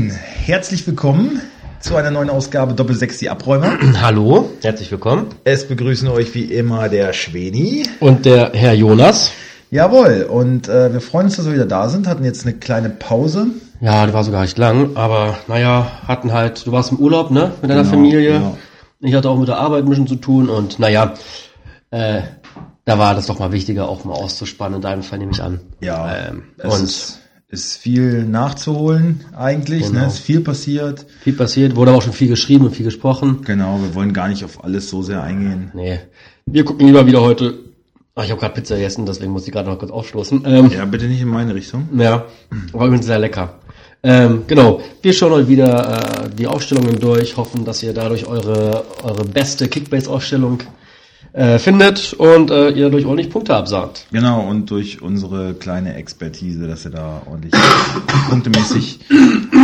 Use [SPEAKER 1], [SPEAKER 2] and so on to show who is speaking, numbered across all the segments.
[SPEAKER 1] herzlich willkommen zu einer neuen Ausgabe Doppelsechs die Abräumer.
[SPEAKER 2] Hallo, herzlich willkommen.
[SPEAKER 1] Es begrüßen euch wie immer der Schweni.
[SPEAKER 2] Und der Herr Jonas.
[SPEAKER 1] Jawohl, und äh, wir freuen uns, dass wir wieder da sind, hatten jetzt eine kleine Pause.
[SPEAKER 2] Ja, die war sogar recht lang, aber naja, hatten halt, du warst im Urlaub, ne, mit deiner Familie.
[SPEAKER 1] genau.
[SPEAKER 2] Ich hatte auch mit der Arbeit ein bisschen zu tun und naja, äh, da war das doch mal wichtiger, auch mal auszuspannen, in deinem Fall nehme ich an.
[SPEAKER 1] Ja,
[SPEAKER 2] Ähm,
[SPEAKER 1] es
[SPEAKER 2] und
[SPEAKER 1] ist, ist viel nachzuholen eigentlich,
[SPEAKER 2] Genau.
[SPEAKER 1] ne? ist viel passiert.
[SPEAKER 2] viel passiert, wurde aber auch schon viel geschrieben und viel gesprochen.
[SPEAKER 1] Genau, wir wollen gar nicht auf alles so sehr eingehen.
[SPEAKER 2] Nee, wir gucken lieber wieder heute. Ach, ich habe gerade Pizza gegessen, deswegen muss ich gerade noch kurz aufstoßen. Ähm,
[SPEAKER 1] Ja, bitte nicht in meine Richtung.
[SPEAKER 2] Ja, war übrigens sehr lecker. Ähm, genau, wir schauen euch wieder äh, die Aufstellungen durch, hoffen, dass ihr dadurch eure, eure beste Kickbase-Aufstellung äh, findet und äh, ihr dadurch ordentlich Punkte absahnt.
[SPEAKER 1] Genau, und durch unsere kleine Expertise, dass ihr da ordentlich punktemäßig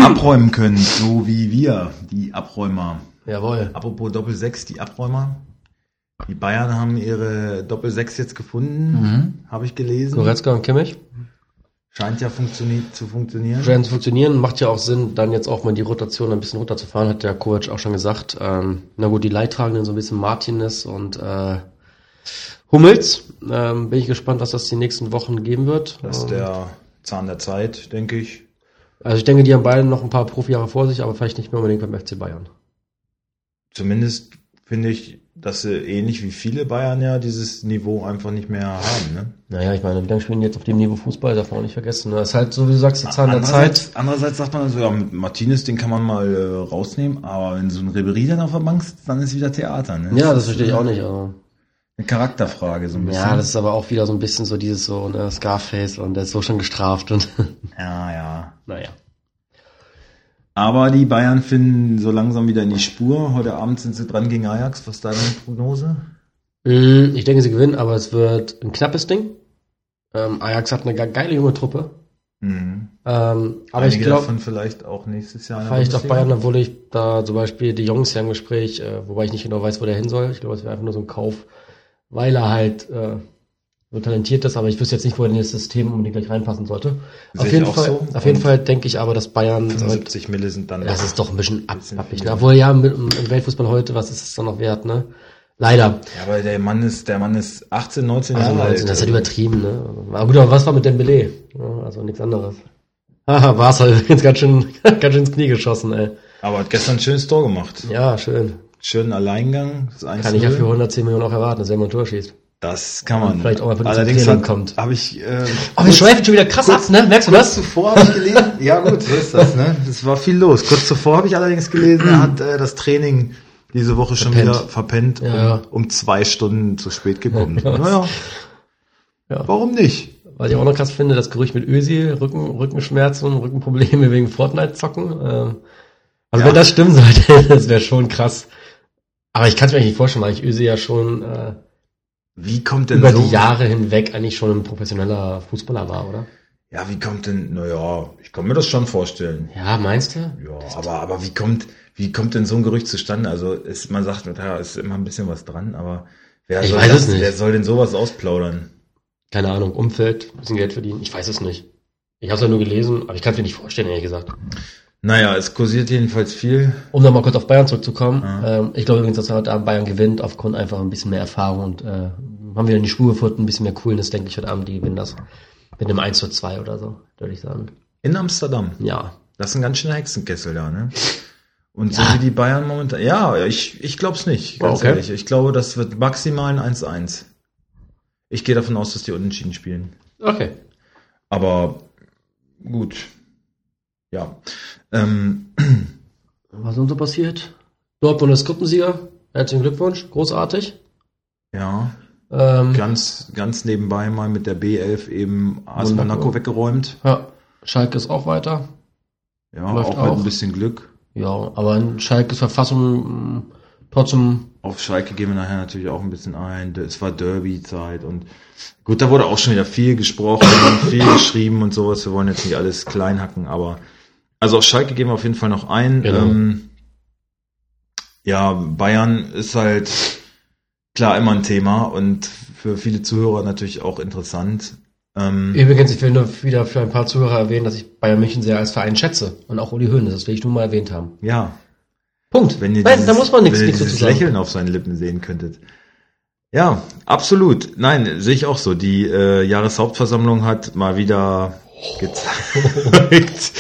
[SPEAKER 1] abräumen könnt, so wie wir, die Abräumer.
[SPEAKER 2] Jawohl.
[SPEAKER 1] Apropos Doppel-6, die Abräumer. Die Bayern haben ihre Doppel-6 jetzt gefunden, habe ich gelesen.
[SPEAKER 2] Goretzka und Kimmich.
[SPEAKER 1] Scheint ja funktioni zu funktionieren.
[SPEAKER 2] Scheint zu funktionieren, macht ja auch Sinn, dann jetzt auch mal die Rotation ein bisschen runterzufahren, hat der Kovac auch schon gesagt. Ähm, na gut, die Leidtragenden so ein bisschen Martinez und äh, Hummels. Ähm, bin ich gespannt, was das die nächsten Wochen geben wird.
[SPEAKER 1] Das ist
[SPEAKER 2] Ähm,
[SPEAKER 1] der Zahn der Zeit, denke ich.
[SPEAKER 2] Also ich denke, die haben beide noch ein paar Profijahre vor sich, aber vielleicht nicht mehr unbedingt beim FC Bayern.
[SPEAKER 1] Zumindest finde ich, dass sie ähnlich wie viele Bayern ja dieses Niveau einfach nicht mehr haben. Ne?
[SPEAKER 2] Naja, ich meine, wir spielen jetzt auf dem Niveau Fußball, darf man auch nicht vergessen. ne? Das ist halt so, wie du sagst, die Zahn der Zeit.
[SPEAKER 1] andererseits sagt man so, ja, mit Martinez, den kann man mal äh, rausnehmen, aber wenn so ein Ribery dann auf der Bank sitzt, dann ist wieder Theater. Ne?
[SPEAKER 2] Ja, das verstehe ich auch nicht. Also.
[SPEAKER 1] Eine Charakterfrage so ein bisschen.
[SPEAKER 2] Ja, das ist aber auch wieder so ein bisschen so dieses so, ne, Scarface und der ist so schon gestraft und
[SPEAKER 1] ja, ja.
[SPEAKER 2] naja.
[SPEAKER 1] Aber die Bayern finden so langsam wieder in die Spur. Heute Abend sind sie dran gegen Ajax. Was ist deine Prognose?
[SPEAKER 2] Mm, Ich denke, sie gewinnen, aber es wird ein knappes Ding. Ähm, Ajax hat eine ge- geile junge Truppe.
[SPEAKER 1] Mhm.
[SPEAKER 2] Ähm, aber
[SPEAKER 1] Einige
[SPEAKER 2] ich glaube,
[SPEAKER 1] davon vielleicht auch nächstes Jahr. in der
[SPEAKER 2] vielleicht auf
[SPEAKER 1] Bundesliga.
[SPEAKER 2] Bayern, obwohl ich da zum Beispiel die Jungs ja im Gespräch, äh, wobei ich nicht genau weiß, wo der hin soll. Ich glaube, es wäre einfach nur so ein Kauf, weil er halt äh, so talentiert ist, aber ich wüsste jetzt nicht, wo er in das System unbedingt gleich reinpassen sollte.
[SPEAKER 1] Sehe
[SPEAKER 2] Auf
[SPEAKER 1] ich
[SPEAKER 2] jeden,
[SPEAKER 1] auch
[SPEAKER 2] Fall,
[SPEAKER 1] so.
[SPEAKER 2] auf jeden
[SPEAKER 1] Und
[SPEAKER 2] Fall denke ich aber, dass Bayern.
[SPEAKER 1] 75 Mille sind dann.
[SPEAKER 2] Das ist doch ein bisschen
[SPEAKER 1] Bisschen
[SPEAKER 2] abpappig.
[SPEAKER 1] viel.
[SPEAKER 2] Ne? Obwohl ja, mit, im Weltfußball heute, was ist es dann noch wert, ne? Leider.
[SPEAKER 1] Ja, aber der Mann ist, der Mann ist 18, 19
[SPEAKER 2] Also,
[SPEAKER 1] Jahre alt.
[SPEAKER 2] das ist halt übertrieben, ne? Aber gut, aber was war mit Dembele? Ja, also nichts anderes. Haha, war's halt jetzt ganz schön, ganz schön ins Knie geschossen, ey.
[SPEAKER 1] Aber hat gestern ein schönes Tor gemacht.
[SPEAKER 2] Ja, schön.
[SPEAKER 1] Schönen Alleingang. Das 1
[SPEAKER 2] Kann ich ja für 110 Millionen auch erwarten, dass er mal ein Tor schießt.
[SPEAKER 1] Das kann man.
[SPEAKER 2] Vielleicht auch mal, wenn es
[SPEAKER 1] Allerdings
[SPEAKER 2] zum Training
[SPEAKER 1] hat-
[SPEAKER 2] kommt.
[SPEAKER 1] Habe ich. Äh,
[SPEAKER 2] Aber wir schweifen schon wieder krass ab, ne? Merkst du das?
[SPEAKER 1] zuvor habe ich gelesen. ja gut, so ist das. Ne, es war viel los. Kurz zuvor habe ich allerdings gelesen, er hat äh, das Training diese Woche schon
[SPEAKER 2] Verpennt.
[SPEAKER 1] wieder verpennt, um,
[SPEAKER 2] Ja, ja.
[SPEAKER 1] um zwei Stunden zu spät gekommen. naja.
[SPEAKER 2] Ja.
[SPEAKER 1] Warum nicht?
[SPEAKER 2] Was ich auch noch krass finde, das Gerücht mit Özil, Rücken, Rückenschmerzen, Rückenprobleme wegen Fortnite-Zocken. Ähm, also
[SPEAKER 1] Ja.
[SPEAKER 2] wenn das stimmen sollte, das wäre schon krass. Aber ich kann es mir eigentlich nicht vorstellen, weil ich Özil ja schon äh,
[SPEAKER 1] Wie kommt denn
[SPEAKER 2] über
[SPEAKER 1] so?
[SPEAKER 2] die Jahre hinweg eigentlich schon ein professioneller Fußballer war, oder?
[SPEAKER 1] Ja, wie kommt denn? Naja, ich kann mir das schon vorstellen.
[SPEAKER 2] Ja, meinst du?
[SPEAKER 1] Ja, aber, aber wie kommt, wie kommt denn so ein Gerücht zustande? Also, ist, man sagt, ja, ist immer ein bisschen was dran, aber wer
[SPEAKER 2] Ich
[SPEAKER 1] soll,
[SPEAKER 2] weiß
[SPEAKER 1] das,
[SPEAKER 2] es nicht.
[SPEAKER 1] wer soll denn sowas ausplaudern?
[SPEAKER 2] Keine Ahnung, Umfeld, bisschen Geld verdienen, ich weiß es nicht. Ich habe es ja nur gelesen, aber ich kann es mir nicht vorstellen, ehrlich gesagt.
[SPEAKER 1] Naja, es kursiert jedenfalls viel.
[SPEAKER 2] Um nochmal kurz auf Bayern zurückzukommen.
[SPEAKER 1] Ja.
[SPEAKER 2] Ähm, ich glaube übrigens, dass heute Abend Bayern gewinnt, aufgrund einfach ein bisschen mehr Erfahrung und äh, haben wieder in die Spur gefunden, ein bisschen mehr Coolness, denke ich, heute Abend, die gewinnen das. Mit einem 1 zu 2 oder so, würde ich sagen.
[SPEAKER 1] In Amsterdam.
[SPEAKER 2] Ja.
[SPEAKER 1] Das ist ein ganz schöner Hexenkessel da, ne? Und so wie die Bayern momentan. Ja, ich, ich glaub's nicht, ganz
[SPEAKER 2] Okay.
[SPEAKER 1] ehrlich. Ich glaube, das wird maximal ein 1-1. Ich gehe davon aus, dass die unentschieden spielen.
[SPEAKER 2] Okay.
[SPEAKER 1] Aber gut. Ja. Ähm,
[SPEAKER 2] Was ist denn so passiert? Dortmund ist Gruppensieger. Herzlichen Glückwunsch, großartig.
[SPEAKER 1] ja.
[SPEAKER 2] Ähm,
[SPEAKER 1] Ganz, ganz nebenbei mal mit der B11 eben AS
[SPEAKER 2] Monaco.
[SPEAKER 1] Monaco weggeräumt.
[SPEAKER 2] ja, Schalke ist auch weiter.
[SPEAKER 1] Ja,
[SPEAKER 2] Läuft
[SPEAKER 1] auch, mit
[SPEAKER 2] auch.
[SPEAKER 1] ein bisschen Glück.
[SPEAKER 2] Ja, aber in Schalkes Verfassung mh, trotzdem
[SPEAKER 1] Auf Schalke gehen wir nachher natürlich auch ein bisschen ein. Es war Derby-Zeit und gut, da wurde auch schon wieder viel gesprochen und viel geschrieben und sowas. Wir wollen jetzt nicht alles kleinhacken, aber also auf Schalke gehen wir auf jeden Fall noch ein.
[SPEAKER 2] Genau.
[SPEAKER 1] Ähm, ja, Bayern ist halt klar immer ein Thema und für viele Zuhörer natürlich auch interessant. Ähm,
[SPEAKER 2] Übrigens, ich will nur wieder für ein paar Zuhörer erwähnen, dass ich Bayern München sehr als Verein schätze. Und auch Uli Hoeneß, das will ich nur mal erwähnt haben.
[SPEAKER 1] ja,
[SPEAKER 2] Punkt.
[SPEAKER 1] wenn ihr
[SPEAKER 2] Nein,
[SPEAKER 1] dieses,
[SPEAKER 2] da muss man nichts
[SPEAKER 1] wenn ihr
[SPEAKER 2] nichts
[SPEAKER 1] dieses
[SPEAKER 2] dazu sagen.
[SPEAKER 1] Lächeln auf seinen Lippen sehen könntet. Ja, absolut. Nein, sehe ich auch so. Die äh, Jahreshauptversammlung hat mal wieder
[SPEAKER 2] Oh,
[SPEAKER 1] gezeigt.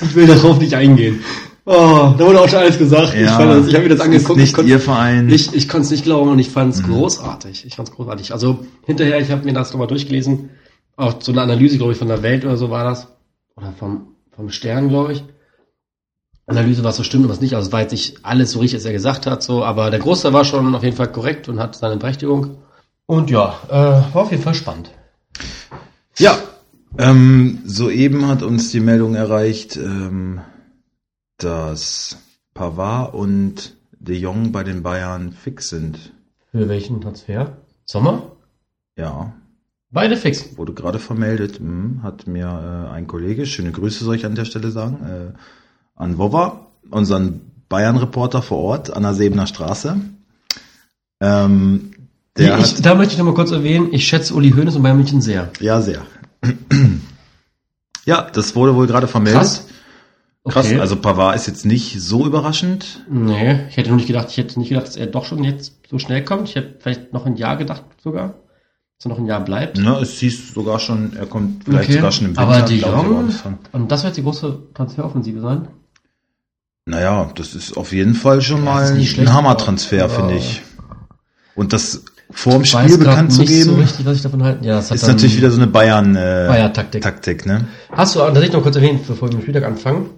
[SPEAKER 2] Ich will darauf nicht eingehen. Oh, da wurde auch schon alles gesagt. ich fand das- ich habe mir das
[SPEAKER 1] es
[SPEAKER 2] angeguckt.
[SPEAKER 1] Ist
[SPEAKER 2] ich
[SPEAKER 1] nicht
[SPEAKER 2] konnt-
[SPEAKER 1] ihr Mhm. Verein.
[SPEAKER 2] Ich, ich konnte es nicht glauben und ich fand es großartig. Ich fand es großartig. Also hinterher, ich habe mir das nochmal durchgelesen, auch so eine Analyse, glaube ich, von der Welt oder so war das. Oder vom, vom Stern, glaube ich. Analyse, was so stimmt und was nicht. Also es war jetzt nicht alles so richtig, was er gesagt hat, so, aber der Großteil war schon auf jeden Fall korrekt und hat seine Berechtigung. Und ja, äh, war auf jeden Fall spannend.
[SPEAKER 1] Ja, ähm, soeben hat uns die Meldung erreicht, ähm, dass Pavard und De Jong bei den Bayern fix sind.
[SPEAKER 2] Für welchen Transfer? Sommer?
[SPEAKER 1] Ja,
[SPEAKER 2] Beide fix.
[SPEAKER 1] wurde gerade vermeldet, hm, hat mir äh, ein Kollege, schöne Grüße soll ich an der Stelle sagen, äh, an Wova, unseren Bayern-Reporter vor Ort an der Sebener Straße. Ähm, der
[SPEAKER 2] ich,
[SPEAKER 1] hat,
[SPEAKER 2] da möchte ich nochmal kurz erwähnen, ich schätze Uli Hoeneß und Bayern München sehr.
[SPEAKER 1] ja, sehr. ja, das wurde wohl gerade vermeldet.
[SPEAKER 2] Krass.
[SPEAKER 1] Krass,
[SPEAKER 2] Okay.
[SPEAKER 1] also Pavard ist jetzt nicht so überraschend.
[SPEAKER 2] Nee, ich hätte nur nicht gedacht, ich hätte nicht gedacht, dass er doch schon jetzt so schnell kommt. Ich hätte vielleicht noch ein Jahr gedacht sogar, dass er noch ein Jahr bleibt.
[SPEAKER 1] Ne, es hieß sogar schon, er kommt vielleicht
[SPEAKER 2] Okay.
[SPEAKER 1] sogar schon im Winter.
[SPEAKER 2] Aber die
[SPEAKER 1] glaub ich, aber
[SPEAKER 2] Jong,
[SPEAKER 1] das war-
[SPEAKER 2] und das wird die große Transferoffensive sein.
[SPEAKER 1] Naja, das ist auf jeden Fall schon
[SPEAKER 2] Ja,
[SPEAKER 1] mal
[SPEAKER 2] das ist nicht
[SPEAKER 1] ein
[SPEAKER 2] schlecht,
[SPEAKER 1] Hammer-Transfer,
[SPEAKER 2] aber-
[SPEAKER 1] finde ich. Und das vorm
[SPEAKER 2] Ich
[SPEAKER 1] Spiel
[SPEAKER 2] grad
[SPEAKER 1] bekannt zu
[SPEAKER 2] nicht so
[SPEAKER 1] geben,
[SPEAKER 2] richtig, was ich davon halte. Ja, das hat
[SPEAKER 1] ist
[SPEAKER 2] dann-
[SPEAKER 1] natürlich wieder so eine Bayern-Taktik.
[SPEAKER 2] Bayer-Taktik.
[SPEAKER 1] Taktik, ne?
[SPEAKER 2] Hast du, und das ich noch kurz erwähnt, bevor wir mit dem Spieltag anfangen,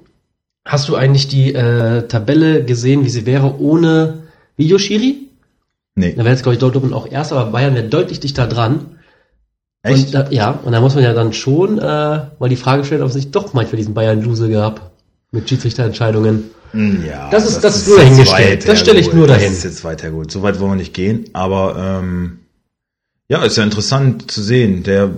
[SPEAKER 2] hast du eigentlich die äh, Tabelle gesehen, wie sie wäre ohne Videoschiri?
[SPEAKER 1] Nee,
[SPEAKER 2] Da wäre jetzt, glaube ich, Dortmund auch erst, aber Bayern wäre deutlich dichter dran. Und
[SPEAKER 1] echt?
[SPEAKER 2] da, ja, und da muss man ja dann schon äh, mal die Frage stellen, ob es nicht doch manchmal diesen Bayern-Lose gab. Mit Schiedsrichterentscheidungen.
[SPEAKER 1] Hm, Ja,
[SPEAKER 2] das ist- das ist nur
[SPEAKER 1] jetzt
[SPEAKER 2] dahingestellt.
[SPEAKER 1] weit
[SPEAKER 2] Das stelle ich
[SPEAKER 1] hergeholt.
[SPEAKER 2] nur dahin.
[SPEAKER 1] Das ist jetzt weiter gut. So weit wollen wir nicht gehen, aber ähm, ja, ist ja interessant zu sehen. Der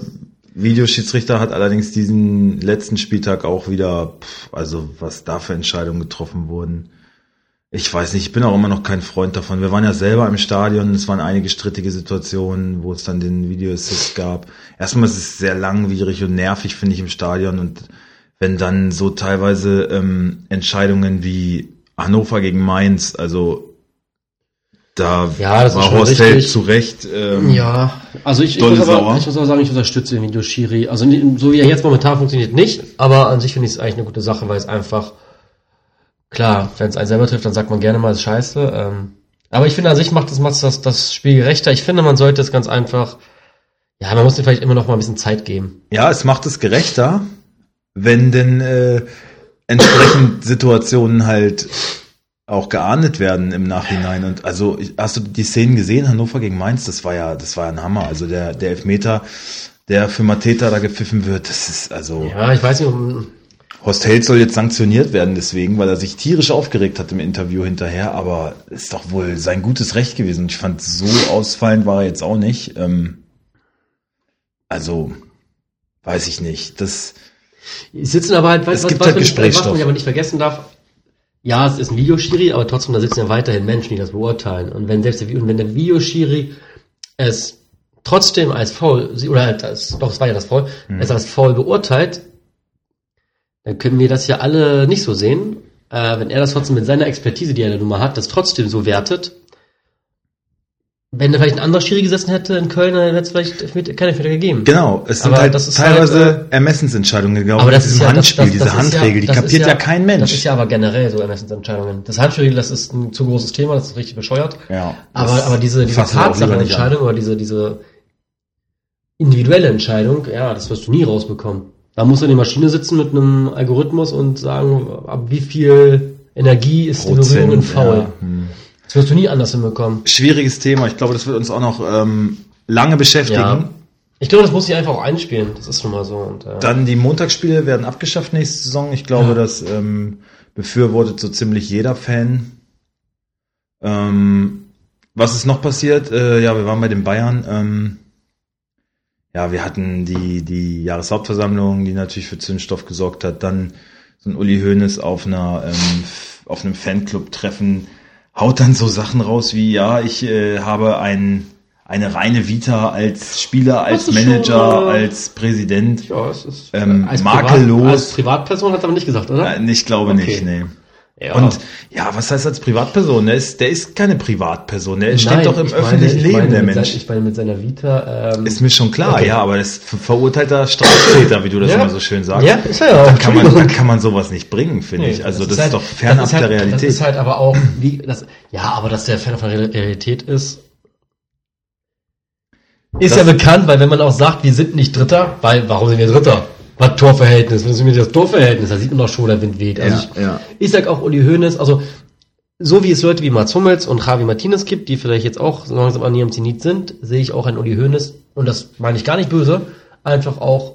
[SPEAKER 1] Videoschiedsrichter hat allerdings diesen letzten Spieltag auch wieder, pff, also was da für Entscheidungen getroffen wurden. Ich weiß nicht, ich bin auch immer noch kein Freund davon. Wir waren ja selber im Stadion, es waren einige strittige Situationen, wo es dann den Videoassist gab. Erstmal ist es sehr langwierig und nervig, finde ich, im Stadion. Und wenn dann so teilweise ähm, Entscheidungen wie Hannover gegen Mainz, also da
[SPEAKER 2] Ja, das ist
[SPEAKER 1] war
[SPEAKER 2] schon
[SPEAKER 1] Horst Held
[SPEAKER 2] richtig.
[SPEAKER 1] zu Recht. Ähm,
[SPEAKER 2] Ja, also ich, ich,
[SPEAKER 1] Dolle
[SPEAKER 2] muss aber,
[SPEAKER 1] sauer.
[SPEAKER 2] ich muss aber sagen, ich unterstütze den Videoschiri. Also ni- so wie er jetzt momentan funktioniert, nicht. Aber an sich finde ich es eigentlich eine gute Sache, weil es einfach, klar, wenn es einen selber trifft, dann sagt man gerne mal, es ist scheiße. Ähm, aber ich finde an sich macht das, macht das, das Spiel gerechter. Ich finde, man sollte es ganz einfach, ja, man muss dem vielleicht immer noch mal ein bisschen Zeit geben.
[SPEAKER 1] Ja, es macht es gerechter, wenn denn äh, entsprechend Situationen halt auch geahndet werden im Nachhinein. Und also ich- hast du die Szenen gesehen, Hannover gegen Mainz? Das war ja, das war ein Hammer. Also der, der Elfmeter, der für Mateta da gepfiffen wird, das ist also.
[SPEAKER 2] Ja, ich weiß nicht, um,
[SPEAKER 1] Horst Held soll jetzt sanktioniert werden deswegen, weil er sich tierisch aufgeregt hat im Interview hinterher, aber ist doch wohl sein gutes Recht gewesen. Ich fand, so ausfallend war er jetzt auch nicht. Ähm, also, weiß ich nicht. Das,
[SPEAKER 2] Die sitzen aber halt,
[SPEAKER 1] Es gibt halt
[SPEAKER 2] man nicht-
[SPEAKER 1] Gesprächsstoff.
[SPEAKER 2] Was man aber nicht vergessen darf, ja, es ist ein Videoschiri, aber trotzdem, da sitzen ja weiterhin Menschen, die das beurteilen. Und wenn selbst der, Vi- und wenn der Videoschiri es trotzdem als faul, sie- oder halt als, doch, es war ja das faul,
[SPEAKER 1] Hm.
[SPEAKER 2] es als faul beurteilt, dann können wir das ja alle nicht so sehen. Äh, wenn er das trotzdem mit seiner Expertise, die er nun mal hat, das trotzdem so wertet, wenn da vielleicht ein anderer Schiri gesessen hätte in Köln, dann hätte es vielleicht mit, keine Fehler gegeben.
[SPEAKER 1] genau, es sind
[SPEAKER 2] Aber
[SPEAKER 1] halt
[SPEAKER 2] das ist
[SPEAKER 1] teilweise
[SPEAKER 2] halt,
[SPEAKER 1] Ermessensentscheidungen gegangen.
[SPEAKER 2] Aber das ist ja
[SPEAKER 1] Handspiel,
[SPEAKER 2] das, das, das
[SPEAKER 1] diese
[SPEAKER 2] ist
[SPEAKER 1] Handregel,
[SPEAKER 2] das
[SPEAKER 1] die
[SPEAKER 2] ist
[SPEAKER 1] kapiert ja, kein
[SPEAKER 2] Das
[SPEAKER 1] Mensch.
[SPEAKER 2] ist ja aber generell so Ermessensentscheidungen. Das Handspiel, das ist ein zu großes Thema, das ist richtig bescheuert.
[SPEAKER 1] Ja, das
[SPEAKER 2] Aber, aber diese, diese
[SPEAKER 1] fassen wir auch lieber nicht an.
[SPEAKER 2] Tatsachenentscheidung oder diese, diese individuelle Entscheidung, ja, das wirst du nie rausbekommen. Da musst du in der Maschine sitzen mit einem Algorithmus und sagen, ab wie viel Energie ist die Berührung in Foul.
[SPEAKER 1] ja, hm.
[SPEAKER 2] Das wirst du nie anders hinbekommen.
[SPEAKER 1] Schwieriges Thema. Ich glaube, das wird uns auch noch ähm, lange beschäftigen.
[SPEAKER 2] Ja. Ich glaube, das muss ich einfach auch einspielen. Das ist schon mal so. Und, äh,
[SPEAKER 1] Dann die Montagsspiele werden abgeschafft nächste Saison. Ich glaube,
[SPEAKER 2] Ja.
[SPEAKER 1] das ähm, befürwortet so ziemlich jeder Fan. Ähm, was ist noch passiert? Äh, ja, wir waren bei den Bayern. Ähm, ja, wir hatten die, die Jahreshauptversammlung, die natürlich für Zündstoff gesorgt hat. Dann so ein Uli Hoeneß auf einer ähm, f- auf einem Fanclub-Treffen haut dann so Sachen raus wie ja, ich äh, habe einen eine reine Vita als Spieler, als
[SPEAKER 2] ist
[SPEAKER 1] Manager,
[SPEAKER 2] schon, äh,
[SPEAKER 1] als Präsident.
[SPEAKER 2] Ja, es ist äh,
[SPEAKER 1] Ähm,
[SPEAKER 2] als
[SPEAKER 1] makellos.
[SPEAKER 2] Privat, als Privatperson hat er aber nicht gesagt, oder?
[SPEAKER 1] Äh, Ich glaube
[SPEAKER 2] Okay.
[SPEAKER 1] nicht, nee.
[SPEAKER 2] Ja.
[SPEAKER 1] Und ja, was heißt als Privatperson? Der ist, der ist keine Privatperson. Der steht
[SPEAKER 2] Nein,
[SPEAKER 1] doch im
[SPEAKER 2] ich meine-
[SPEAKER 1] öffentlichen
[SPEAKER 2] ich
[SPEAKER 1] Leben,
[SPEAKER 2] meine
[SPEAKER 1] der
[SPEAKER 2] mit
[SPEAKER 1] Mensch.
[SPEAKER 2] Sein, ich meine mit seiner Vita. Ähm,
[SPEAKER 1] ist mir schon klar,
[SPEAKER 2] Okay.
[SPEAKER 1] ja, aber das ist ein verurteilter Straftäter, wie du das
[SPEAKER 2] Ja.
[SPEAKER 1] immer so schön sagst.
[SPEAKER 2] ja, ist er ja
[SPEAKER 1] Da
[SPEAKER 2] auch.
[SPEAKER 1] kann, man, da kann man sowas nicht bringen, finde ich. Also das, ist, doch fernab
[SPEAKER 2] das ist halt,
[SPEAKER 1] der Realität.
[SPEAKER 2] Das ist halt aber auch, wie, das, ja, aber dass der fernab der Real- Realität ist,
[SPEAKER 1] Das-
[SPEAKER 2] ist ja bekannt, weil wenn man auch sagt, wir sind nicht Dritter, weil warum sind wir Dritter? Was Torverhältnis? Was ist mit das Torverhältnis? Da sieht man doch schon, der Wind weht. Also ich,
[SPEAKER 1] ja.
[SPEAKER 2] ich sag auch Uli Hoeneß, also so wie es Leute wie Mats Hummels und Javi Martinez gibt, die vielleicht jetzt auch so langsam an ihrem Zenit sind, sehe ich auch einen Uli Hoeneß, und das meine ich gar nicht böse, einfach auch,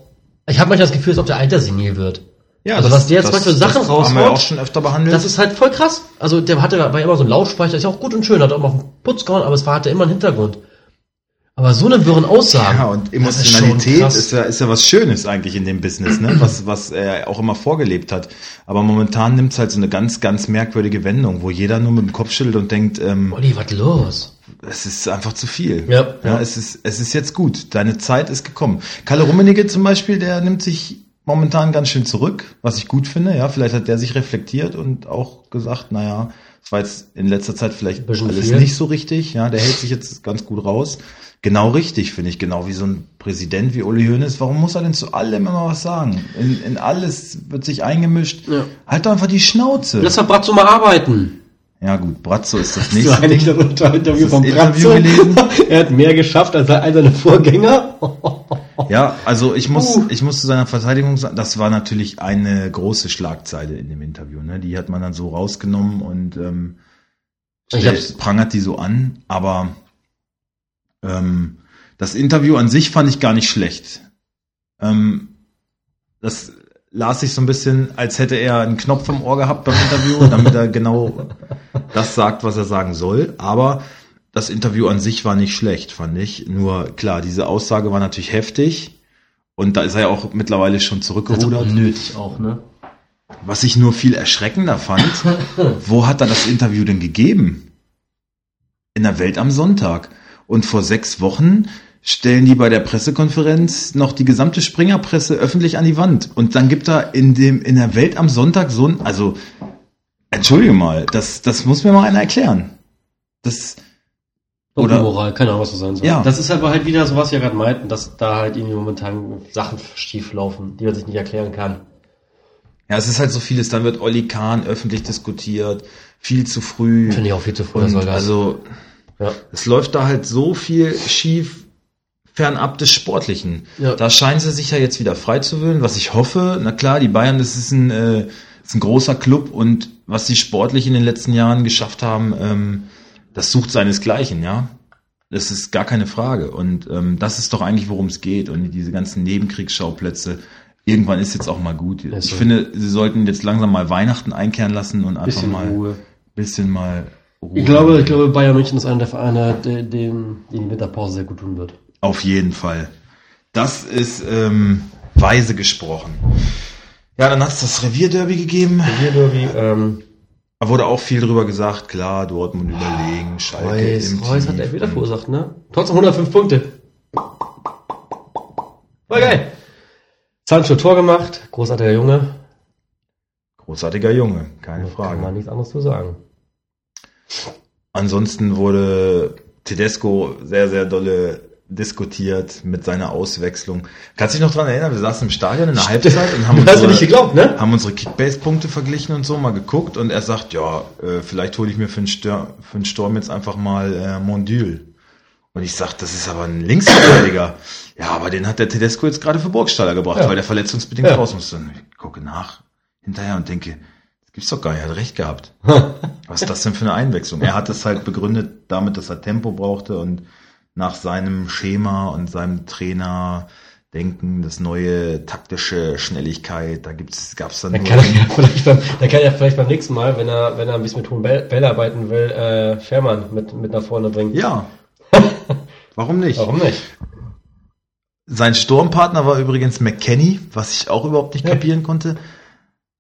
[SPEAKER 2] ich habe manchmal das Gefühl, dass auch der Alter senil wird.
[SPEAKER 1] ja
[SPEAKER 2] Also was der jetzt manchmal
[SPEAKER 1] Haben
[SPEAKER 2] Sachen
[SPEAKER 1] wir ja
[SPEAKER 2] raushaut,
[SPEAKER 1] auch schon öfter behandelt.
[SPEAKER 2] Das ist halt voll krass. Also der hatte war ja immer so ein Lautsprecher, ist ja auch gut und schön, hat auch mal auf den Putz gehauen, aber es war, hatte immer einen Hintergrund. Aber so eine wirren Aussagen.
[SPEAKER 1] ja, und
[SPEAKER 2] das ist schon
[SPEAKER 1] Emotionalität
[SPEAKER 2] krass.
[SPEAKER 1] ist, ja, ist ja was Schönes eigentlich in dem Business, ne? was, was er auch immer vorgelebt hat. Aber momentan nimmt es halt so eine ganz, ganz merkwürdige Wendung, wo jeder nur mit dem Kopf schüttelt und denkt, ähm,
[SPEAKER 2] Olli, was los?
[SPEAKER 1] es ist einfach zu viel.
[SPEAKER 2] Ja.
[SPEAKER 1] ja es, ist, es ist jetzt gut. Deine Zeit ist gekommen. Kalle Rummenigge zum Beispiel, der nimmt sich momentan ganz schön zurück, was ich gut finde. Ja, vielleicht hat der sich reflektiert und auch gesagt, naja, es war jetzt in letzter Zeit vielleicht
[SPEAKER 2] Bisschen
[SPEAKER 1] alles
[SPEAKER 2] viel.
[SPEAKER 1] nicht so richtig. Ja, der hält sich jetzt ganz gut raus. Genau richtig, finde ich, genau wie so ein Präsident wie Uli Hoeneß. Warum muss er denn zu allem immer was sagen? In, in alles wird sich eingemischt.
[SPEAKER 2] Ja.
[SPEAKER 1] Halt doch einfach die Schnauze.
[SPEAKER 2] Lass mal Bratzo mal arbeiten.
[SPEAKER 1] ja gut, Bratzo ist das
[SPEAKER 2] Hast du
[SPEAKER 1] nächste
[SPEAKER 2] eigentlich
[SPEAKER 1] Ding.
[SPEAKER 2] das Unter- Interview
[SPEAKER 1] Hast
[SPEAKER 2] von
[SPEAKER 1] du das
[SPEAKER 2] Bratzo?
[SPEAKER 1] Interview
[SPEAKER 2] er hat mehr geschafft als all seine Vorgänger.
[SPEAKER 1] Ja, also ich muss,
[SPEAKER 2] Uh.
[SPEAKER 1] ich muss zu seiner Verteidigung sagen, das war natürlich eine große Schlagzeile in dem Interview. Ne? Die hat man dann so rausgenommen und ähm,
[SPEAKER 2] Ich
[SPEAKER 1] stellt-
[SPEAKER 2] hab's-
[SPEAKER 1] prangert die so an. Aber ähm, das Interview an sich fand ich gar nicht schlecht. Ähm, das las ich so ein bisschen, als hätte er einen Knopf im Ohr gehabt beim Interview, damit er genau das sagt, was er sagen soll. Aber das Interview an sich war nicht schlecht, fand ich. Nur klar, diese Aussage war natürlich heftig. Und da ist er ja auch mittlerweile schon zurückgerudert.
[SPEAKER 2] unnötig auch, ne?
[SPEAKER 1] Was ich nur viel erschreckender fand, wo hat er das Interview denn gegeben? In der Welt am Sonntag. Und vor sechs Wochen stellen die bei der Pressekonferenz noch die gesamte Springerpresse öffentlich an die Wand. Und dann gibt er in dem, in der Welt am Sonntag so ein, also, entschuldige mal, das, das muss mir mal einer erklären. Das, Oder-
[SPEAKER 2] Oder Moral, keine Ahnung, was das sein soll.
[SPEAKER 1] Ja.
[SPEAKER 2] Das ist aber halt wieder so, was wir gerade meinten, dass da halt irgendwie momentan Sachen schief laufen, die man sich nicht erklären kann.
[SPEAKER 1] ja, es ist halt so vieles. Dann wird Olli Kahn öffentlich diskutiert, viel zu früh.
[SPEAKER 2] Finde ich auch viel zu früh.
[SPEAKER 1] Und
[SPEAKER 2] soll das-
[SPEAKER 1] also,
[SPEAKER 2] ja.
[SPEAKER 1] Es läuft da halt so viel schief fernab des Sportlichen.
[SPEAKER 2] Ja.
[SPEAKER 1] Da scheinen sie sich ja jetzt wieder frei zu willen, was ich hoffe. Na klar, die Bayern, das ist ein, äh, ist ein großer Club und was sie sportlich in den letzten Jahren geschafft haben, ähm, das sucht seinesgleichen, ja. Das ist gar keine Frage. Und ähm, das ist doch eigentlich, worum es geht. Und diese ganzen Nebenkriegsschauplätze, irgendwann ist jetzt auch mal gut.
[SPEAKER 2] Ja,
[SPEAKER 1] Ich
[SPEAKER 2] so.
[SPEAKER 1] finde, sie sollten jetzt langsam mal Weihnachten einkehren lassen und einfach
[SPEAKER 2] Bisschen
[SPEAKER 1] mal
[SPEAKER 2] Ruhe.
[SPEAKER 1] bisschen mal Ruhe.
[SPEAKER 2] Ich glaube, ich glaube, Bayern München ist einer der Vereine, de- dem dem die Winterpause sehr gut tun wird.
[SPEAKER 1] Auf jeden Fall. Das ist ähm, weise gesprochen. Ja, dann hat es das Revierderby gegeben.
[SPEAKER 2] Hier Derby, ähm,
[SPEAKER 1] Da wurde auch viel drüber gesagt. Klar, Dortmund überlegen, Schalke
[SPEAKER 2] Reus,
[SPEAKER 1] im
[SPEAKER 2] Reus
[SPEAKER 1] Tief
[SPEAKER 2] hat er wieder
[SPEAKER 1] und-
[SPEAKER 2] verursacht, ne? Trotzdem 105 Punkte. War geil. Sancho Tor gemacht, großartiger Junge.
[SPEAKER 1] Großartiger Junge, keine
[SPEAKER 2] Kann man
[SPEAKER 1] Frage.
[SPEAKER 2] nichts anderes zu sagen.
[SPEAKER 1] Ansonsten wurde Tedesco sehr, sehr dolle diskutiert mit seiner Auswechslung. Kannst du dich noch dran erinnern? Wir saßen im Stadion in der Halbzeit und haben
[SPEAKER 2] Hast du
[SPEAKER 1] unsere-
[SPEAKER 2] nicht geglaubt, ne?
[SPEAKER 1] haben unsere Kickbase-Punkte verglichen und so mal geguckt und er sagt, ja, äh, vielleicht hole ich mir für einen, Stör, für einen Sturm jetzt einfach mal äh, Mondül. Und ich sag, das ist aber ein Linksverteidiger. Ja, aber den hat der Tedesco jetzt gerade für Burgstaller gebracht,
[SPEAKER 2] Ja.
[SPEAKER 1] weil der verletzungsbedingt
[SPEAKER 2] Ja.
[SPEAKER 1] raus musste. Und ich gucke nach hinterher und denke, das gibt's doch gar nicht, er hat recht gehabt. Was ist das denn für eine Einwechslung? Er hat es halt begründet damit, dass er Tempo brauchte und nach seinem Schema und seinem Trainer denken, das neue taktische Schnelligkeit, da gibt's, gab's dann
[SPEAKER 2] Dann
[SPEAKER 1] nur-
[SPEAKER 2] kann, er ja vielleicht beim, dann kann er vielleicht beim nächsten Mal, wenn er, wenn er ein bisschen mit hohen Bäll- Bällen arbeiten will, äh, Fährmann mit, mit nach vorne bringen.
[SPEAKER 1] Ja. Warum nicht?
[SPEAKER 2] Warum nicht?
[SPEAKER 1] Sein Sturmpartner war übrigens McKenny, was ich auch überhaupt nicht kapieren konnte.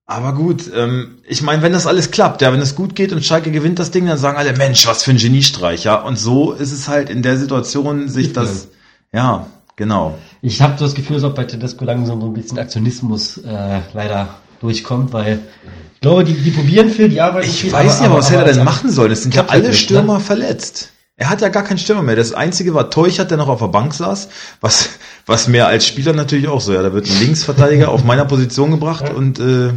[SPEAKER 1] Aber gut, ähm, ich meine, wenn das alles klappt, ja, wenn es gut geht und Schalke gewinnt das Ding, dann sagen alle, Mensch, was für ein Geniestreich, ja. Und so ist es halt in der Situation, sich
[SPEAKER 3] Ich
[SPEAKER 1] das, ja, genau.
[SPEAKER 2] Ich habe so das Gefühl, dass auch bei Tedesco langsam so ein bisschen Aktionismus äh, leider durchkommt, weil ich glaube, die, die probieren viel, die arbeiten
[SPEAKER 1] Ich
[SPEAKER 2] viel.
[SPEAKER 1] weiß nicht, aber ne? was hätte er denn machen sollen? Es sind ja
[SPEAKER 2] klappt halt
[SPEAKER 1] alle
[SPEAKER 2] nicht,
[SPEAKER 1] Stürmer verletzt. Er hat ja gar keinen Stürmer mehr. Das einzige war Teuchert, der noch auf der Bank saß, was, was mir als Spieler natürlich auch so, ja, da wird ein Linksverteidiger auf meiner Position gebracht und äh,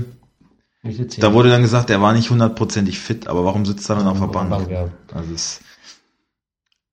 [SPEAKER 1] da
[SPEAKER 2] Da
[SPEAKER 1] wurde dann gesagt, er war nicht hundertprozentig fit, aber warum sitzt er dann auf der Bank?
[SPEAKER 2] Ja.
[SPEAKER 1] Also es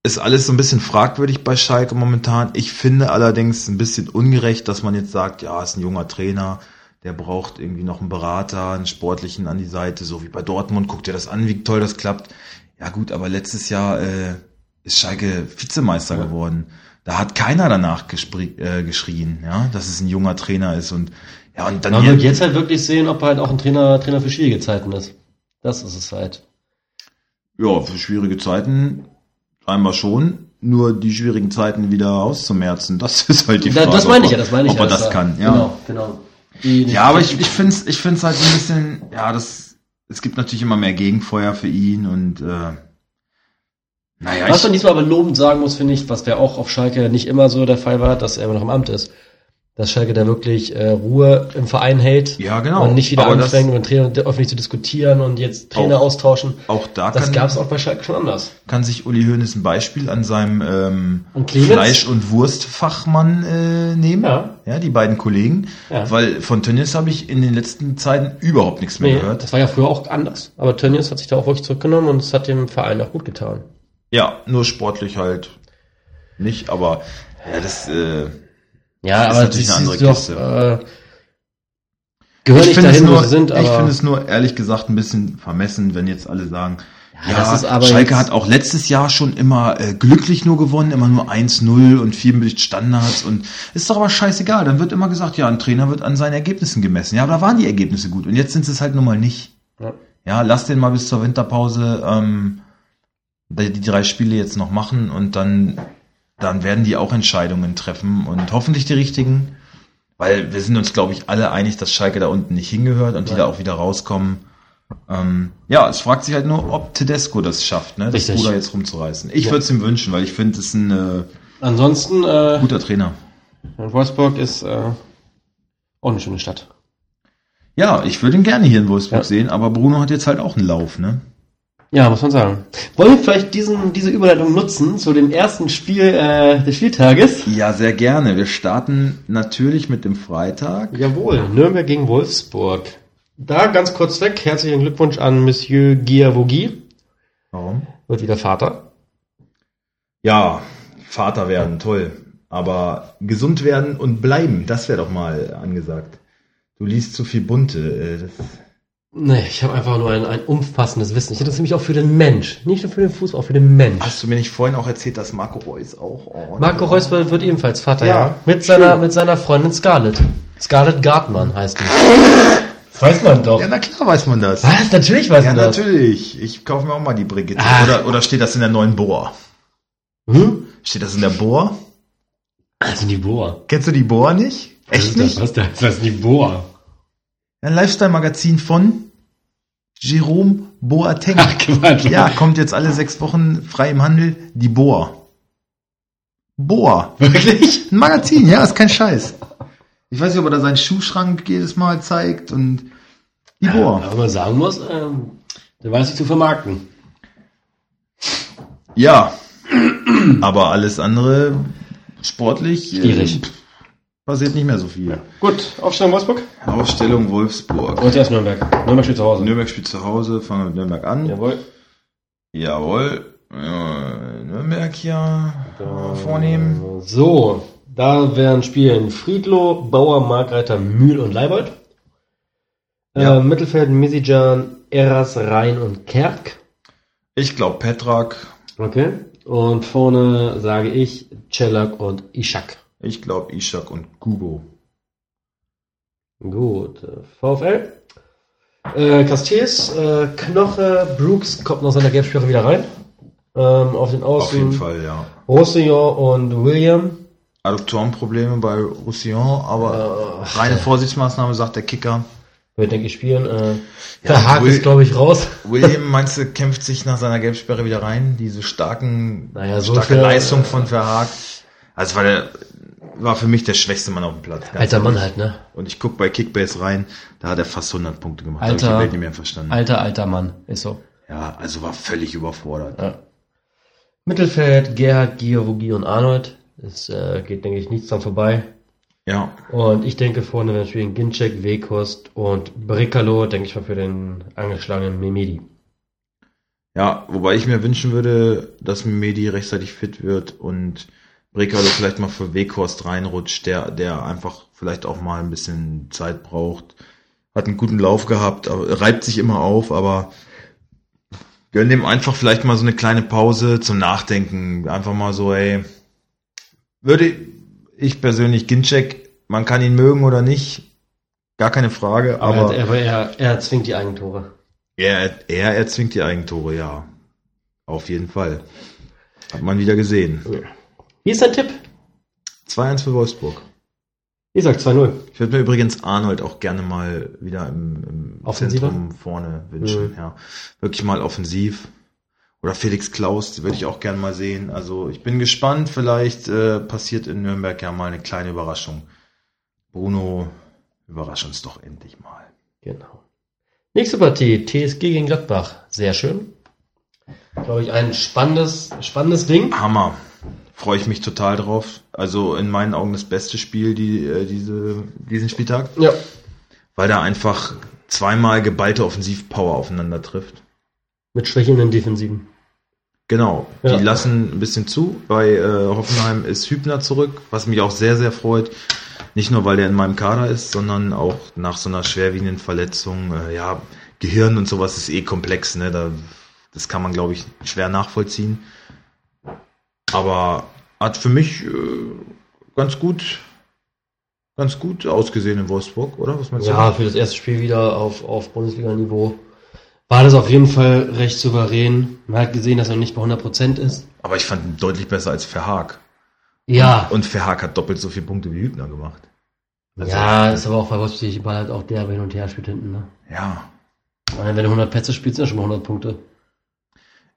[SPEAKER 1] ist alles so ein bisschen fragwürdig bei Schalke momentan. Ich finde allerdings ein bisschen ungerecht, dass man jetzt sagt, ja, ist ein junger Trainer, der braucht irgendwie noch einen Berater, einen sportlichen an die Seite, so wie bei Dortmund. Guck dir das an, wie toll das klappt. Ja gut, aber letztes Jahr äh, ist Schalke Vizemeister
[SPEAKER 2] Ja.
[SPEAKER 1] geworden. Da hat keiner danach gespri- äh, geschrien, ja, dass es ein junger Trainer ist und ja und dann
[SPEAKER 2] Man wird
[SPEAKER 1] hier-
[SPEAKER 2] jetzt halt wirklich sehen, ob er halt auch ein Trainer, Trainer für schwierige Zeiten ist. Das ist es halt.
[SPEAKER 1] Ja, für schwierige Zeiten einmal schon. Nur die schwierigen Zeiten wieder auszumerzen, das ist halt die
[SPEAKER 2] Da,
[SPEAKER 1] Frage.
[SPEAKER 2] das meine
[SPEAKER 1] ob
[SPEAKER 2] ich ja,
[SPEAKER 1] er-
[SPEAKER 2] das meine ich
[SPEAKER 1] Ob
[SPEAKER 2] ja.
[SPEAKER 1] er das
[SPEAKER 2] dass er-
[SPEAKER 1] kann, ja.
[SPEAKER 2] Genau, genau. Die- die-
[SPEAKER 1] Ja, aber ich, ich finde es ich find's halt so ein bisschen, ja, das, es gibt natürlich immer mehr Gegenfeuer für ihn und, äh, naja,
[SPEAKER 2] Was man
[SPEAKER 1] ich,
[SPEAKER 2] diesmal aber lobend sagen muss, finde ich, was ja auch auf Schalke nicht immer so der Fall war, dass er immer noch im Amt ist. Dass Schalke da wirklich äh, Ruhe im Verein hält
[SPEAKER 1] ja, genau.
[SPEAKER 2] und nicht wieder
[SPEAKER 1] aber das,
[SPEAKER 2] anfängt, mit dem Trainer öffentlich zu diskutieren und jetzt Trainer
[SPEAKER 1] Auch.
[SPEAKER 2] austauschen.
[SPEAKER 1] auch da
[SPEAKER 2] Das
[SPEAKER 1] kann,
[SPEAKER 2] gab es auch bei Schalke schon anders.
[SPEAKER 1] kann sich Uli Hoeneß ein Beispiel an seinem ähm,
[SPEAKER 2] Und Clemens?
[SPEAKER 1] Fleisch- und Wurstfachmann äh, nehmen.
[SPEAKER 2] Ja.
[SPEAKER 1] ja, die beiden Kollegen.
[SPEAKER 2] Ja.
[SPEAKER 1] Weil von Tönnies habe ich in den letzten Zeiten überhaupt nichts mehr
[SPEAKER 2] Nee,
[SPEAKER 1] gehört.
[SPEAKER 2] das war ja früher auch anders. Aber Tönnies hat sich da auch wirklich zurückgenommen und es hat dem Verein auch gut getan.
[SPEAKER 1] Ja, nur sportlich halt nicht, aber ja, das äh,
[SPEAKER 2] Ja,
[SPEAKER 1] Ist
[SPEAKER 2] aber
[SPEAKER 1] natürlich
[SPEAKER 2] das
[SPEAKER 1] eine andere
[SPEAKER 2] ist doch,
[SPEAKER 1] Kiste.
[SPEAKER 2] Äh, gehören nicht
[SPEAKER 1] finde es
[SPEAKER 2] dahin, wo
[SPEAKER 1] nur,
[SPEAKER 2] sie sind,
[SPEAKER 1] ich finde
[SPEAKER 2] aber
[SPEAKER 1] es nur ehrlich gesagt ein bisschen vermessen, wenn jetzt alle sagen, ja,
[SPEAKER 2] das ist aber
[SPEAKER 1] Schalke
[SPEAKER 2] jetzt-
[SPEAKER 1] hat auch letztes Jahr schon immer äh, glücklich nur gewonnen, immer nur 1-0 und viel mit Standards und ist doch aber scheißegal, dann wird immer gesagt, ja, ein Trainer wird an seinen Ergebnissen gemessen. Ja, aber da waren die Ergebnisse gut und jetzt sind sie es halt nun mal nicht.
[SPEAKER 2] Ja.
[SPEAKER 1] Ja, lass den mal bis zur Winterpause ähm, die, die drei Spiele jetzt noch machen und dann, dann werden die auch Entscheidungen treffen und hoffentlich die richtigen. Weil wir sind uns, glaube ich, alle einig, dass Schalke da unten nicht hingehört und die
[SPEAKER 2] Ja.
[SPEAKER 1] da auch wieder rauskommen. Ähm, ja, es fragt sich halt nur, ob Tedesco das schafft, ne, das
[SPEAKER 2] Richtig.
[SPEAKER 1] Ruder jetzt rumzureißen. Ich
[SPEAKER 2] Ja.
[SPEAKER 1] würde es ihm wünschen, weil ich finde, es ist ein äh,
[SPEAKER 2] ansonsten, äh,
[SPEAKER 1] guter Trainer.
[SPEAKER 2] Wolfsburg ist äh, auch eine schöne Stadt.
[SPEAKER 1] Ja, ich würde ihn gerne hier in Wolfsburg
[SPEAKER 2] Ja.
[SPEAKER 1] sehen, aber Bruno hat jetzt halt auch einen Lauf, ne?
[SPEAKER 2] Ja, muss man sagen. Wollen wir vielleicht diesen, diese Überleitung nutzen zu dem ersten Spiel äh, des Spieltages?
[SPEAKER 1] Ja, sehr gerne. Wir starten natürlich mit dem Freitag.
[SPEAKER 2] Jawohl, Nürnberg gegen Wolfsburg. Da ganz kurz weg, herzlichen Glückwunsch an Monsieur Giavogi.
[SPEAKER 1] Warum?
[SPEAKER 2] Wird wieder Vater.
[SPEAKER 1] Ja, Vater werden, toll. Aber gesund werden und bleiben, das wäre doch mal angesagt. Du liest zu viel Bunte. äh, Das
[SPEAKER 2] Nee, ich habe einfach nur ein, ein umfassendes Wissen. Ich interessiere mich auch für den Mensch. Nicht nur für den Fußball, auch für den Mensch.
[SPEAKER 1] Hast du mir nicht vorhin auch erzählt, dass Marco Reus auch? Oh,
[SPEAKER 2] Marco Reus wird, wird ebenfalls Vater, ja.
[SPEAKER 1] Ja,
[SPEAKER 2] Mit, seiner, mit seiner Freundin Scarlett. Scarlett Gartmann heißt die. Weiß man doch.
[SPEAKER 1] Ja, na klar weiß man das.
[SPEAKER 2] Was? Natürlich weiß
[SPEAKER 1] Ja,
[SPEAKER 2] man das.
[SPEAKER 1] natürlich. Ich kaufe mir auch mal die Brigitte.
[SPEAKER 2] Ah.
[SPEAKER 1] Oder, oder steht das in der neuen Bohr?
[SPEAKER 2] Hm?
[SPEAKER 1] Steht das in der Bohr?
[SPEAKER 2] Das sind die Boa.
[SPEAKER 1] Kennst du die Bohr nicht? Echt nicht?
[SPEAKER 2] Was, Also das, das sind die Boa.
[SPEAKER 1] Ein Lifestyle-Magazin von Jerome Boateng.
[SPEAKER 2] Quatsch.
[SPEAKER 1] Ja, kommt jetzt alle sechs Wochen frei im Handel die Bohr. Bohr.
[SPEAKER 2] Wirklich?
[SPEAKER 1] Ein Magazin, ja, ist kein Scheiß. Ich weiß nicht, ob er da seinen Schuhschrank jedes Mal zeigt und die Bohr.
[SPEAKER 2] Aber man sagen muss, ähm, der weiß sich zu vermarkten.
[SPEAKER 1] Ja, aber alles andere sportlich äh,
[SPEAKER 2] Schwierig.
[SPEAKER 1] passiert nicht mehr so viel.
[SPEAKER 2] Gut, Aufstellung Wolfsburg.
[SPEAKER 1] Aufstellung Wolfsburg.
[SPEAKER 2] Und erst Nürnberg. Nürnberg steht zu Hause.
[SPEAKER 1] Nürnberg spielt zu Hause, fangen wir mit Nürnberg an.
[SPEAKER 2] Jawohl.
[SPEAKER 1] Jawohl. Ja, Nürnberg hier äh, vornehmen.
[SPEAKER 2] So, da werden spielen Friedlo, Bauer, Markreiter, Mühl und Leibold.
[SPEAKER 1] Ja.
[SPEAKER 2] Äh, Mittelfeld, Misijan, Eras, Rhein und Kerk.
[SPEAKER 1] Ich glaube Petrak.
[SPEAKER 2] Okay. Und vorne sage ich Cellak und Ishak.
[SPEAKER 1] Ich glaube Ishak und Kubo.
[SPEAKER 2] Gut, äh, VfL. Äh, Castells, äh, Knoche, Brooks kommt nach seiner Gelbsperre wieder rein. Ähm, auf den
[SPEAKER 1] Auf jeden
[SPEAKER 2] Außen
[SPEAKER 1] Fall, ja.
[SPEAKER 2] Roussillon und William.
[SPEAKER 1] Adduktorenprobleme bei Roussillon, aber reine Vorsichtsmaßnahme, sagt der Kicker.
[SPEAKER 2] Wird, denke ich, spielen. Äh,
[SPEAKER 1] Ja,
[SPEAKER 2] der Haag
[SPEAKER 1] Will-
[SPEAKER 2] ist, glaube ich, raus.
[SPEAKER 1] William, meinst du, kämpft sich nach seiner Gelbsperre wieder rein? Diese starken,
[SPEAKER 2] Naja, so
[SPEAKER 1] starke
[SPEAKER 2] für-
[SPEAKER 1] Leistung von Verhaag. Also war der, war für mich der schwächste Mann auf dem Platz. ganz
[SPEAKER 2] Alter Mann
[SPEAKER 1] ehrlich.
[SPEAKER 2] halt, ne?
[SPEAKER 1] Und ich guck bei Kickbase rein, da hat er fast 100 Punkte gemacht. Da hab
[SPEAKER 4] Alter.
[SPEAKER 1] ich die Welt nicht mehr verstanden.
[SPEAKER 4] Alter, alter Mann. Ist so.
[SPEAKER 1] Ja, also war völlig überfordert.
[SPEAKER 2] Ja. Mittelfeld, Gerhard, Giavogi und Arnold. Es äh, geht, denke ich, nichts dran vorbei.
[SPEAKER 1] Ja,
[SPEAKER 2] Und ich denke vorne werden spielen Ginczek, Wekost und Bricalo, denke ich mal, für den angeschlagenen Memedi.
[SPEAKER 1] ja, wobei ich mir wünschen würde, dass Medi rechtzeitig fit wird und Brekalo vielleicht mal für Weghorst reinrutscht, der, der einfach vielleicht auch mal ein bisschen Zeit braucht. Hat einen guten Lauf gehabt, aber, reibt sich immer auf, aber gönn dem einfach vielleicht mal so eine kleine Pause zum Nachdenken. Einfach mal so, ey, würde ich persönlich Ginczek, man kann ihn mögen oder nicht, gar keine Frage, aber...
[SPEAKER 2] Aber, aber Also er, er zwingt die Eigentore.
[SPEAKER 1] Er, er erzwingt die Eigentore, ja. Auf jeden Fall. Hat man wieder gesehen.
[SPEAKER 2] Wie ist dein Tipp?
[SPEAKER 1] 2-1 für Wolfsburg.
[SPEAKER 2] Ich sag 2-0.
[SPEAKER 1] Ich würde mir übrigens Arnold auch gerne mal wieder im, im
[SPEAKER 2] Offensiver?
[SPEAKER 1] Zentrum vorne wünschen.
[SPEAKER 2] Mhm.
[SPEAKER 1] Ja. Wirklich mal offensiv. Oder Felix Klaus, die würde ich auch gerne mal sehen. Also ich bin gespannt, vielleicht äh, passiert in Nürnberg ja mal eine kleine Überraschung. Bruno, überrasch uns doch endlich mal.
[SPEAKER 2] Genau. Nächste Partie, TSG gegen Gladbach. Sehr schön. Glaube ich, ein spannendes, spannendes Ding.
[SPEAKER 1] Hammer. Freue ich mich total drauf. Also in meinen Augen das beste Spiel die, äh, diese, diesen Spieltag,
[SPEAKER 2] Ja.
[SPEAKER 1] weil da einfach zweimal geballte Offensivpower aufeinander trifft.
[SPEAKER 2] Mit schwächelnden Defensiven.
[SPEAKER 1] Genau,
[SPEAKER 2] Ja.
[SPEAKER 1] die lassen ein bisschen zu. Bei äh, Hoffenheim ist Hübner zurück, was mich auch sehr, sehr freut. Nicht nur, weil er in meinem Kader ist, sondern auch nach so einer schwerwiegenden Verletzung. Äh, ja, Gehirn und sowas ist eh komplex. Ne? Da, das kann man, glaube ich, schwer nachvollziehen. Aber hat für mich äh, ganz gut ganz gut ausgesehen in Wolfsburg, oder? Was meinst
[SPEAKER 2] Also Ja,
[SPEAKER 1] du?
[SPEAKER 2] für das erste Spiel wieder auf, auf Bundesliga-Niveau war das auf jeden Fall recht souverän. Man hat gesehen, dass er noch nicht bei 100% ist.
[SPEAKER 1] Aber ich fand ihn deutlich besser als Verhaag.
[SPEAKER 2] Ja.
[SPEAKER 1] Und Verhaag hat doppelt so viele Punkte wie Hübner gemacht. Also-
[SPEAKER 2] ja, ist aber auch bei Wolfsburg, die Ball halt auch der hin und her spielt hinten. Ne?
[SPEAKER 1] Ja,
[SPEAKER 2] Ich meine, Wenn du 100 Pätze spielst, sind ja schon mal 100 Punkte.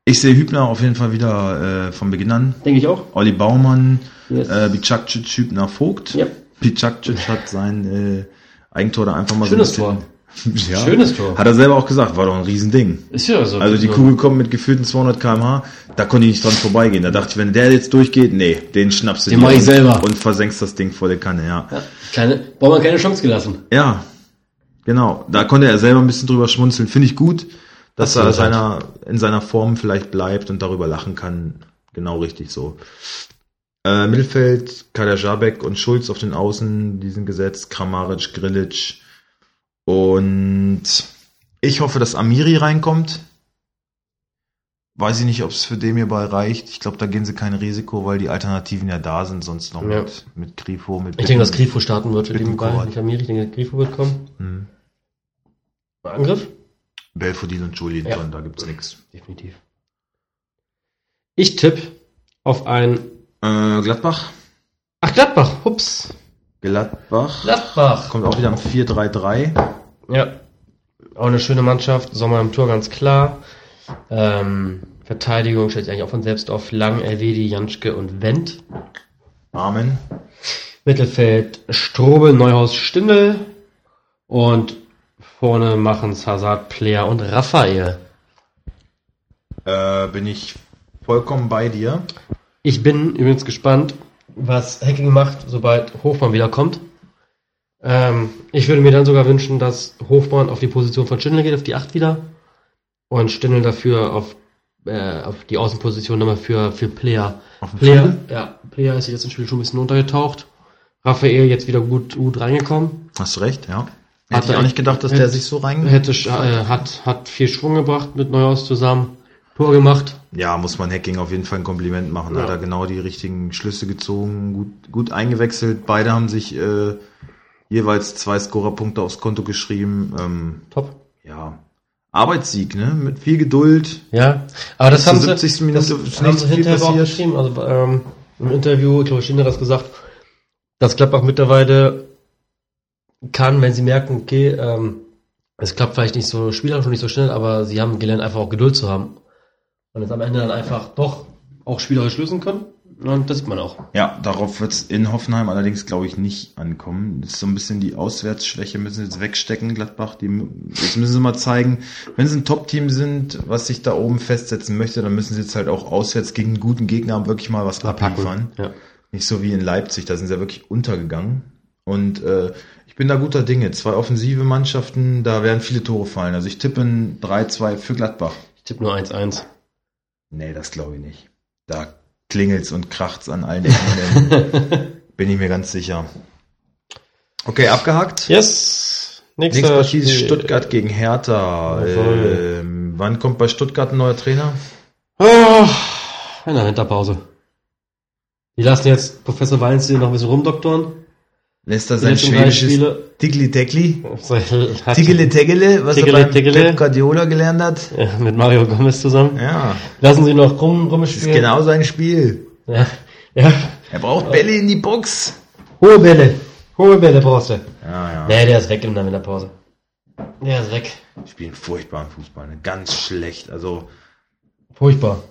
[SPEAKER 1] Ich sehe Hübner auf jeden Fall wieder äh, von Beginn an.
[SPEAKER 2] Denke ich auch.
[SPEAKER 1] Olli Baumann,
[SPEAKER 2] Yes.
[SPEAKER 1] äh, Bicakcic, Hübner, Vogt.
[SPEAKER 2] Ja.
[SPEAKER 1] Bicakcic hat sein äh, Eigentor da einfach mal
[SPEAKER 2] Schönes
[SPEAKER 1] so ein bisschen- ja.
[SPEAKER 2] Schönes Tor.
[SPEAKER 1] Hat er selber auch gesagt, war doch ein Riesending.
[SPEAKER 2] Ist ja so.
[SPEAKER 1] Also die
[SPEAKER 2] so.
[SPEAKER 1] Kugel kommt mit gefühlten 200 km/h, da konnte ich nicht dran vorbeigehen. Da dachte ich, wenn der jetzt durchgeht, nee, den schnappst du
[SPEAKER 4] Den mach ich
[SPEAKER 1] und,
[SPEAKER 4] selber.
[SPEAKER 1] und versenkst das Ding vor der Kanne, ja.
[SPEAKER 2] Ja, kleine, braucht man keine Chance gelassen.
[SPEAKER 1] Ja, genau. Da konnte er selber ein bisschen drüber schmunzeln. Finde ich gut, dass er
[SPEAKER 2] Absolut.
[SPEAKER 1] seiner, in seiner Form vielleicht bleibt und darüber lachen kann. Genau richtig so. Äh, Mittelfeld, Kader Jabek und Schulz auf den Außen, die sind gesetzt. Kramaric, Grillitsch. Und ich hoffe, dass Amiri reinkommt. Weiß ich nicht, ob es für dem hierbei reicht. Ich glaube, da gehen sie kein Risiko, weil die Alternativen ja da sind, sonst noch
[SPEAKER 2] Ja.
[SPEAKER 1] mit, mit Grifo, mit
[SPEAKER 2] Ich denke, dass Grifo starten wird für den
[SPEAKER 1] Bittencourt.
[SPEAKER 2] Ball. Ich habe mir richtig gedacht, Grifo wird kommen.
[SPEAKER 1] Hm.
[SPEAKER 2] Angriff?
[SPEAKER 1] Belfodil und Julien,
[SPEAKER 2] Ja.
[SPEAKER 1] da gibt's nix.
[SPEAKER 2] Definitiv. Ich tippe auf ein.
[SPEAKER 1] Äh, Gladbach.
[SPEAKER 2] Ach, Gladbach. Hups.
[SPEAKER 1] Gladbach.
[SPEAKER 2] Gladbach.
[SPEAKER 1] Kommt auch wieder am 4-3-3.
[SPEAKER 2] Ja. Auch eine schöne Mannschaft. Sommer im Tor, ganz klar. Ähm, Verteidigung stellt sich eigentlich auch von selbst auf. Lang, Elvedi, Janschke und Wendt.
[SPEAKER 1] Amen.
[SPEAKER 2] Mittelfeld Strobel, Neuhaus, Stindel. Und vorne machen es Hazard, Player und Raphael.
[SPEAKER 1] Äh, bin ich vollkommen bei dir.
[SPEAKER 2] Ich bin übrigens gespannt, was Hacking macht, sobald Hofmann wiederkommt. Ähm, ich würde mir dann sogar wünschen, dass Hofmann auf die Position von Stindl geht, auf die 8 wieder. Und Stindl dafür auf, äh, auf die Außenposition nochmal für, für Player.
[SPEAKER 1] Auf dem
[SPEAKER 2] Player,
[SPEAKER 1] Flügel?
[SPEAKER 2] ja, Player ist jetzt im Spiel schon ein bisschen untergetaucht. Raphael jetzt wieder gut, gut reingekommen.
[SPEAKER 1] Hast du recht, ja.
[SPEAKER 2] Hat
[SPEAKER 1] Hätte ich
[SPEAKER 2] er-
[SPEAKER 1] auch nicht gedacht, dass
[SPEAKER 2] hätte-
[SPEAKER 1] der sich so rein...
[SPEAKER 2] Hätte, sch- äh, hat, hat viel Schwung gebracht mit Neuhaus zusammen. Tor gemacht.
[SPEAKER 1] Ja, muss man Hacking auf jeden Fall ein Kompliment machen.
[SPEAKER 2] Ja.
[SPEAKER 1] Hat er genau die richtigen Schlüsse gezogen, gut, gut eingewechselt. Beide haben sich äh, jeweils zwei Scorerpunkte aufs Konto geschrieben. Ähm,
[SPEAKER 2] Top.
[SPEAKER 1] ja, Arbeitssieg, ne? Mit viel Geduld.
[SPEAKER 2] Ja, aber das
[SPEAKER 1] Zur
[SPEAKER 2] haben sie,
[SPEAKER 1] 70. Minute ist
[SPEAKER 2] das haben
[SPEAKER 1] nicht
[SPEAKER 2] sie
[SPEAKER 1] viel
[SPEAKER 2] hinterher aber auch
[SPEAKER 1] passiert.
[SPEAKER 2] geschrieben. Also ähm, im Interview, ich glaube, Schindler hat das gesagt, dass Gladbach mittlerweile kann, wenn sie merken, okay, ähm, es klappt vielleicht nicht so spielerisch und nicht so schnell, aber sie haben gelernt, einfach auch Geduld zu haben. Und es am Ende dann einfach doch auch spielerisch lösen können. Und das sieht man auch.
[SPEAKER 1] Ja, darauf wird es in Hoffenheim allerdings, glaube ich, nicht ankommen. Das ist so ein bisschen die Auswärtsschwäche, müssen sie jetzt wegstecken, Gladbach. Die, jetzt müssen sie mal zeigen, wenn sie ein Top-Team sind, was sich da oben festsetzen möchte, dann müssen sie jetzt halt auch auswärts gegen einen guten Gegner wirklich mal was abliefern.
[SPEAKER 2] Ja.
[SPEAKER 1] Nicht so wie in Leipzig, da sind sie ja wirklich untergegangen. Und äh, ich bin da guter Dinge. Zwei offensive Mannschaften, da werden viele Tore fallen. Also ich tippe ein 3-2 für Gladbach.
[SPEAKER 2] Ich tippe nur 1-1.
[SPEAKER 1] Nee, das glaube ich nicht. Da klingelt's und kracht's an allen Ecken. denn bin ich mir ganz sicher. Okay, abgehakt.
[SPEAKER 2] Yes.
[SPEAKER 1] Nächste Partie ist Stuttgart gegen Hertha.
[SPEAKER 2] Jawohl.
[SPEAKER 1] Ähm, wann kommt bei Stuttgart ein neuer Trainer?
[SPEAKER 2] Ah, in der Winterpause. Die lassen jetzt Professor Weinstein noch ein bisschen rumdoktoren.
[SPEAKER 1] Lässt er
[SPEAKER 2] Die
[SPEAKER 1] sein
[SPEAKER 2] letzten drei
[SPEAKER 1] schwedisches
[SPEAKER 2] Spiele.
[SPEAKER 1] Tiggli-Taggli?
[SPEAKER 2] Hat-
[SPEAKER 1] Tiggeli-Taggeli, was er beim
[SPEAKER 2] Tiggeli-Taggeli.
[SPEAKER 1] Pep Guardiola gelernt hat?
[SPEAKER 2] Ja, äh, mit Mario Gomez zusammen.
[SPEAKER 1] Ja,
[SPEAKER 2] Lassen sie noch rum,
[SPEAKER 1] das ist
[SPEAKER 2] rumspielen.
[SPEAKER 1] genau sein Spiel.
[SPEAKER 2] Ja. ja.
[SPEAKER 1] Er braucht Bälle in die Box.
[SPEAKER 2] Hohe Bälle. Hohe Bälle brauchst du.
[SPEAKER 1] Ja, ja.
[SPEAKER 2] Nee, der ist weg in der Winterpause. Der ist weg.
[SPEAKER 1] Spielen furchtbaren Fußball, ne? ganz schlecht. Also
[SPEAKER 2] Furchtbar.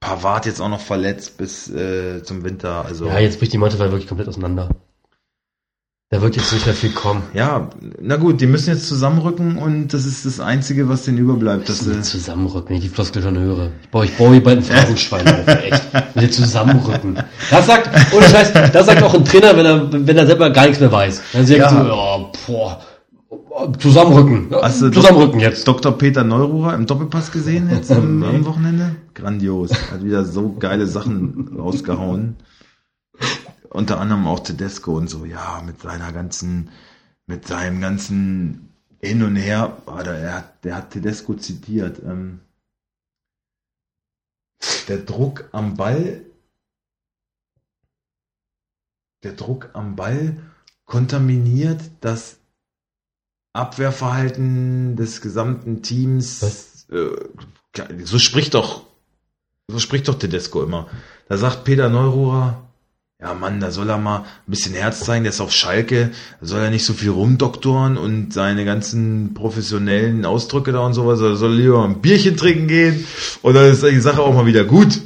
[SPEAKER 1] Pavard jetzt auch noch verletzt bis äh, zum Winter. Also
[SPEAKER 2] Ja, jetzt bricht die Mannschaft halt wirklich komplett auseinander. Da wird jetzt nicht mehr viel kommen.
[SPEAKER 1] Ja, na gut, die müssen jetzt zusammenrücken und das ist das Einzige, was denen überbleibt. Das, äh,
[SPEAKER 2] Zusammenrücken, wenn ich die Floskel schon höre. Ich brauche ich brauch hier bald ein Phrasenschwein auf, echt. Mit dem Zusammenrücken. Das sagt, ohne Scheiß, das sagt auch ein Trainer, wenn er, wenn er selber gar nichts mehr weiß. Dann sagt
[SPEAKER 1] Ja.
[SPEAKER 2] er so, ja, boah, zusammenrücken. Ja,
[SPEAKER 1] Hast Also du
[SPEAKER 2] zusammenrücken jetzt.
[SPEAKER 1] Dr. Peter Neururer im Doppelpass gesehen jetzt am, am Wochenende? Grandios. Hat wieder so geile Sachen rausgehauen. Unter anderem auch Tedesco und so, ja, mit seiner ganzen, mit seinem ganzen Hin und Her, warte, er hat, der hat Tedesco zitiert. Ähm, der Druck am Ball, der Druck am Ball kontaminiert das Abwehrverhalten des gesamten Teams. Äh, so spricht doch, so spricht doch Tedesco immer. Da sagt Peter Neururer, ja Mann, da soll er mal ein bisschen Herz zeigen, der ist auf Schalke, da soll er nicht so viel rumdoktoren und seine ganzen professionellen Ausdrücke da und sowas, da soll er lieber ein Bierchen trinken gehen und dann ist die Sache auch mal wieder gut.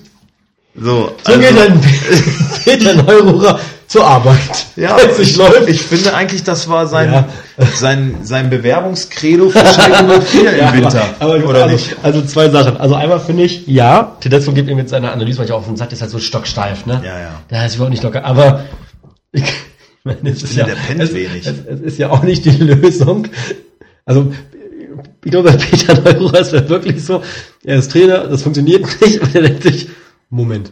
[SPEAKER 1] So, also
[SPEAKER 2] So geht dann Peter Neururer zur Arbeit.
[SPEAKER 1] ja,
[SPEAKER 2] Wenn's nicht
[SPEAKER 1] ich,
[SPEAKER 2] läuft.
[SPEAKER 1] ich finde eigentlich, das war sein,
[SPEAKER 2] Ja.
[SPEAKER 1] sein, sein Bewerbungskredo für Schalke 04
[SPEAKER 2] Ja,
[SPEAKER 1] im Winter.
[SPEAKER 2] Aber, aber
[SPEAKER 1] oder
[SPEAKER 2] also,
[SPEAKER 1] nicht?
[SPEAKER 2] Also zwei Sachen. Also einmal finde ich, ja, Tedesco gibt ihm jetzt seine Analyse manchmal auf den Sack, ist halt so stocksteif, ne?
[SPEAKER 1] Ja, ja.
[SPEAKER 2] Da ist überhaupt nicht locker. Aber ich meine, es ist ja,
[SPEAKER 1] finde, der pennt
[SPEAKER 2] es,
[SPEAKER 1] wenig.
[SPEAKER 2] Es, es ist ja auch nicht die Lösung. Also ich glaube, bei Peter Neururer ist es wirklich so, er ist Trainer, das funktioniert nicht und er denkt sich, Moment.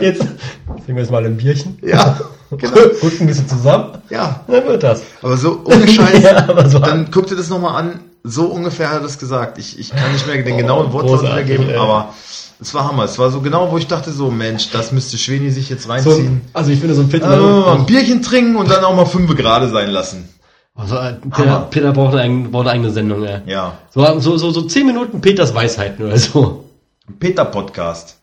[SPEAKER 2] jetzt trinken wir jetzt mal ein Bierchen.
[SPEAKER 1] Ja, genau.
[SPEAKER 2] Rücken ein bisschen zusammen.
[SPEAKER 1] Ja,
[SPEAKER 2] Dann wird das.
[SPEAKER 1] aber so ohne Scheiß.
[SPEAKER 2] Ja, aber so-
[SPEAKER 1] dann guck dir das nochmal an. So ungefähr hat er das gesagt. Ich, ich kann nicht mehr den genauen
[SPEAKER 2] Oh,
[SPEAKER 1] Wortlaut
[SPEAKER 2] großartig,
[SPEAKER 1] wiedergeben,
[SPEAKER 2] ey.
[SPEAKER 1] aber es war Hammer. Es war so genau, wo ich dachte, so Mensch, das müsste Schweni sich jetzt
[SPEAKER 2] So, ein-
[SPEAKER 1] reinziehen.
[SPEAKER 2] also ich finde so ein Fitness.
[SPEAKER 1] Äh, ein Bierchen trinken und dann auch mal fünf gerade sein lassen.
[SPEAKER 2] Also, äh,
[SPEAKER 1] Hammer.
[SPEAKER 2] Peter, Peter braucht, eine, eigen- braucht eine eigene Sendung, ey.
[SPEAKER 1] Ja.
[SPEAKER 2] So, so, so, so 10 Minuten Peters also. Weisheiten oder so.
[SPEAKER 1] Peter Podcast.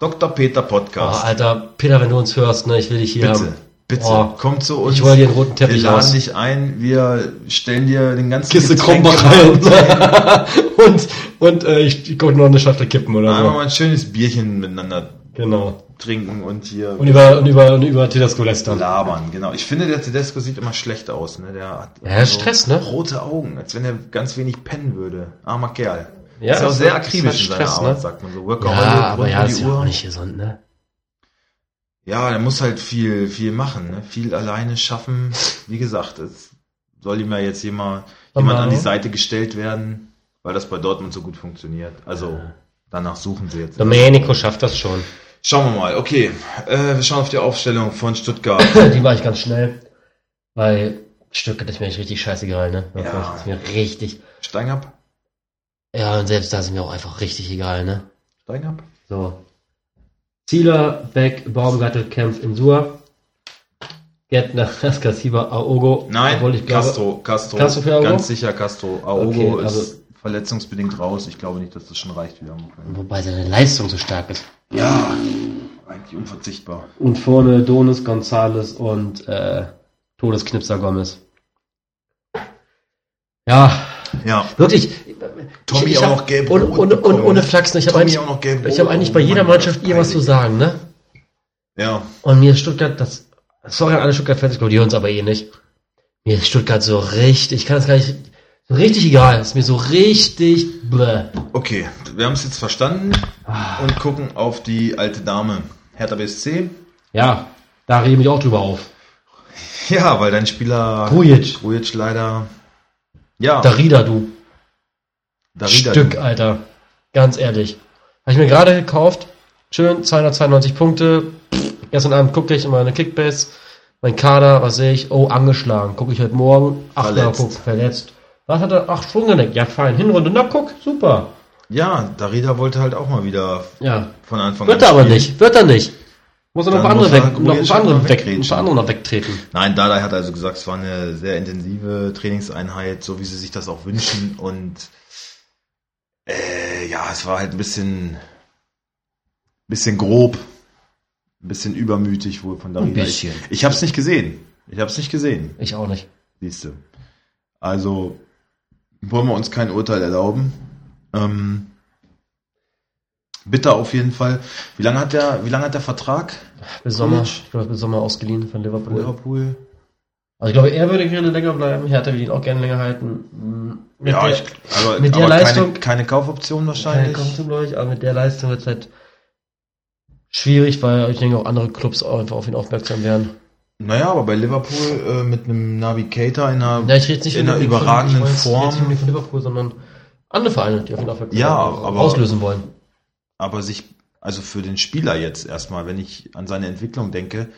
[SPEAKER 1] Dr. Peter
[SPEAKER 2] Oh,
[SPEAKER 1] Podcast.
[SPEAKER 2] Alter, Peter, wenn du uns hörst, ne, ich will dich hier
[SPEAKER 1] Bitte,
[SPEAKER 2] haben.
[SPEAKER 1] bitte,
[SPEAKER 2] Oh.
[SPEAKER 1] komm zu uns.
[SPEAKER 2] Ich hol dir den roten Teppich
[SPEAKER 1] Wir laden
[SPEAKER 2] aus.
[SPEAKER 1] dich ein, wir stellen dir den ganzen
[SPEAKER 2] Kiste
[SPEAKER 1] Getränke-
[SPEAKER 2] Krombach rein. und und äh, ich, ich gucke noch eine Schachtel kippen oder
[SPEAKER 1] Einmal
[SPEAKER 2] so.
[SPEAKER 1] mal ein schönes Bierchen miteinander
[SPEAKER 2] Genau.
[SPEAKER 1] trinken und hier
[SPEAKER 2] Und über, und über, und über Tedesco lästern.
[SPEAKER 1] labern. Genau. Ich finde, der Tedesco sieht immer schlecht aus. Ne? Der hat
[SPEAKER 2] Ja, der ist Stress, ne?
[SPEAKER 1] rote Augen, als wenn er ganz wenig pennen würde. Armer Kerl.
[SPEAKER 2] Ja,
[SPEAKER 1] ist ja auch
[SPEAKER 2] das
[SPEAKER 1] sehr
[SPEAKER 2] hat- das hat
[SPEAKER 1] akribisch in seiner
[SPEAKER 2] Stress,
[SPEAKER 1] Arbeit,
[SPEAKER 2] ne?
[SPEAKER 1] sagt man so.
[SPEAKER 2] Ja,
[SPEAKER 1] Workaholic,
[SPEAKER 2] aber
[SPEAKER 1] rund
[SPEAKER 2] ja,
[SPEAKER 1] um
[SPEAKER 2] ist
[SPEAKER 1] die
[SPEAKER 2] ja
[SPEAKER 1] Uhr.
[SPEAKER 2] auch nicht gesund, ne?
[SPEAKER 1] Ja, der muss halt viel, viel machen, ne? viel alleine schaffen. Wie gesagt, es soll ihm ja jetzt jemand, jemand an die Seite gestellt werden, weil das bei Dortmund so gut funktioniert. Also danach suchen sie jetzt.
[SPEAKER 2] Domenico schafft das schon.
[SPEAKER 1] Schauen wir mal. Okay, äh, wir schauen auf die Aufstellung von Stuttgart.
[SPEAKER 2] Die mache ich ganz schnell, weil Stücke, das ist mir echt richtig scheißegal, ne?
[SPEAKER 1] Ja.
[SPEAKER 2] Das ist mir richtig.
[SPEAKER 1] Steig ab,
[SPEAKER 2] Ja, und selbst da ist mir auch einfach richtig egal, ne?
[SPEAKER 1] steig ab.
[SPEAKER 2] So. Zieler, Beck, Baumgartel, Kempf, Insua. Gärtner, Kaskasiba, Aogo.
[SPEAKER 1] Nein,
[SPEAKER 2] obwohl ich glaube,
[SPEAKER 1] Castro, Castro,
[SPEAKER 2] Castro für Aogo?
[SPEAKER 1] ganz sicher Castro. Aogo
[SPEAKER 2] Okay,
[SPEAKER 1] ist
[SPEAKER 2] also-
[SPEAKER 1] verletzungsbedingt raus. Ich glaube nicht, dass das schon reicht wieder. am Wochenende.
[SPEAKER 2] Wobei seine Leistung so stark ist.
[SPEAKER 1] Ja, eigentlich unverzichtbar.
[SPEAKER 2] Und vorne Donis, Gonzales und äh, Todesknipser Gomez. Ja,
[SPEAKER 5] Ja.
[SPEAKER 2] wirklich.
[SPEAKER 1] Tommy
[SPEAKER 2] ich, ich
[SPEAKER 1] auch
[SPEAKER 2] hab-
[SPEAKER 1] noch gelb
[SPEAKER 2] ohne, ohne, ohne, ohne Flachs. Ne? Ich habe
[SPEAKER 1] Tommy
[SPEAKER 2] eigentlich,
[SPEAKER 1] auch noch gelb
[SPEAKER 2] ich hab eigentlich bei jeder Mannschaft irgendwas zu sagen. Ne?
[SPEAKER 1] Ja.
[SPEAKER 2] Und mir ist Stuttgart, das, sorry an alle Stuttgart-Fans, ich glaube, die hören es aber eh nicht. Mir ist Stuttgart so richtig, ich kann das gar nicht, so richtig egal, ist mir so richtig bläh.
[SPEAKER 1] Okay, wir haben es jetzt verstanden und gucken auf die alte Dame. Hertha BSC.
[SPEAKER 2] Ja, da rede ich mich auch drüber auf.
[SPEAKER 1] Ja, weil dein Spieler
[SPEAKER 2] Grujic,
[SPEAKER 1] Rujic leider. Ja,
[SPEAKER 2] Darida, du
[SPEAKER 1] Darida-
[SPEAKER 2] Stück, Alter. Ganz ehrlich. Habe ich mir gerade gekauft, schön, 292 Punkte, Pff, gestern Abend gucke ich in meine Kickbase, mein Kader, was sehe ich, oh, angeschlagen, gucke ich heute Morgen, ach,
[SPEAKER 1] Verletzt.
[SPEAKER 2] na, guck, verletzt. Was hat er, ach, Sprunggelenk, ja, fein, Hinrunde, na, guck, super.
[SPEAKER 1] Ja, Darida wollte halt auch mal wieder
[SPEAKER 2] Ja,
[SPEAKER 1] von Anfang
[SPEAKER 2] Wird er aber
[SPEAKER 1] spielen.
[SPEAKER 2] nicht, wird er nicht. Muss er noch ein
[SPEAKER 1] Dann
[SPEAKER 2] paar andere,
[SPEAKER 1] muss er halt
[SPEAKER 2] weg,
[SPEAKER 1] Grujic
[SPEAKER 2] noch ein paar
[SPEAKER 1] schon
[SPEAKER 2] andere,
[SPEAKER 1] mal
[SPEAKER 2] weg,
[SPEAKER 1] wegrätschen.
[SPEAKER 2] ein paar andere noch wegtreten.
[SPEAKER 1] Nein, Dardai hat also gesagt, es war eine sehr intensive Trainingseinheit, so wie sie sich das auch wünschen. Und äh, ja, es war halt ein bisschen, bisschen grob, ein bisschen übermütig wohl von Darida.
[SPEAKER 2] Ein bisschen.
[SPEAKER 1] Ich, ich habe es nicht gesehen. Ich habe es nicht gesehen,
[SPEAKER 2] Ich auch nicht.
[SPEAKER 1] siehst du. Also wollen wir uns kein Urteil erlauben. Ähm, bitter auf jeden Fall. Wie lange hat der, wie lange hat der Vertrag?
[SPEAKER 2] Bis Sommer,
[SPEAKER 1] Grujic?
[SPEAKER 2] ich glaube, bis Sommer ausgeliehen von Liverpool.
[SPEAKER 1] Liverpool.
[SPEAKER 2] Also ich glaube, er würde gerne länger bleiben, Hertha will ihn auch gerne länger halten. Mhm. Mit
[SPEAKER 1] ja,
[SPEAKER 2] der,
[SPEAKER 1] ich, aber,
[SPEAKER 2] mit der
[SPEAKER 1] aber
[SPEAKER 2] Leistung-
[SPEAKER 1] keine, keine Kaufoption
[SPEAKER 2] keine
[SPEAKER 1] wahrscheinlich.
[SPEAKER 2] Konkurrenz, glaube ich, aber mit der Leistung wird es halt schwierig, weil ich denke auch andere Clubs auch einfach auf ihn aufmerksam werden.
[SPEAKER 1] Naja, aber bei Liverpool äh, mit einem Navigator in einer,
[SPEAKER 2] Ja, ich rede jetzt nicht
[SPEAKER 1] in einer
[SPEAKER 2] unbedingt von-
[SPEAKER 1] überragenden
[SPEAKER 2] ich weiß, ich rede jetzt nicht
[SPEAKER 1] Form,
[SPEAKER 2] unbedingt von Liverpool, sondern andere Vereine, die auf ihn aufmerksam
[SPEAKER 1] Ja,
[SPEAKER 2] werden,
[SPEAKER 1] aber-
[SPEAKER 2] auslösen wollen.
[SPEAKER 1] aber sich, also für den Spieler jetzt erstmal, wenn ich an seine Entwicklung denke,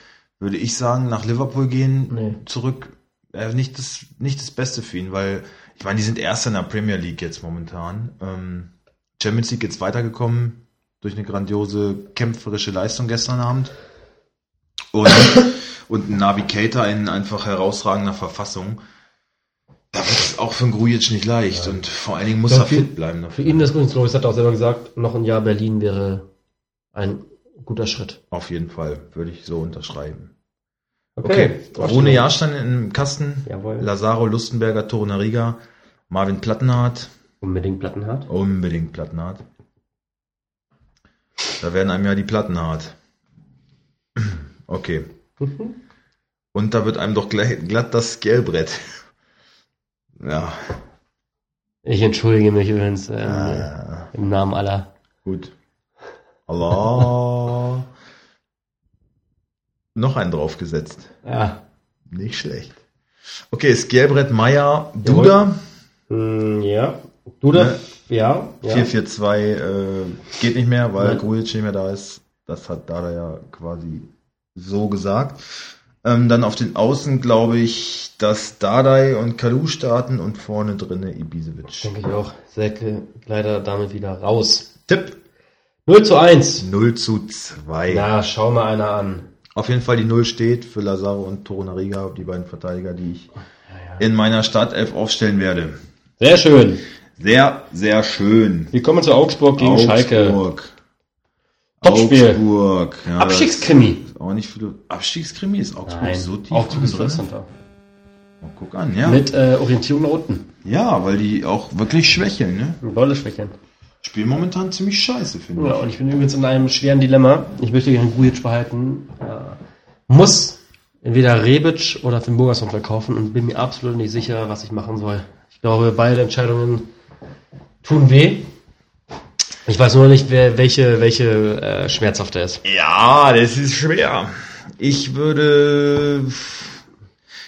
[SPEAKER 1] würde ich sagen, nach Liverpool gehen,
[SPEAKER 2] Nee.
[SPEAKER 1] zurück, äh, nicht, das, nicht das Beste für ihn, weil ich meine, die sind erst in der Premier League jetzt momentan. Ähm, Champions League jetzt weitergekommen durch eine grandiose kämpferische Leistung gestern Abend. Und, und ein Navigator in einfach herausragender Verfassung. Da wird es auch für einen Grujic nicht leicht. Und vor allen Dingen muss
[SPEAKER 2] Ja,
[SPEAKER 1] er
[SPEAKER 2] für-
[SPEAKER 1] fit bleiben.
[SPEAKER 2] Für
[SPEAKER 1] Dafür.
[SPEAKER 2] ihn ist übrigens, glaube ich, das hat er auch selber gesagt, noch ein Jahr Berlin wäre ein guter Schritt.
[SPEAKER 1] Auf jeden Fall würde ich so unterschreiben.
[SPEAKER 2] Okay.
[SPEAKER 1] Rune Jahrstein im Kasten.
[SPEAKER 2] Jawohl.
[SPEAKER 1] Lazaro Lustenberger, Torunariga. Marvin Plattenhardt.
[SPEAKER 2] Unbedingt Plattenhardt.
[SPEAKER 1] Unbedingt Platten hart. Da werden einem ja die Platten hart. Okay.
[SPEAKER 2] Mhm.
[SPEAKER 1] Und da wird einem doch gleich- glatt das Gelbrett. Ja.
[SPEAKER 2] Ich entschuldige mich übrigens ähm,
[SPEAKER 1] Ah,
[SPEAKER 2] im Namen aller.
[SPEAKER 1] gut. Allah. Noch einen draufgesetzt.
[SPEAKER 2] Ja.
[SPEAKER 1] Nicht schlecht. Okay, ist Gelbrett, Meier, Duda.
[SPEAKER 2] Hm, ja. Du
[SPEAKER 1] Ne?
[SPEAKER 2] Ja.
[SPEAKER 1] 4-4-2 äh, geht nicht mehr, weil
[SPEAKER 2] Nein.
[SPEAKER 1] Grujic nicht mehr da ist. Das hat Dada ja quasi so gesagt. Ähm, dann auf den Außen glaube ich, dass Dadai und Kalu starten und vorne drinne Ibisevic.
[SPEAKER 2] Denke ich auch. Säcke leider damit wieder raus.
[SPEAKER 1] Tipp
[SPEAKER 2] 0 zu 1.
[SPEAKER 1] 0 zu 2.
[SPEAKER 2] Na, schau mal einer an.
[SPEAKER 1] Auf jeden Fall die 0 steht für Lazaro und Torunariga, die beiden Verteidiger, die ich in meiner Startelf aufstellen werde.
[SPEAKER 2] Sehr schön.
[SPEAKER 1] Sehr, sehr schön.
[SPEAKER 2] Wir kommen zu Augsburg gegen Schalke.
[SPEAKER 1] Augsburg.
[SPEAKER 2] Topspiel.
[SPEAKER 1] Augsburg. Ja, das-
[SPEAKER 2] Abstiegskrimi.
[SPEAKER 1] Auch nicht viele. Abstiegskrimi ist Augsburg so tief.
[SPEAKER 2] Augsburg ist
[SPEAKER 1] drin?
[SPEAKER 2] interessanter.
[SPEAKER 1] Oh, guck an, ja.
[SPEAKER 2] Mit äh, Orientierung nach unten.
[SPEAKER 1] Ja, weil die auch wirklich schwächeln, ne?
[SPEAKER 2] Dolle Schwächen.
[SPEAKER 1] Spielen momentan ziemlich scheiße, finde
[SPEAKER 2] Ja, und ich bin übrigens in einem schweren Dilemma. Ich möchte gerne Grujic behalten. Ja. Muss entweder Rebic oder Finn Burgerson verkaufen und bin mir absolut nicht sicher, was ich machen soll. Ich glaube, beide Entscheidungen tun weh. Ich weiß nur nicht, wer, welche, welche äh, schmerzhafter ist.
[SPEAKER 1] ich. Ja, das ist schwer. Ich würde.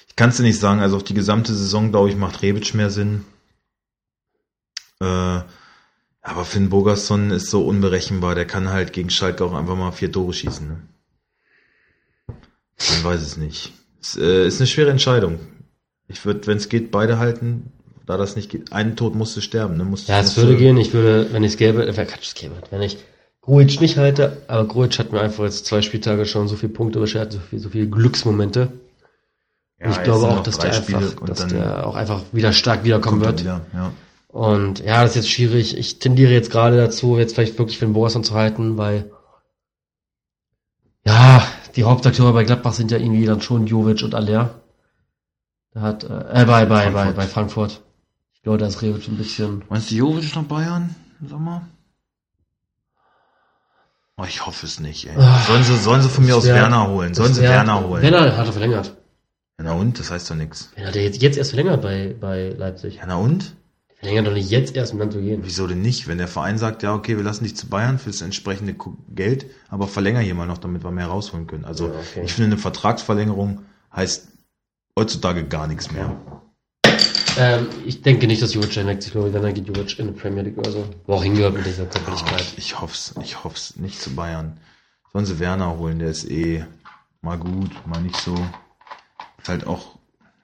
[SPEAKER 1] Ich kann es dir nicht sagen. Also auf die gesamte Saison, glaube ich, macht Rebic mehr Sinn. Äh, aber Finn Bogerson ist so unberechenbar. Der kann halt gegen Schalke auch einfach mal vier Tore schießen. Ne? Man weiß es nicht. Es äh, ist eine schwere Entscheidung. Ich würde, wenn es geht, beide halten. Da das nicht geht, ein Tod musste sterben. Ne? Musste,
[SPEAKER 2] Ja, es
[SPEAKER 1] musste-
[SPEAKER 2] würde gehen. Ich würde, wenn ich es gäbe, äh, Quatsch, es gäbe, wenn ich Grujic nicht halte, aber Grujic hat mir einfach jetzt zwei Spieltage schon so viele Punkte beschert, so viel so viele Glücksmomente.
[SPEAKER 1] Ja,
[SPEAKER 2] ich
[SPEAKER 1] jetzt
[SPEAKER 2] glaube
[SPEAKER 1] sind
[SPEAKER 2] auch,
[SPEAKER 1] noch
[SPEAKER 2] dass
[SPEAKER 1] drei
[SPEAKER 2] der,
[SPEAKER 1] Spiele
[SPEAKER 2] einfach,
[SPEAKER 1] und
[SPEAKER 2] dass
[SPEAKER 1] dann
[SPEAKER 2] der auch einfach wieder stark wiederkommen
[SPEAKER 1] kommt er
[SPEAKER 2] wird.
[SPEAKER 1] wieder, ja.
[SPEAKER 2] Und ja, das ist jetzt schwierig. Ich tendiere jetzt gerade dazu, jetzt vielleicht wirklich für den Boasson zu halten, weil ja, die Hauptakteure bei Gladbach sind ja irgendwie dann schon Jovic und Aller. Da hat äh, äh bei, bei, bei,
[SPEAKER 1] Frankfurt.
[SPEAKER 2] bei Frankfurt. Ja, da ist Rebic ein bisschen.
[SPEAKER 1] Meinst du, Jovic ist noch Bayern im Sommer? Oh, ich hoffe es nicht, ey. Sollen sie, sollen sie von mir
[SPEAKER 2] Ah, das
[SPEAKER 1] aus
[SPEAKER 2] wär-
[SPEAKER 1] Werner holen? Sollen sie
[SPEAKER 2] Ja,
[SPEAKER 1] Werner holen?
[SPEAKER 2] Werner hat er verlängert.
[SPEAKER 1] Ja, na und? Das heißt doch nichts.
[SPEAKER 2] Werner hat er jetzt, jetzt erst verlängert bei, bei Leipzig.
[SPEAKER 1] Ja, na und?
[SPEAKER 2] Verlängert doch nicht jetzt erst, um dann zu gehen.
[SPEAKER 1] Wieso denn nicht? Wenn der Verein sagt, ja, okay, wir lassen dich zu Bayern für das entsprechende Ku- Geld, aber verlänger hier mal noch, damit wir mehr rausholen können. Also,
[SPEAKER 2] Ja, okay.
[SPEAKER 1] ich finde, eine Vertragsverlängerung heißt heutzutage gar nichts mehr.
[SPEAKER 2] Ähm, ich denke nicht, dass Jovic hinweg sich nur, wenn dann geht Jovic in die Premier League oder so. Wo auch hingehört mit dieser Körperlichkeit.
[SPEAKER 1] Ich hoff's, ich hoff's nicht zu Bayern. Sollen sie Werner holen, der ist eh mal gut, mal nicht so. Ist halt auch,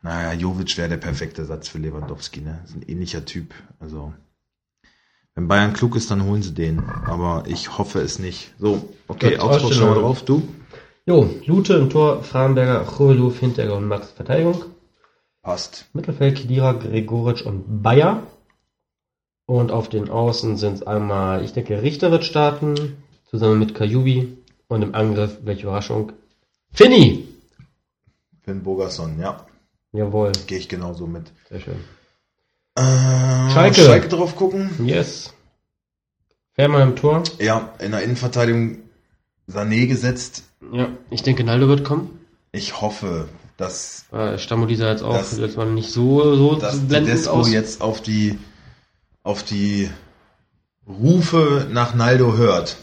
[SPEAKER 1] naja, Jovic wäre der perfekte Satz für Lewandowski, ne? Ist ein ähnlicher Typ. Also, wenn Bayern klug ist, dann holen sie den. Aber ich hoffe es nicht. So, okay,
[SPEAKER 6] Gut,
[SPEAKER 1] Augsburg, schau
[SPEAKER 6] Ausstellung.
[SPEAKER 1] mal drauf, du.
[SPEAKER 6] Jo, Lute im Tor, Farnberger, Chovelov, Hinteregger und Max Verteidigung.
[SPEAKER 1] Passt.
[SPEAKER 6] Mittelfeld Kedira, Gregoritsch und Bayer. Und auf den Außen sind es einmal, ich denke, Richter wird starten, zusammen mit Kajubi. Und im Angriff, welche Überraschung, Finny!
[SPEAKER 1] Finn Bogerson, ja,
[SPEAKER 6] Jawohl,
[SPEAKER 1] gehe ich genauso mit.
[SPEAKER 6] sehr schön.
[SPEAKER 1] Äh,
[SPEAKER 6] Schalke.
[SPEAKER 1] Schalke drauf gucken.
[SPEAKER 6] Yes. Fährmann im Tor.
[SPEAKER 1] Ja, in der Innenverteidigung Sané gesetzt.
[SPEAKER 2] Ja, ich denke, Naldo wird kommen.
[SPEAKER 1] Ich hoffe, dass
[SPEAKER 2] Äh, Stamolisa jetzt auch
[SPEAKER 1] Das-
[SPEAKER 2] letztes Mal nicht so, so
[SPEAKER 1] dass
[SPEAKER 2] blendend
[SPEAKER 1] Tedesco
[SPEAKER 2] aus.
[SPEAKER 1] jetzt auf die, auf die Rufe nach Naldo hört.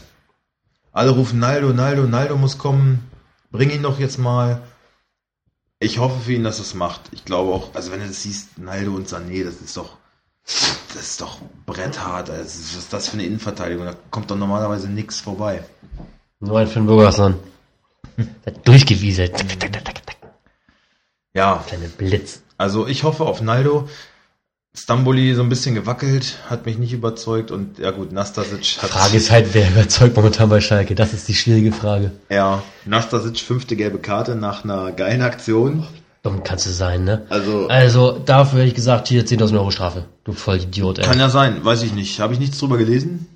[SPEAKER 1] Alle rufen Naldo, Naldo, Naldo muss kommen. Bring ihn doch jetzt mal. Ich hoffe für ihn, dass er es macht. Ich glaube auch, also wenn du das siehst, Naldo und Sané, das ist doch, das ist doch bretthart. Also was ist das für eine Innenverteidigung? Da kommt doch normalerweise nichts vorbei.
[SPEAKER 2] So ein Finn Burgerson. Durchgewieselt. Zack, zack, zack, zack, zack.
[SPEAKER 1] Ja,
[SPEAKER 2] Kleine Blitz.
[SPEAKER 1] Also ich hoffe auf Naldo. Stamboli so ein bisschen gewackelt, hat mich nicht überzeugt und ja gut, Nastasic hat
[SPEAKER 2] Frage ist halt, wer überzeugt momentan bei Schalke? Das ist die schwierige Frage.
[SPEAKER 1] ja Nastasic fünfte gelbe Karte nach einer geilen Aktion.
[SPEAKER 2] Dumm kannst du sein, ne?
[SPEAKER 1] Also
[SPEAKER 2] Also, dafür hätte ich gesagt, hier 10.000 Euro Strafe. Du Vollidiot, ey.
[SPEAKER 1] kann ja sein, weiß ich nicht, habe ich nichts drüber gelesen.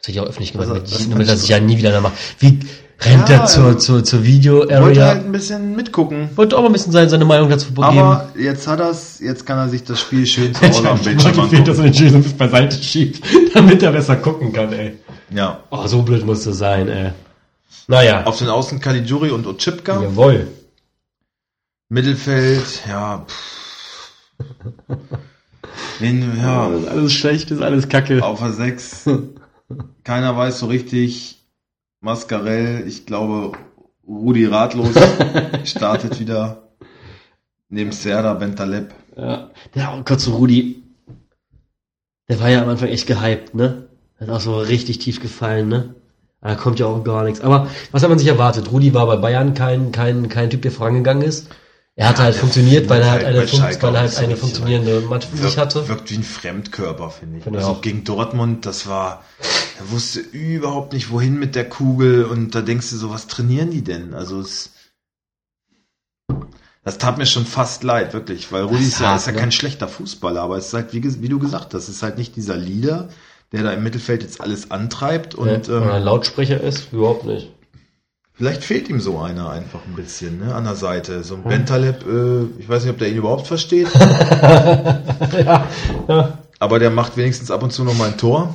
[SPEAKER 2] Das hätte ich auch öffentlich gemacht,
[SPEAKER 1] Also,
[SPEAKER 2] damit,
[SPEAKER 1] das-
[SPEAKER 2] ich, damit das ja nie wieder einer macht. Wie rennt
[SPEAKER 1] Ja,
[SPEAKER 2] er zur,
[SPEAKER 1] also-
[SPEAKER 2] zur, zur Video-Area?
[SPEAKER 1] Wollte
[SPEAKER 2] Wollte,
[SPEAKER 1] halt ein bisschen mitgucken,
[SPEAKER 2] auch mal ein bisschen seine, seine Meinung dazu geben.
[SPEAKER 1] aber jetzt hat er's, jetzt kann er sich das Spiel schön zu Hause am Bildschirm
[SPEAKER 2] fehlt, dass
[SPEAKER 1] angucken.
[SPEAKER 2] er den Schiri so beiseite schiebt, damit er besser gucken kann, ey.
[SPEAKER 1] Ja,
[SPEAKER 2] Oh, so blöd musst du sein, ey. Naja,
[SPEAKER 1] auf den Außen Caligiuri und Otschipka.
[SPEAKER 2] jawohl.
[SPEAKER 1] Mittelfeld, ja. Pff. Wen, ja.
[SPEAKER 2] ist alles schlecht, ist alles kacke.
[SPEAKER 1] Auf der 6. Keiner weiß so richtig. Mascarell, ich glaube, Rudi Ratlos startet wieder. Neben Serda Bentaleb.
[SPEAKER 2] Ja, der, oh Gott, so Rudi, der war ja am Anfang echt gehypt, ne? Hat auch so richtig tief gefallen, ne? Da kommt ja auch gar nichts. Aber was hat man sich erwartet? Rudi war bei Bayern kein, kein, kein Typ, der vorangegangen ist. Er hat halt
[SPEAKER 1] der
[SPEAKER 2] funktioniert, weil er halt
[SPEAKER 1] halt
[SPEAKER 2] eine,
[SPEAKER 1] bei
[SPEAKER 2] Fun
[SPEAKER 1] Schalke
[SPEAKER 2] weil
[SPEAKER 1] auch
[SPEAKER 2] er halt
[SPEAKER 1] nicht so
[SPEAKER 2] eine
[SPEAKER 1] richtig
[SPEAKER 2] funktionierende Mannschaft für sich hatte. ne?
[SPEAKER 1] wirkt wie ein Fremdkörper, finde ich.
[SPEAKER 2] Finde ich
[SPEAKER 1] also
[SPEAKER 2] auch.
[SPEAKER 1] gegen Dortmund, das war, er wusste überhaupt nicht, wohin mit der Kugel und da denkst du so, was trainieren die denn? Also es, das tat mir schon fast leid, wirklich, weil Rudi
[SPEAKER 2] ist
[SPEAKER 1] ist, ja,
[SPEAKER 2] hart,
[SPEAKER 1] ist ja
[SPEAKER 2] ne?
[SPEAKER 1] kein schlechter Fußballer, aber es ist halt, wie, ges- wie du gesagt hast, es ist halt nicht dieser Leader, der da im Mittelfeld jetzt alles antreibt und
[SPEAKER 2] ja, oder
[SPEAKER 1] ähm,
[SPEAKER 2] ein Lautsprecher ist, überhaupt nicht.
[SPEAKER 1] vielleicht fehlt ihm so einer einfach ein bisschen, ne, an der Seite. So ein
[SPEAKER 2] Hm.
[SPEAKER 1] Bentaleb, äh, ich weiß nicht, ob der ihn überhaupt versteht,
[SPEAKER 2] ja, ja.
[SPEAKER 1] Aber der macht wenigstens ab und zu noch mal ein Tor.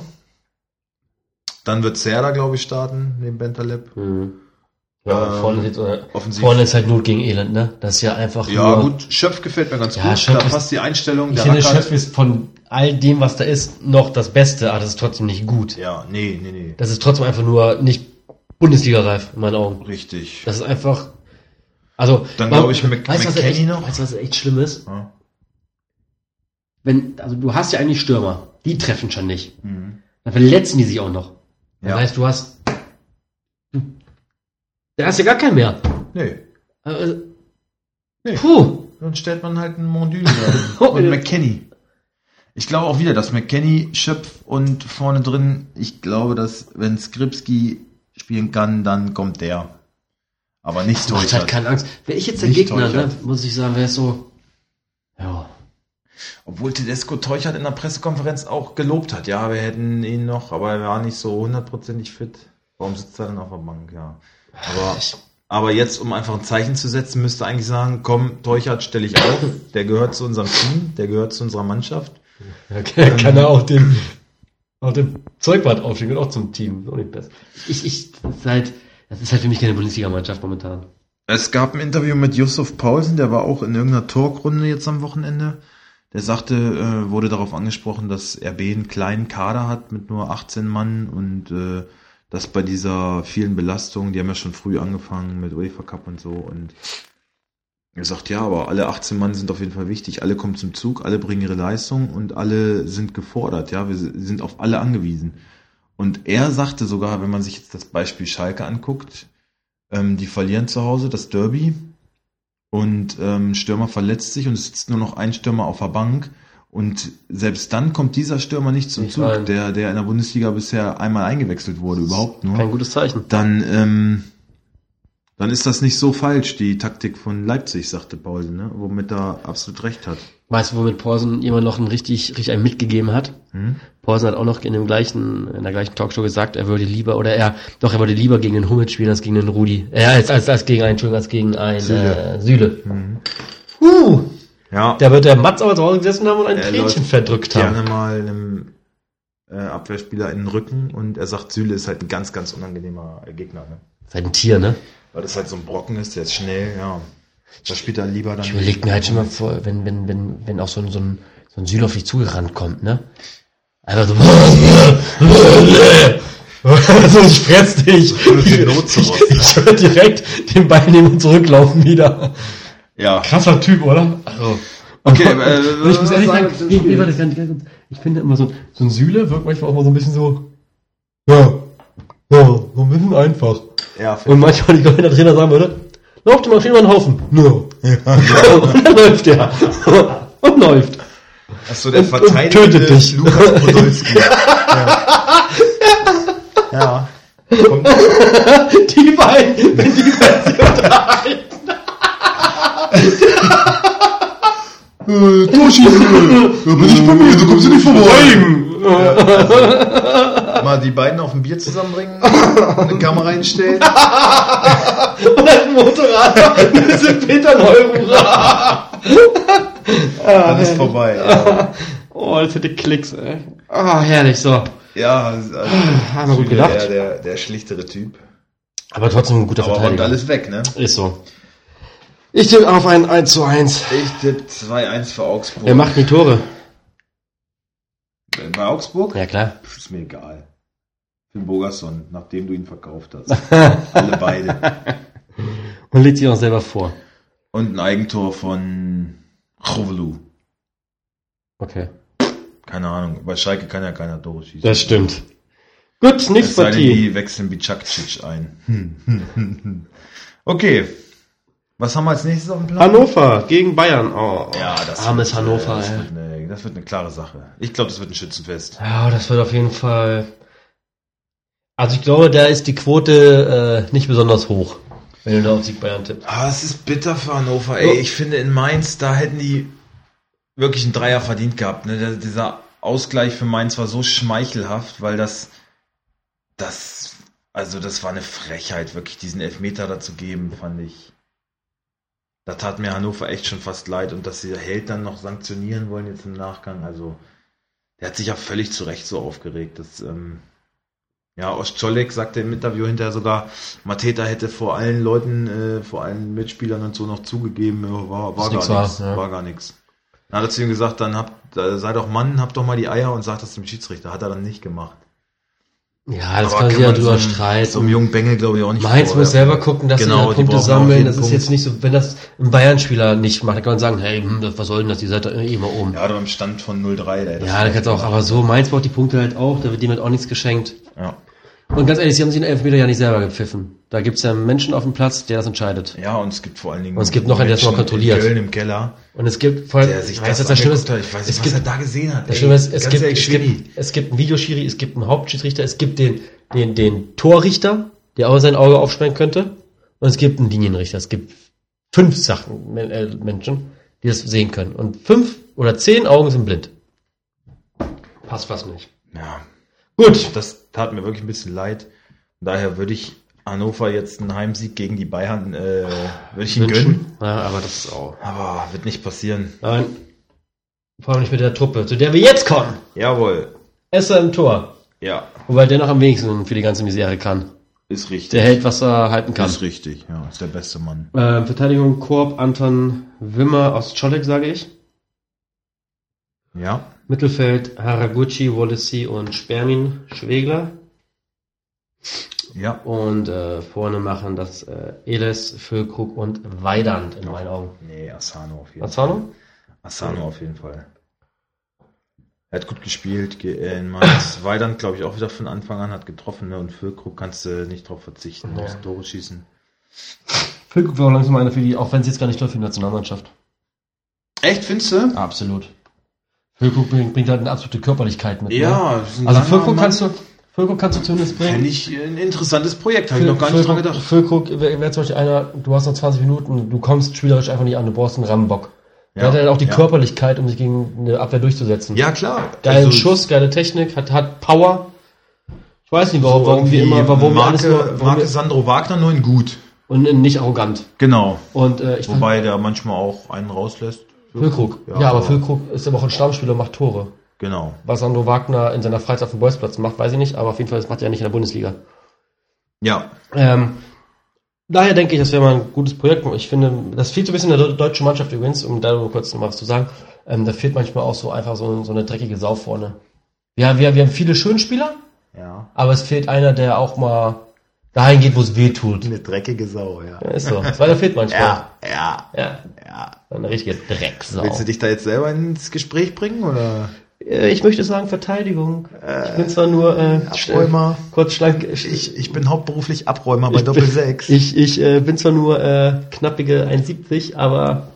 [SPEAKER 1] Dann wird Serda, glaube ich, starten, neben Bentaleb.
[SPEAKER 2] Hm. ja
[SPEAKER 1] Ähm,
[SPEAKER 2] vorne, sieht's, äh,
[SPEAKER 1] Offensiv.
[SPEAKER 2] vorne ist halt Not gegen Elend, ne? Das ist ja einfach
[SPEAKER 1] ja,
[SPEAKER 2] nur,
[SPEAKER 1] gut. Schöpf gefällt mir ganz
[SPEAKER 2] Ja,
[SPEAKER 1] gut.
[SPEAKER 2] Schöpf
[SPEAKER 1] da
[SPEAKER 2] ist-
[SPEAKER 1] passt die Einstellung.
[SPEAKER 2] Ich
[SPEAKER 1] der
[SPEAKER 2] finde,
[SPEAKER 1] Rackert-
[SPEAKER 2] Schöpf ist von all dem, was da ist, noch das Beste, aber das ist trotzdem nicht gut.
[SPEAKER 1] Ja, nee, nee, nee.
[SPEAKER 2] Das ist trotzdem einfach nur nicht Bundesliga-reif, in meinen Augen.
[SPEAKER 1] Richtig.
[SPEAKER 2] Das ist einfach. Also,
[SPEAKER 1] Dann
[SPEAKER 2] man-
[SPEAKER 1] glaub ich, Mc-
[SPEAKER 2] weißt, du, was
[SPEAKER 1] McKennie
[SPEAKER 2] echt,
[SPEAKER 1] noch?
[SPEAKER 2] Weißt du, was echt schlimm ist?
[SPEAKER 1] Ja.
[SPEAKER 2] Wenn, also du hast ja eigentlich Stürmer, die treffen schon nicht.
[SPEAKER 1] Mhm.
[SPEAKER 2] Dann verletzen die sich auch noch. Das
[SPEAKER 1] Ja.
[SPEAKER 2] heißt, du hast. Da hast ja gar keinen mehr.
[SPEAKER 1] Nee.
[SPEAKER 2] Äh,
[SPEAKER 1] Nee.
[SPEAKER 2] Puh.
[SPEAKER 1] Dann stellt man halt einen Mondül da. und McKenny. Ich glaube auch wieder, dass McKenny, Schöpf und vorne drin, ich glaube, dass wenn Skripski spielen kann, dann kommt der. Aber nicht
[SPEAKER 2] Macht halt
[SPEAKER 1] Deutschland.
[SPEAKER 2] keine Angst. Wäre ich jetzt der
[SPEAKER 1] Nicht
[SPEAKER 2] Gegner, ne,
[SPEAKER 1] Teuchert.
[SPEAKER 2] muss ich sagen, wäre es so. Ja.
[SPEAKER 1] Obwohl Tedesco Teuchert in der Pressekonferenz auch gelobt hat. Ja, wir hätten ihn noch, aber er war nicht so hundertprozentig fit. Warum sitzt er denn auf der Bank? Ja. Aber, aber jetzt, um einfach ein Zeichen zu setzen, müsste eigentlich sagen, komm, Teuchert stelle ich auf. Der gehört zu unserem Team, der gehört zu unserer Mannschaft.
[SPEAKER 2] Ja, kann kann er auch dem, auch dem Zeugbad aufschicken und auch zum Team. Ist auch nicht besser. Ich, ich, das ist halt, das ist halt für mich keine Bundesliga-Mannschaft momentan.
[SPEAKER 1] Es gab ein Interview mit Yusuf Paulsen, der war auch in irgendeiner Talkrunde jetzt am Wochenende. Der sagte, äh, wurde darauf angesprochen, dass RB einen kleinen Kader hat mit nur 18 Mann und äh, dass bei dieser vielen Belastung, die haben ja schon früh angefangen mit UEFA Cup und so und er sagt, ja, aber alle 18 Mann sind auf jeden Fall wichtig, alle kommen zum Zug, alle bringen ihre Leistung und alle sind gefordert, ja, wir sind auf alle angewiesen. Und er sagte sogar, wenn man sich jetzt das Beispiel Schalke anguckt, ähm, die verlieren zu Hause das Derby und ähm, Stürmer verletzt sich und es sitzt nur noch ein Stürmer auf der Bank und selbst dann kommt dieser Stürmer nicht zum
[SPEAKER 2] Nicht
[SPEAKER 1] Zug,
[SPEAKER 2] rein.
[SPEAKER 1] der der in der Bundesliga bisher einmal eingewechselt wurde überhaupt nur
[SPEAKER 2] Kein gutes Zeichen.
[SPEAKER 1] dann, ähm, dann ist das nicht so falsch, die Taktik von Leipzig, sagte Paulsen, ne? womit er absolut recht hat.
[SPEAKER 2] Weißt du, womit Paulsen jemand noch einen richtig, richtig einen mitgegeben hat?
[SPEAKER 1] Hm?
[SPEAKER 2] Paulsen hat auch noch in dem gleichen, in der gleichen Talkshow gesagt, er würde lieber, oder er, doch, er würde lieber gegen den Hummel spielen als gegen den Rudi. Ja, als, als, als gegen einen, Entschuldigung, als gegen einen,
[SPEAKER 1] Süle.
[SPEAKER 2] äh, Süle.
[SPEAKER 1] Mhm.
[SPEAKER 2] Huh!
[SPEAKER 1] Ja,
[SPEAKER 2] Da wird der Matz aber zu Hause gesessen haben und ein
[SPEAKER 1] Er
[SPEAKER 2] Tränchen
[SPEAKER 1] läuft
[SPEAKER 2] verdrückt haben.
[SPEAKER 1] gerne mal einem äh, Abwehrspieler in den Rücken und er sagt, Süle ist halt ein ganz, ganz unangenehmer äh, Gegner. Ne?
[SPEAKER 2] Sein Tier, ne?
[SPEAKER 1] Weil das halt so ein Brocken ist, der ist schnell, ja. Da spielt er lieber dann.
[SPEAKER 2] Ich überlege mir halt schon mal vor, wenn, wenn, wenn, wenn auch so ein, so ein, so ein Süle auf dich zugerannt kommt, ne? Einfach so, so, ich fress dich.
[SPEAKER 1] Die Not zu rosten.
[SPEAKER 2] Ich würde direkt den Ball nehmen und zurücklaufen wieder.
[SPEAKER 1] Ja.
[SPEAKER 2] Krasser Typ, oder? Also.
[SPEAKER 1] Okay,
[SPEAKER 2] Aber-
[SPEAKER 1] äh,
[SPEAKER 2] aber ich muss ehrlich
[SPEAKER 1] sagen,
[SPEAKER 2] sagen,
[SPEAKER 1] das ist
[SPEAKER 2] ich,
[SPEAKER 1] schwierig.
[SPEAKER 2] ich, warte, ganz, ganz, kurz. ich finde immer so, ein- so ein Süle wirkt manchmal auch mal so ein bisschen so, ja, ja, so ein bisschen einfach.
[SPEAKER 1] Ja,
[SPEAKER 2] Und manchmal die Leute der Trainer sagen würde, lauf die Maschine mal einen Haufen. No. und dann läuft der. und läuft.
[SPEAKER 1] Achso, der
[SPEAKER 2] Und- und
[SPEAKER 1] verteidigende
[SPEAKER 2] tötet dich.
[SPEAKER 1] Lukas Podolski. ja. ja. Kommt,
[SPEAKER 2] Die beiden, wenn die beiden sich
[SPEAKER 1] Äh, Toshi, äh, bin ich bei mir, du kommst ja nicht vorbei. Also, mal die beiden auf ein Bier zusammenbringen, eine Kamera einstellen.
[SPEAKER 2] und ein Moderator mit Peter Neururer.
[SPEAKER 1] Dann ist vorbei. Ja,
[SPEAKER 2] Oh, das hätte Klicks, ey. Ah, herrlich, so.
[SPEAKER 1] ja also,
[SPEAKER 2] Haben wir gut
[SPEAKER 1] der,
[SPEAKER 2] gedacht.
[SPEAKER 1] der, der schlichtere Typ.
[SPEAKER 2] Aber trotzdem ein guter
[SPEAKER 1] Aber räumt
[SPEAKER 2] Verteidiger.
[SPEAKER 1] alles weg, ne?
[SPEAKER 2] Ist so. Ich tippe auf ein 1 zu 1.
[SPEAKER 1] Ich tippe 2-1 für Augsburg. Äh,
[SPEAKER 2] Er macht die Tore.
[SPEAKER 1] Bei Augsburg?
[SPEAKER 2] Ja, klar.
[SPEAKER 1] Pff, Ist mir egal. Für den Bogerson, nachdem du ihn verkauft hast. Alle beide.
[SPEAKER 2] Und lädt sich auch selber vor.
[SPEAKER 1] Und ein Eigentor von Chovelu.
[SPEAKER 2] Okay.
[SPEAKER 1] Keine Ahnung, bei Schalke kann ja keiner Tore schießen.
[SPEAKER 2] Das stimmt. Gut,
[SPEAKER 1] Es
[SPEAKER 2] nächste
[SPEAKER 1] sei denn,
[SPEAKER 2] Partie.
[SPEAKER 1] die wechseln Bicakcic ein. Hm, hm, hm, hm. okay. Was haben wir als nächstes auf dem Plan?
[SPEAKER 7] Hannover gegen Bayern. Oh.
[SPEAKER 1] Ja, das
[SPEAKER 2] Armes
[SPEAKER 1] wird,
[SPEAKER 2] Hannover,
[SPEAKER 1] Das
[SPEAKER 2] ey.
[SPEAKER 1] wird, eine, das wird eine klare Sache. Ich glaube, das wird ein Schützenfest.
[SPEAKER 2] Ja, das wird auf jeden Fall. Also ich glaube, da ist die Quote äh, nicht besonders hoch, wenn du da auf Sieg Bayern tippst.
[SPEAKER 1] Ah, es ist bitter für Hannover. Ey, ich finde in Mainz, da hätten die wirklich einen Dreier verdient gehabt. Ne? Der, dieser Ausgleich für Mainz war so schmeichelhaft, weil das, das, also das war eine Frechheit, wirklich diesen Elfmeter dazu geben, fand ich. Da tat mir Hannover echt schon fast leid und dass sie Held dann noch sanktionieren wollen jetzt im Nachgang. Also, der hat sich ja völlig zu Recht so aufgeregt. Das, ähm, ja, Ostscholek sagte im Interview hinterher sogar, Mateta hätte vor allen Leuten, äh, vor allen Mitspielern und so noch zugegeben, ja, war, war
[SPEAKER 2] Dass nix
[SPEAKER 1] gar
[SPEAKER 2] war,
[SPEAKER 1] nichts.
[SPEAKER 2] ja.
[SPEAKER 1] War gar nichts. Dann hat er zu ihm gesagt, dann habt, äh, sei doch Mann, hab doch mal die Eier und sag das dem Schiedsrichter. Hat er dann nicht gemacht.
[SPEAKER 2] Ja, das
[SPEAKER 1] Aber
[SPEAKER 2] kann sich ja
[SPEAKER 1] man
[SPEAKER 2] drüber
[SPEAKER 1] so einem-
[SPEAKER 2] streiten.
[SPEAKER 1] So einem jungen Bengel glaube ich auch nicht.
[SPEAKER 2] Mainz muss
[SPEAKER 1] vorwerfen.
[SPEAKER 2] selber gucken, dass
[SPEAKER 1] Genau,
[SPEAKER 2] sie da
[SPEAKER 1] die
[SPEAKER 2] Punkte
[SPEAKER 1] brauchen auf
[SPEAKER 2] sammeln.
[SPEAKER 1] jeden
[SPEAKER 2] Das ist
[SPEAKER 1] Punkt.
[SPEAKER 2] jetzt nicht so, wenn das ein Bayern-Spieler nicht macht, dann kann man sagen, hey, hm, das- was soll denn das, die seid doch eh immer oben. Ja,
[SPEAKER 1] Ja, du im Stand von 0-3. ey, das
[SPEAKER 2] ja da kannst du auch, aber so, Mainz braucht die Punkte halt auch, da wird dem halt auch nichts geschenkt.
[SPEAKER 1] Ja.
[SPEAKER 2] Und ganz ehrlich, sie haben sich den Elfmeter ja nicht selber gepfiffen. Da gibt's ja einen Menschen auf dem Platz, der das entscheidet.
[SPEAKER 1] ja, und es gibt vor allen Dingen.
[SPEAKER 2] Und es gibt noch einen, der das
[SPEAKER 1] Menschen
[SPEAKER 2] mal kontrolliert.
[SPEAKER 1] In Köln im Keller,
[SPEAKER 2] Und es gibt vor allem,
[SPEAKER 1] der sich
[SPEAKER 2] weißt du,
[SPEAKER 1] das
[SPEAKER 2] was das Schlimme ist?
[SPEAKER 1] angeguckt hat. Ich weiß nicht,
[SPEAKER 2] es
[SPEAKER 1] was
[SPEAKER 2] gibt,
[SPEAKER 1] er da gesehen hat.
[SPEAKER 2] Das
[SPEAKER 1] ey.
[SPEAKER 2] Schlimme ist, es
[SPEAKER 1] Ganz
[SPEAKER 2] gibt,
[SPEAKER 1] ehrlich,
[SPEAKER 2] es,
[SPEAKER 1] Schiri.
[SPEAKER 2] gibt, es gibt einen Videoschiri, es gibt einen Hauptschiedsrichter, es gibt den, den, den Torrichter, der auch sein Auge aufsperren könnte. Und es gibt einen Linienrichter. Es gibt fünf Sachen, Men- äh, Menschen, die das sehen können. Und fünf oder zehn Augen sind blind. Passt was nicht.
[SPEAKER 1] Ja,
[SPEAKER 2] Gut.
[SPEAKER 1] das tat mir wirklich ein bisschen leid. Daher würde ich Hannover jetzt einen Heimsieg gegen die Bayern, äh, würde ich ihn gönnen.
[SPEAKER 2] Ja, aber das ist auch.
[SPEAKER 1] Aber wird nicht passieren.
[SPEAKER 2] Nein. Vor allem nicht mit der Truppe, zu der wir jetzt kommen.
[SPEAKER 8] Jawohl.
[SPEAKER 2] Esser im Tor.
[SPEAKER 8] Ja,
[SPEAKER 2] Wobei der noch am wenigsten für die ganze Misere kann.
[SPEAKER 8] ist richtig.
[SPEAKER 2] Der hält, was er halten kann.
[SPEAKER 1] Ist richtig, ja. Ist der beste Mann.
[SPEAKER 2] Ähm, Verteidigung Korb, Anton Wimmer aus Czolek, sage ich.
[SPEAKER 1] Ja.
[SPEAKER 2] Mittelfeld Haraguchi, Wallacey und Spermin Schwegler.
[SPEAKER 1] Ja.
[SPEAKER 2] Und äh, vorne machen das äh, Eles, Füllkrug und Weidand in meinen Augen.
[SPEAKER 1] Nee, Asano auf jeden Fall.
[SPEAKER 2] Asano?
[SPEAKER 1] Asano auf jeden Fall. Er hat gut gespielt ge- äh, in Mainz. Weidand, glaube ich, auch wieder von Anfang an hat getroffen. Ne? Und Füllkrug kannst du nicht drauf verzichten.
[SPEAKER 2] Ja.
[SPEAKER 1] Aus Tore schießen.
[SPEAKER 2] Füllkrug war auch langsam einer für die, auch wenn es jetzt gar nicht läuft, für die Nationalmannschaft.
[SPEAKER 1] Echt, findest du?
[SPEAKER 2] Absolut. Füllkrug bringt, bringt halt eine absolute Körperlichkeit mit. Ne?
[SPEAKER 1] das ist ein
[SPEAKER 2] Also
[SPEAKER 1] langer
[SPEAKER 2] Füllkrug
[SPEAKER 1] Mann.
[SPEAKER 2] kannst du, Füllkrug kannst du zumindest bringen.
[SPEAKER 1] Fände ich ein interessantes Projekt, habe ich noch gar nicht dran
[SPEAKER 2] Füllkrug-
[SPEAKER 1] gedacht.
[SPEAKER 2] Füllkrug wäre wär zum Beispiel einer, du hast noch 20 Minuten, du kommst spielerisch einfach nicht an, du brauchst einen Rambock. Der
[SPEAKER 1] Ja,
[SPEAKER 2] hat halt auch die
[SPEAKER 1] ja.
[SPEAKER 2] Körperlichkeit, um sich gegen eine Abwehr durchzusetzen.
[SPEAKER 1] Ja, klar.
[SPEAKER 2] Geilen
[SPEAKER 1] Also,
[SPEAKER 2] Schuss, geile Technik, hat, hat Power. Ich weiß nicht, warum, warum wir
[SPEAKER 1] irgendwie
[SPEAKER 2] immer, warum wir alles
[SPEAKER 1] Marke,
[SPEAKER 2] nur, warum
[SPEAKER 1] Marke
[SPEAKER 2] wir,
[SPEAKER 1] Sandro Wagner nur in gut.
[SPEAKER 2] und nicht arrogant.
[SPEAKER 1] Genau.
[SPEAKER 2] Und äh, ich fand
[SPEAKER 1] Wobei der manchmal auch einen rauslässt.
[SPEAKER 2] Füllkrug. Ja, aber Füllkrug ist aber auch ein Stammspieler und macht Tore.
[SPEAKER 1] Genau.
[SPEAKER 2] Was Sandro Wagner in seiner Freizeit auf dem Bolzplatz macht, weiß ich nicht, aber auf jeden Fall, das macht er nicht in der Bundesliga.
[SPEAKER 1] Ja,
[SPEAKER 2] Ähm, daher denke ich, das wäre mal ein gutes Projekt. Ich finde, das fehlt so ein bisschen in der deu- deutschen Mannschaft übrigens, um da nur kurz noch mal was zu sagen. Ähm, da fehlt manchmal auch so einfach so, so eine dreckige Sau vorne. Ja, wir, wir haben viele schöne Spieler,
[SPEAKER 1] Ja.
[SPEAKER 2] aber es fehlt einer, der auch mal dahin geht, wo es weh tut.
[SPEAKER 1] Eine dreckige Sau, ja.
[SPEAKER 2] Ja, ist so. Das weiter fehlt manchmal.
[SPEAKER 1] Ja, ja,
[SPEAKER 2] ja.
[SPEAKER 1] ja.
[SPEAKER 2] Eine richtige Drecksau.
[SPEAKER 1] Willst du dich da jetzt selber ins Gespräch bringen oder?
[SPEAKER 2] Äh, Ich möchte sagen, Verteidigung. ich bin zwar nur äh,
[SPEAKER 1] Abräumer.
[SPEAKER 2] sch- kurz schlank. Ich,
[SPEAKER 1] Ich, ich bin hauptberuflich Abräumer bei
[SPEAKER 2] Ich bin-
[SPEAKER 1] Doppel 6.
[SPEAKER 2] ich, ich äh, bin zwar nur äh, knappige 1,70, aber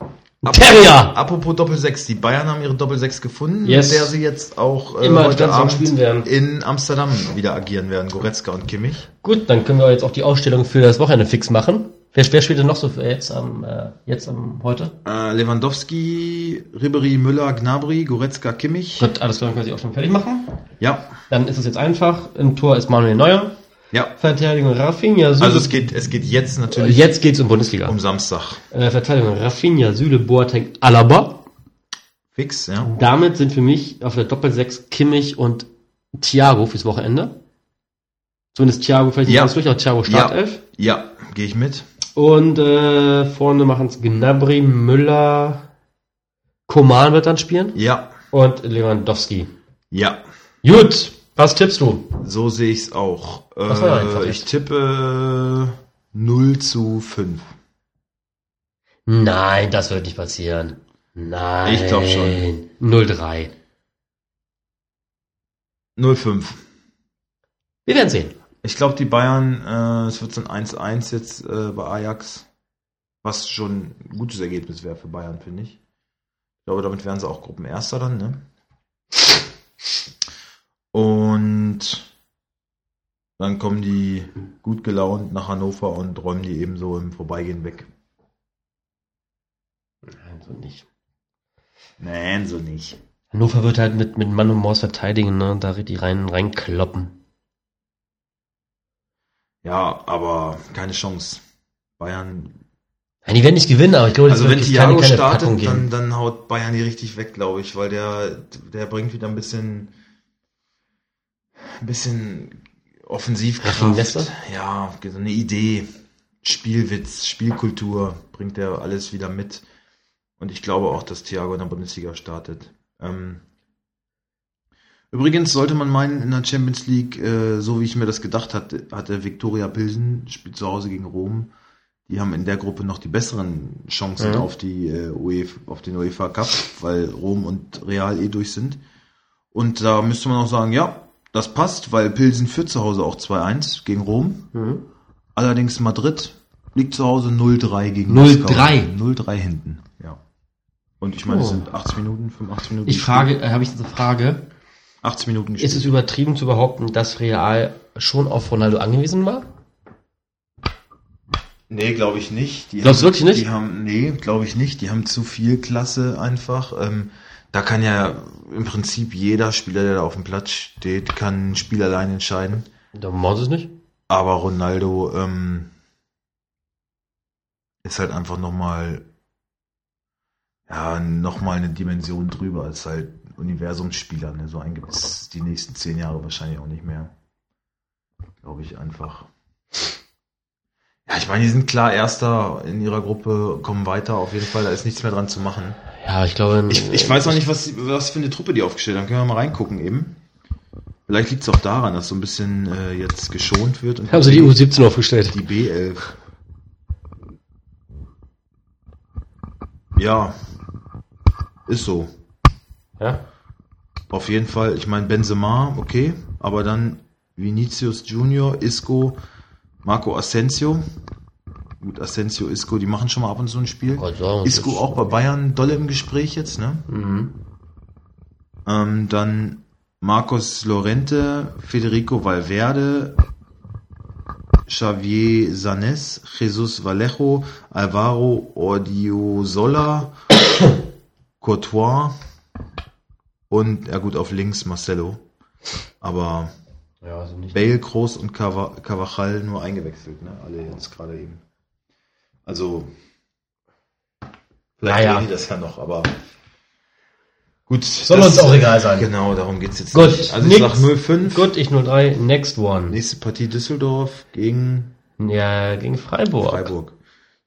[SPEAKER 2] Terrier!
[SPEAKER 1] Apropos Doppel 6, die Bayern haben ihre Doppel 6 gefunden,
[SPEAKER 2] Yes.
[SPEAKER 1] mit der sie jetzt auch äh,
[SPEAKER 2] Immer
[SPEAKER 1] heute
[SPEAKER 2] ganz am
[SPEAKER 1] Abend
[SPEAKER 2] Spielen werden.
[SPEAKER 1] in Amsterdam wieder agieren werden, Goretzka und Kimmich.
[SPEAKER 2] Gut, dann können wir jetzt auch die Ausstellung für das Wochenende fix machen. Wer, wer spielt denn noch so für jetzt am äh, jetzt am heute?
[SPEAKER 1] Äh, Lewandowski, Ribery, Müller, Gnabry, Goretzka, Kimmich.
[SPEAKER 2] Gut, alles klar, dann können wir sie auch schon fertig machen.
[SPEAKER 1] Ja,
[SPEAKER 2] Dann ist es jetzt einfach. Im Tor ist Manuel Neuer.
[SPEAKER 1] ja.
[SPEAKER 2] Verteidigung Rafinha Süle.
[SPEAKER 1] Also es geht, es geht jetzt natürlich
[SPEAKER 2] jetzt geht's um Bundesliga.
[SPEAKER 1] um Samstag.
[SPEAKER 2] Äh, Verteidigung Rafinha Süle Boateng Alaba.
[SPEAKER 1] Fix, ja.
[SPEAKER 2] Damit sind für mich auf der Doppelsechs Kimmich und Thiago fürs Wochenende. Zumindest Thiago vielleicht nicht
[SPEAKER 1] Ja.
[SPEAKER 2] ganz durch, aber Thiago Startelf.
[SPEAKER 1] Ja, gehe ich mit.
[SPEAKER 2] Und äh, vorne machen es Gnabry, Müller, Koman wird dann spielen
[SPEAKER 1] Ja,
[SPEAKER 2] und Lewandowski.
[SPEAKER 1] ja.
[SPEAKER 2] Gut, was tippst du?
[SPEAKER 1] So sehe ich es auch.
[SPEAKER 2] Das war einfach
[SPEAKER 1] Äh, ich tippe 0 zu 5.
[SPEAKER 2] Nein, das wird nicht passieren. Nein.
[SPEAKER 1] Ich glaub schon.
[SPEAKER 2] 0-3.
[SPEAKER 1] 0-5.
[SPEAKER 2] Wir werden sehen.
[SPEAKER 1] Ich glaube, die Bayern, äh, es wird so ein 1-1 jetzt äh, bei Ajax. Was schon ein gutes Ergebnis wäre für Bayern, finde ich. Ich glaube, damit wären sie auch Gruppenerster dann, ne? Und dann kommen die gut gelaunt nach Hannover und räumen die ebenso im Vorbeigehen weg.
[SPEAKER 2] Nein, so nicht.
[SPEAKER 1] Nein, so nicht.
[SPEAKER 2] Hannover wird halt mit, mit Mann und Maus verteidigen, ne? Da richtig rein, reinkloppen.
[SPEAKER 1] Ja, aber keine Chance. Bayern
[SPEAKER 2] Nein, die werden nicht gewinnen, aber ich glaube, das
[SPEAKER 1] Also wenn
[SPEAKER 2] wirklich
[SPEAKER 1] Thiago
[SPEAKER 2] Packung
[SPEAKER 1] startet,
[SPEAKER 2] geben.
[SPEAKER 1] dann, dann haut Bayern die richtig weg, glaube ich, weil der, der bringt wieder ein bisschen, ein bisschen
[SPEAKER 2] Raffinesse?
[SPEAKER 1] Offensivkraft. Ja, so eine Idee, Spielwitz, Spielkultur bringt er alles wieder mit. Und ich glaube auch, dass Thiago in der Bundesliga startet. Ähm, Übrigens sollte man meinen, in der Champions League, äh, so wie ich mir das gedacht hatte, hatte Viktoria Pilsen, spielt zu Hause gegen Rom. Die haben in der Gruppe noch die besseren Chancen
[SPEAKER 2] Mhm.
[SPEAKER 1] auf, die, äh, UEFA, auf den UEFA Cup, weil Rom und Real eh durch sind. Und da müsste man auch sagen, ja, das passt, weil Pilsen führt zu Hause auch 2-1 gegen Rom.
[SPEAKER 2] Mhm.
[SPEAKER 1] Allerdings Madrid liegt zu Hause 0-3 gegen
[SPEAKER 2] 0-3.
[SPEAKER 1] Moskau. 0-3 hinten, ja. Und ich meine, es sind 80 Minuten, 85 Minuten.
[SPEAKER 2] Oh. Ich frage, äh, habe ich eine Frage.
[SPEAKER 1] 80 Minuten
[SPEAKER 2] Ist es übertrieben zu behaupten, dass Real schon auf Ronaldo angewiesen war?
[SPEAKER 1] Nee, glaube ich nicht. Die
[SPEAKER 2] Glaubst du
[SPEAKER 1] haben,
[SPEAKER 2] wirklich nicht?
[SPEAKER 1] Die haben, nee, glaube ich nicht. Die haben zu viel Klasse einfach. Ähm, da kann ja im Prinzip jeder Spieler, der da auf dem Platz steht, kann ein Spiel allein entscheiden.
[SPEAKER 2] Da machen sie es nicht.
[SPEAKER 1] Aber Ronaldo ähm, ist halt einfach nochmal, ja, nochmal eine Dimension drüber als halt Universumsspieler. Ne? So einen gibt es die nächsten zehn Jahre wahrscheinlich auch nicht mehr. Glaube ich einfach. Ja, ich meine, die sind klar Erster in ihrer Gruppe, kommen weiter auf jeden Fall, da ist nichts mehr dran zu machen.
[SPEAKER 2] Ja, ich glaube.
[SPEAKER 1] Ich, ich weiß auch nicht, was, was für eine Truppe die aufgestellt haben. Können wir mal reingucken eben. Vielleicht liegt es auch daran, dass so ein bisschen äh, jetzt geschont wird. Und
[SPEAKER 2] Haben sie Also die U17 aufgestellt?
[SPEAKER 1] die B11. Ja, ist so.
[SPEAKER 2] Ja.
[SPEAKER 1] Auf jeden Fall, ich meine Benzema, okay, aber dann Vinicius Junior, Isco, Marco Asensio. Gut, Asensio, Isco, die machen schon mal ab und zu ein Spiel.
[SPEAKER 2] Also,
[SPEAKER 1] Isco
[SPEAKER 2] das-
[SPEAKER 1] auch bei Bayern dolle im Gespräch jetzt, ne?
[SPEAKER 2] Mhm.
[SPEAKER 1] Ähm, dann Marcos Lorente, Federico Valverde, Xavier Sanes, Jesus Vallejo, Alvaro Odiozola, Courtois und, ja gut, auf links Marcelo. Aber
[SPEAKER 2] Ja, also nicht.
[SPEAKER 1] Bale, Groß und Cava- Cavachal nur eingewechselt, ne? Alle jetzt gerade eben. Also, vielleicht
[SPEAKER 2] Naja.
[SPEAKER 1] sehen die das ja noch, aber gut.
[SPEAKER 9] Soll
[SPEAKER 1] das-
[SPEAKER 9] uns auch egal sein.
[SPEAKER 1] Genau, darum geht's jetzt
[SPEAKER 9] Gut,
[SPEAKER 1] nicht. Also
[SPEAKER 9] nix.
[SPEAKER 1] ich sag 05.
[SPEAKER 9] Gut, ich 03, next one.
[SPEAKER 1] Nächste Partie Düsseldorf gegen
[SPEAKER 9] Ja, gegen Freiburg.
[SPEAKER 1] Freiburg.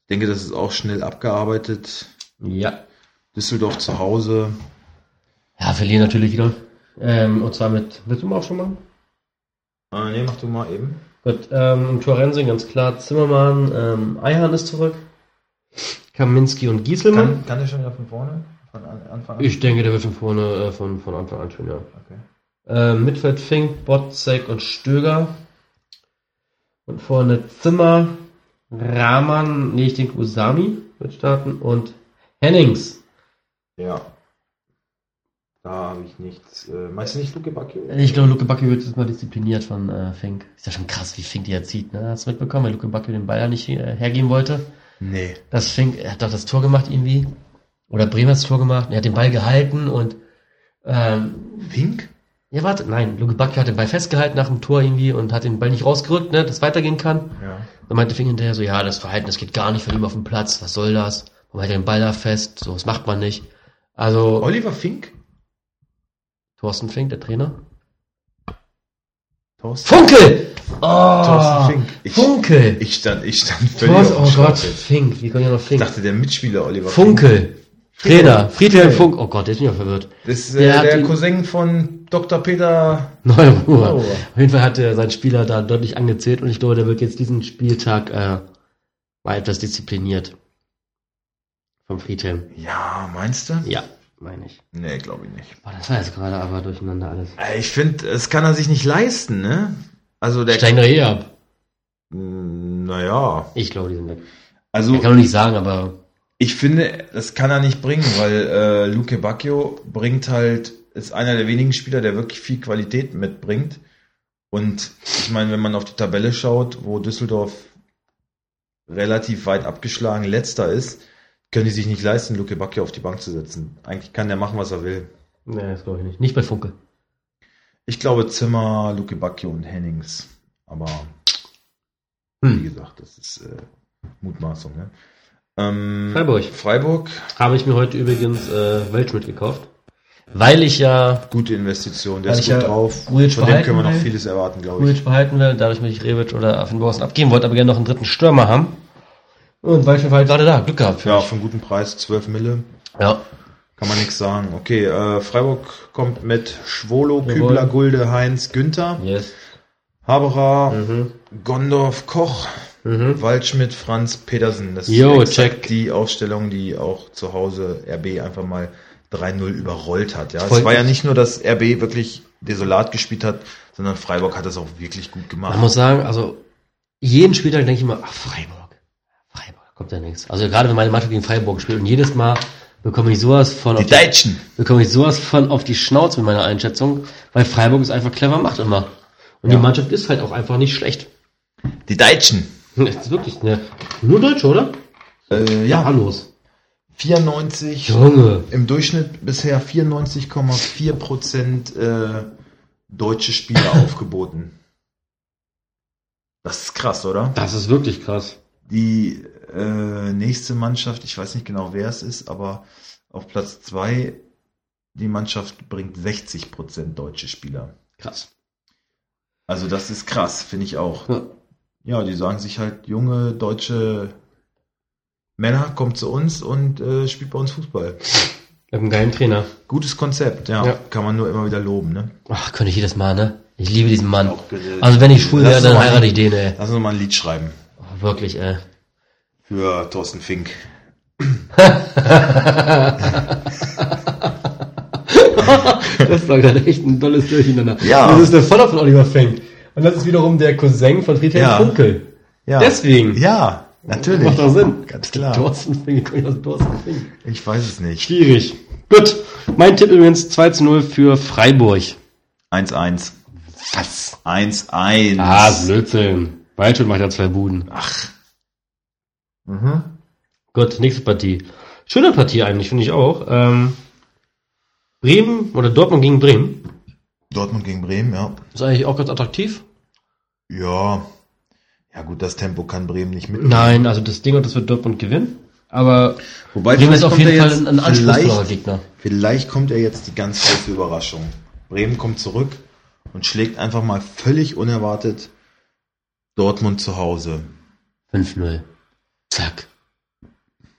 [SPEAKER 1] Ich denke, das ist auch schnell abgearbeitet.
[SPEAKER 9] Ja.
[SPEAKER 1] Düsseldorf zu Hause.
[SPEAKER 2] Ja, verlieren natürlich wieder.
[SPEAKER 9] Ähm, und zwar mit, willst du mal auch schon mal?
[SPEAKER 1] Äh, nee, mach du mal eben.
[SPEAKER 9] Gut, ähm, im Tor Rensing ganz klar Zimmermann, ähm, Eihan ist zurück. Kaminski und Gieselmann.
[SPEAKER 1] Kann, kann der schon wieder von vorne? Von an- Anfang an?
[SPEAKER 9] Hm. Ich denke, der wird von vorne, äh, von, von Anfang an schon, ja.
[SPEAKER 1] Okay.
[SPEAKER 9] Ähm, Mitfeld Fink, Botzek und Stöger. Und vorne Zimmer, Rahman, nee, ich denke Usami wird starten und Hennings.
[SPEAKER 1] Ja. Da habe ich nichts. Äh, meinst du nicht Luke Bacchio?
[SPEAKER 2] Ich glaube, Luke Bacchio wird jetzt mal diszipliniert von äh, Fink. Ist ja schon krass, wie Fink die erzieht. Ne? Hast du mitbekommen, weil Luke Bacchio den Ball ja nicht äh, hergeben wollte?
[SPEAKER 1] Nee.
[SPEAKER 2] dass Fink, er hat doch das Tor gemacht irgendwie. Oder Bremer hat das Tor gemacht. und Er hat den Ball gehalten und ähm,
[SPEAKER 1] Fink?
[SPEAKER 2] ja, warte, nein, Luke Bacchio hat den Ball festgehalten nach dem Tor irgendwie und hat den Ball nicht rausgerückt, ne, dass weitergehen kann.
[SPEAKER 1] Ja.
[SPEAKER 2] Dann meinte Fink hinterher so, ja, das Verhalten, das geht gar nicht von ihm auf dem Platz, was soll das? Warum hält er den Ball da fest? So, das macht man nicht. Also,
[SPEAKER 1] Oliver Fink?
[SPEAKER 2] Thorsten Fink, der Trainer.
[SPEAKER 1] Thorsten,
[SPEAKER 2] Funkel! Oh,
[SPEAKER 1] Ah, Thorsten Fink. Ich,
[SPEAKER 2] Funkel!
[SPEAKER 1] ich stand, ich stand völlig
[SPEAKER 2] Thorsten,
[SPEAKER 1] auf
[SPEAKER 2] oh
[SPEAKER 1] dem
[SPEAKER 2] Gott,
[SPEAKER 1] Schlauch jetzt.
[SPEAKER 2] Fink, wie kommt ja noch
[SPEAKER 1] Ich
[SPEAKER 2] Fink?
[SPEAKER 1] dachte, der Mitspieler Oliver
[SPEAKER 2] Funkel! Trainer, Friedhelm Funkel. Oh Gott, jetzt bin ich auch verwirrt.
[SPEAKER 1] Das ist
[SPEAKER 2] Der
[SPEAKER 1] äh,
[SPEAKER 2] hat
[SPEAKER 1] der
[SPEAKER 2] ihn-
[SPEAKER 1] Cousin von Dr. Peter
[SPEAKER 2] Neuruhr. Auf jeden Fall hat er seinen Spieler da deutlich angezählt und ich glaube, der wird jetzt diesen Spieltag äh, mal etwas diszipliniert. Vom Friedhelm.
[SPEAKER 1] Ja, meinst du?
[SPEAKER 2] Ja, meine ich.
[SPEAKER 1] Nee, glaube ich nicht.
[SPEAKER 2] Boah, das war jetzt gerade aber durcheinander alles.
[SPEAKER 1] Äh, Ich finde, es kann er sich nicht leisten, ne? Also der.
[SPEAKER 2] Steigen doch eh ab.
[SPEAKER 1] Mm, Naja.
[SPEAKER 2] Ich glaube, die sind weg. Ich
[SPEAKER 1] Also
[SPEAKER 2] kann doch nicht sagen, aber
[SPEAKER 1] ich finde, das kann er nicht bringen, weil äh, Luke Bacchio bringt halt, ist einer der wenigen Spieler, der wirklich viel Qualität mitbringt. Und ich meine, wenn man auf die Tabelle schaut, wo Düsseldorf relativ weit abgeschlagen letzter ist, können die sich nicht leisten, Luke Bacchio auf die Bank zu setzen. Eigentlich kann der machen, was er will.
[SPEAKER 2] nee, das glaube ich nicht. Nicht bei Funke.
[SPEAKER 1] Ich glaube Zimmer, Luke Bacchio und Hennings. Aber wie
[SPEAKER 2] Hm.
[SPEAKER 1] gesagt, das ist äh, Mutmaßung. Ne? Ähm,
[SPEAKER 2] Freiburg.
[SPEAKER 1] Freiburg,
[SPEAKER 2] Habe ich mir heute übrigens äh, Weltschmidt gekauft. Weil ich ja
[SPEAKER 1] gute Investition. Der
[SPEAKER 2] Weil
[SPEAKER 1] ist
[SPEAKER 2] ich
[SPEAKER 1] gut
[SPEAKER 2] ja
[SPEAKER 1] drauf.
[SPEAKER 2] Grujic
[SPEAKER 1] Von dem können wir
[SPEAKER 2] behalten
[SPEAKER 1] noch
[SPEAKER 2] will.
[SPEAKER 1] vieles erwarten, glaube ich.
[SPEAKER 2] Rujic behalten will, dadurch möchte ich Rebic oder Affenborsten abgeben, wollte aber gerne noch einen dritten Stürmer haben.
[SPEAKER 9] Und weil ich
[SPEAKER 2] Weil halt gerade da, Glück gehabt.
[SPEAKER 1] Ja, für einen guten Preis, 12 Mille.
[SPEAKER 2] ja.
[SPEAKER 1] Kann man nichts sagen. Okay, äh, Freiburg kommt mit Schwolo,
[SPEAKER 2] Jawohl.
[SPEAKER 1] Kübler, Gulde, Heinz, Günther,
[SPEAKER 2] Yes.
[SPEAKER 1] Haberer,
[SPEAKER 2] Mhm.
[SPEAKER 1] Gondorf, Koch,
[SPEAKER 2] Mhm.
[SPEAKER 1] Waldschmidt, Franz, Petersen. Das
[SPEAKER 2] Jo,
[SPEAKER 1] exakt
[SPEAKER 2] check.
[SPEAKER 1] die Aufstellung, die auch zu Hause RB einfach mal 3-0 überrollt hat. Ja,
[SPEAKER 2] Voll
[SPEAKER 1] es war ja
[SPEAKER 2] gut.
[SPEAKER 1] nicht nur, dass RB wirklich desolat gespielt hat, sondern Freiburg hat das auch wirklich gut
[SPEAKER 2] Man
[SPEAKER 1] gemacht.
[SPEAKER 2] muss sagen, also jeden Spieltag denke ich immer, ach, Freiburg. Freiburg, da kommt ja nichts. Also gerade wenn meine Mannschaft gegen Freiburg spielt und jedes Mal bekomme ich sowas von auf
[SPEAKER 1] Die
[SPEAKER 2] die,
[SPEAKER 1] Deutschen.
[SPEAKER 2] bekomme ich sowas von auf die Schnauze mit meiner Einschätzung, weil Freiburg es einfach clever macht immer. Und
[SPEAKER 1] Ja.
[SPEAKER 2] die Mannschaft ist halt auch einfach nicht schlecht.
[SPEAKER 1] Die Deutschen.
[SPEAKER 2] Das ist wirklich eine, nur Deutsche, oder?
[SPEAKER 1] Äh,
[SPEAKER 2] Ja,
[SPEAKER 1] ja,
[SPEAKER 2] los.
[SPEAKER 1] 94.
[SPEAKER 2] Junge.
[SPEAKER 1] Im Durchschnitt bisher 94,4 Prozent äh, deutsche Spieler aufgeboten. Das ist krass, oder?
[SPEAKER 2] Das ist wirklich krass.
[SPEAKER 1] die äh, nächste Mannschaft, ich weiß nicht genau, wer es ist, aber Auf Platz zwei die Mannschaft bringt 60 Prozent deutsche Spieler.
[SPEAKER 10] Krass.
[SPEAKER 1] Also das ist krass, finde ich auch.
[SPEAKER 10] Ja.
[SPEAKER 1] Ja, die sagen sich halt, junge deutsche Männer, kommt zu uns und äh, spielt bei uns Fußball.
[SPEAKER 2] Ich hab einen geilen Trainer.
[SPEAKER 1] Gutes Konzept, ja,
[SPEAKER 2] Ja.
[SPEAKER 1] Kann man nur immer wieder loben, ne?
[SPEAKER 10] Ach, könnte ich jedes Mal, ne? Ich liebe diesen Mann.
[SPEAKER 1] Auch, äh,
[SPEAKER 10] Also wenn ich schwul
[SPEAKER 1] lass
[SPEAKER 10] wäre, dann
[SPEAKER 1] uns mal-
[SPEAKER 10] heirate ich den, ey.
[SPEAKER 1] Lass uns mal ein Lied schreiben.
[SPEAKER 10] Oh, wirklich, ey.
[SPEAKER 1] Für Thorsten Fink.
[SPEAKER 2] Das war gerade echt ein tolles Durcheinander.
[SPEAKER 1] Ja.
[SPEAKER 2] Das ist der Vater von Oliver Fenk. Und das ist wiederum der Cousin von Friedhelm
[SPEAKER 1] Ja.
[SPEAKER 2] Funkel.
[SPEAKER 1] Ja.
[SPEAKER 2] Deswegen.
[SPEAKER 1] Ja, natürlich.
[SPEAKER 2] Macht doch Sinn.
[SPEAKER 1] Ganz klar.
[SPEAKER 2] Thorsten Fink, ich aus Thorsten Fink.
[SPEAKER 1] Ich weiß es nicht.
[SPEAKER 2] Schwierig. Gut. Mein Tipp übrigens 2 zu 0 für Freiburg.
[SPEAKER 1] 1-1.
[SPEAKER 2] Was?
[SPEAKER 1] 1-1.
[SPEAKER 2] Ah, Blödsinn. Waldschut macht ja zwei Buden.
[SPEAKER 1] Mhm.
[SPEAKER 2] Gut, nächste Partie. Schöne Partie eigentlich, finde ich auch. Ähm, Bremen oder Dortmund gegen Bremen.
[SPEAKER 1] Dortmund gegen Bremen, ja.
[SPEAKER 2] Ist eigentlich auch ganz attraktiv.
[SPEAKER 1] Ja. Ja gut, das Tempo kann Bremen nicht mitnehmen.
[SPEAKER 2] Nein, also das Ding und das wird Dortmund gewinnen. Aber
[SPEAKER 1] Wobei
[SPEAKER 2] Bremen
[SPEAKER 1] vielleicht
[SPEAKER 2] ist auf
[SPEAKER 1] kommt
[SPEAKER 2] jeden
[SPEAKER 1] er
[SPEAKER 2] Fall
[SPEAKER 1] jetzt-
[SPEAKER 2] ein, ein anspruchsvoller
[SPEAKER 1] vielleicht,
[SPEAKER 2] Gegner.
[SPEAKER 1] vielleicht kommt er jetzt die ganz große Überraschung. Bremen kommt zurück und schlägt einfach mal völlig unerwartet Dortmund zu Hause.
[SPEAKER 10] 5-0. Zack.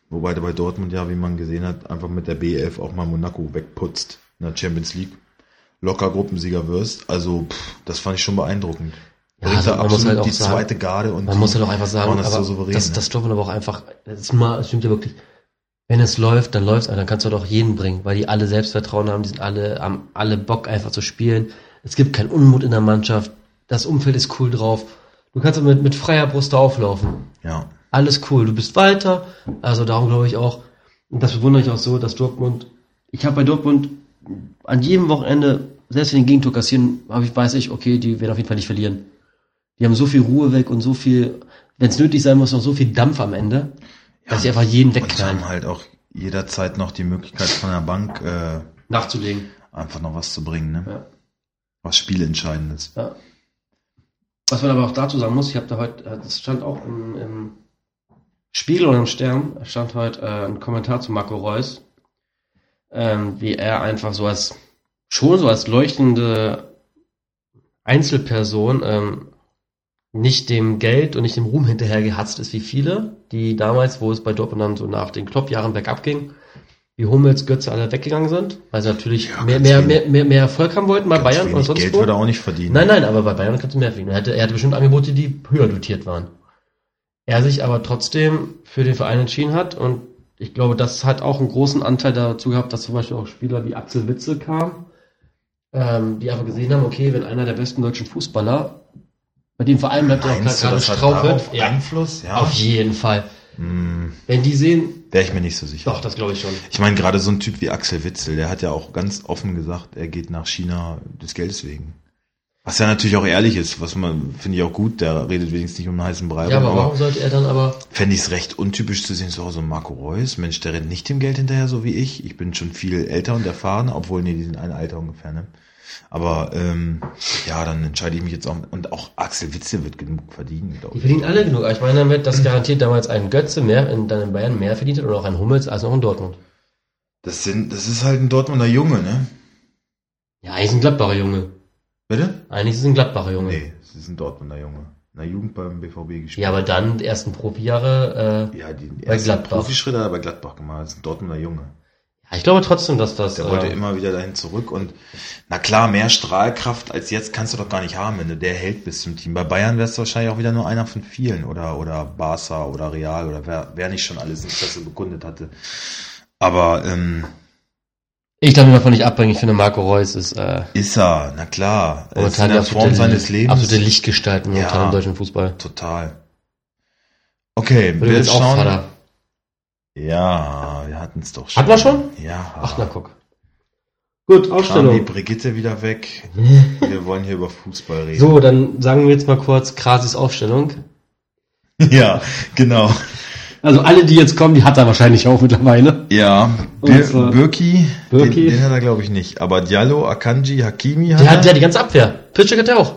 [SPEAKER 1] Wobei dabei Dortmund ja, wie man gesehen hat, einfach mit der BF auch mal Monaco wegputzt in der Champions League. Locker Gruppensieger wirst. Also, pff, das fand ich schon beeindruckend.
[SPEAKER 10] Ja,
[SPEAKER 1] Bringt
[SPEAKER 10] also
[SPEAKER 1] da
[SPEAKER 10] man muss
[SPEAKER 1] absolut
[SPEAKER 10] halt auch
[SPEAKER 1] die
[SPEAKER 10] sagen-
[SPEAKER 1] zweite Garde und
[SPEAKER 10] Man
[SPEAKER 1] die
[SPEAKER 10] muss halt auch einfach sagen,
[SPEAKER 1] machen
[SPEAKER 10] aber
[SPEAKER 1] das so souverän.
[SPEAKER 10] das,
[SPEAKER 1] ne?
[SPEAKER 10] das Dortmund aber auch einfach, das ist mal, das stimmt ja wirklich. Wenn es läuft, dann läuft's, aber dann kannst du doch jeden bringen, weil die alle Selbstvertrauen haben, die sind alle, haben alle Bock einfach zu spielen. Es gibt keinen Unmut in der Mannschaft, das Umfeld ist cool drauf. Du kannst mit, mit freier Brust da auflaufen.
[SPEAKER 1] ja.
[SPEAKER 10] Alles cool, du bist weiter. Also darum glaube ich auch,
[SPEAKER 2] Und das bewundere ich auch so, dass Dortmund. Ich habe bei Dortmund an jedem Wochenende, selbst wenn die ein Gegentor kassieren, hab ich, weiß ich, okay, die werden auf jeden Fall nicht verlieren. Die haben so viel Ruhe weg und so viel, wenn es nötig sein muss, noch so viel Dampf am Ende, dass sie einfach jeden
[SPEAKER 1] Und
[SPEAKER 2] wegknallen.
[SPEAKER 1] haben halt auch jederzeit noch die Möglichkeit von der Bank äh,
[SPEAKER 2] Nachzulegen.
[SPEAKER 1] einfach noch was zu bringen. Ne?
[SPEAKER 2] Ja.
[SPEAKER 1] Was Spielentscheidendes.
[SPEAKER 2] Ja. Was man aber auch dazu sagen muss, ich habe da heute, äh, das stand auch im, im Spiegel oder im Stern, stand heute äh, ein Kommentar zu Marco Reus, ähm, wie er einfach so als, schon so als leuchtende Einzelperson ähm, nicht dem Geld und nicht dem Ruhm hinterhergehatzt ist wie viele, die damals, wo es bei Dortmund dann so nach den Klopp-Jahren bergab ging, wie Hummels, Götze alle weggegangen sind, weil sie natürlich
[SPEAKER 1] Ja,
[SPEAKER 2] mehr,
[SPEAKER 1] ganz
[SPEAKER 2] mehr,
[SPEAKER 1] wenig.
[SPEAKER 2] mehr, mehr, mehr Erfolg haben wollten bei
[SPEAKER 1] Ganz
[SPEAKER 2] Bayern und
[SPEAKER 1] wenig
[SPEAKER 2] sonst
[SPEAKER 1] Geld
[SPEAKER 2] wo.
[SPEAKER 1] würde er auch nicht verdienen.
[SPEAKER 10] Nein,
[SPEAKER 2] Nein, nein, aber bei Bayern kannst du mehr verdienen. Er hatte, er hatte bestimmt Angebote, die höher dotiert waren. Er sich aber trotzdem für den Verein entschieden hat und ich glaube, das hat auch einen großen Anteil dazu gehabt, dass zum Beispiel auch Spieler wie Axel Witzel kamen, ähm, die einfach gesehen haben, okay, wenn einer der besten deutschen Fußballer bei dem Verein bleibt, der auch
[SPEAKER 1] Meinst du,
[SPEAKER 2] gerade
[SPEAKER 1] das hat
[SPEAKER 2] strauchelt,
[SPEAKER 1] darauf
[SPEAKER 2] ja,
[SPEAKER 1] Einfluss? Ja.
[SPEAKER 2] auf jeden Fall.
[SPEAKER 1] Hm,
[SPEAKER 2] Wenn die sehen,
[SPEAKER 1] Wäre ich mir nicht so sicher.
[SPEAKER 2] doch, das glaube ich schon.
[SPEAKER 1] Ich meine, gerade so ein Typ wie Axel Witzel, der hat ja auch ganz offen gesagt, er geht nach China des Geldes wegen. Was ja natürlich auch ehrlich ist, was man, finde ich auch gut, der redet wenigstens nicht um einen heißen Brei.
[SPEAKER 10] ja,
[SPEAKER 1] rum,
[SPEAKER 10] aber warum sollte er dann aber,
[SPEAKER 1] fände ich es recht untypisch zu sehen, so, so Marco Reus, Mensch, der rennt nicht dem Geld hinterher, so wie ich. Ich bin schon viel älter und erfahren, obwohl, nee, die sind ein Alter ungefähr, ne? Aber ähm, ja, dann entscheide ich mich jetzt auch. Und auch Axel Witzel wird genug verdienen, glaube
[SPEAKER 10] die
[SPEAKER 1] ich.
[SPEAKER 10] verdienen alle genug. Aber Ich meine damit, dass garantiert damals ein Götze mehr in, dann in Bayern mehr verdient hat oder auch ein Hummels als noch in Dortmund.
[SPEAKER 1] Das, sind, das ist halt ein Dortmunder Junge, ne?
[SPEAKER 10] Ja, eigentlich ist ein Gladbacher Junge.
[SPEAKER 1] Bitte?
[SPEAKER 10] Eigentlich ist es ein Gladbacher Junge.
[SPEAKER 1] Nee, es ist ein Dortmunder Junge. In der Jugend beim BVB gespielt.
[SPEAKER 10] Ja, aber dann die ersten äh, Profijahre,
[SPEAKER 1] Ja, den
[SPEAKER 10] Bei
[SPEAKER 1] ersten
[SPEAKER 10] Gladbach.
[SPEAKER 1] Profischritt hat er bei Gladbach gemacht. Das ist ein Dortmunder Junge.
[SPEAKER 10] äh, ja, ich glaube trotzdem, dass das,
[SPEAKER 1] Der
[SPEAKER 10] äh,
[SPEAKER 1] wollte immer wieder dahin zurück und na klar, mehr Strahlkraft als jetzt kannst du doch gar nicht haben, wenn du der Held bist im Team. Bei Bayern wärst du wahrscheinlich auch wieder nur einer von vielen oder, oder Barca oder Real oder wer, wer nicht schon alles Interesse bekundet hatte. Aber ähm,
[SPEAKER 10] ich darf mich davon nicht abbringen. Ich finde, Marco Reus ist, äh,
[SPEAKER 1] ist er, na klar, Er ist
[SPEAKER 10] momentan
[SPEAKER 1] in
[SPEAKER 10] die
[SPEAKER 1] der Form
[SPEAKER 10] absolute,
[SPEAKER 1] seines Lebens.
[SPEAKER 10] absolute Lichtgestalt momentan
[SPEAKER 1] Ja.
[SPEAKER 10] im deutschen Fußball.
[SPEAKER 1] Total. Okay, wir
[SPEAKER 10] Würde
[SPEAKER 1] jetzt
[SPEAKER 10] jetzt auch
[SPEAKER 1] schauen.
[SPEAKER 10] Vater.
[SPEAKER 1] Ja, wir hatten es doch schon.
[SPEAKER 2] Hatten wir schon?
[SPEAKER 1] Ja.
[SPEAKER 2] Ach, na guck.
[SPEAKER 1] Kam
[SPEAKER 2] Gut,
[SPEAKER 1] die
[SPEAKER 2] Aufstellung.
[SPEAKER 1] Ah, Brigitte wieder weg. Wir wollen hier über Fußball reden.
[SPEAKER 2] So, dann sagen wir jetzt mal kurz Krasis Aufstellung.
[SPEAKER 1] Ja, genau.
[SPEAKER 2] Also alle, die jetzt kommen, die hat er wahrscheinlich auch mittlerweile.
[SPEAKER 1] Ja,
[SPEAKER 2] Und
[SPEAKER 1] Bir
[SPEAKER 2] zwar-
[SPEAKER 1] Birki,
[SPEAKER 2] Birki.
[SPEAKER 1] Den, den hat er glaube ich nicht, aber Diallo, Akanji, Hakimi hat
[SPEAKER 10] Der hat,
[SPEAKER 1] er.
[SPEAKER 10] der hat die ganze Abwehr. Pitschek hat er auch.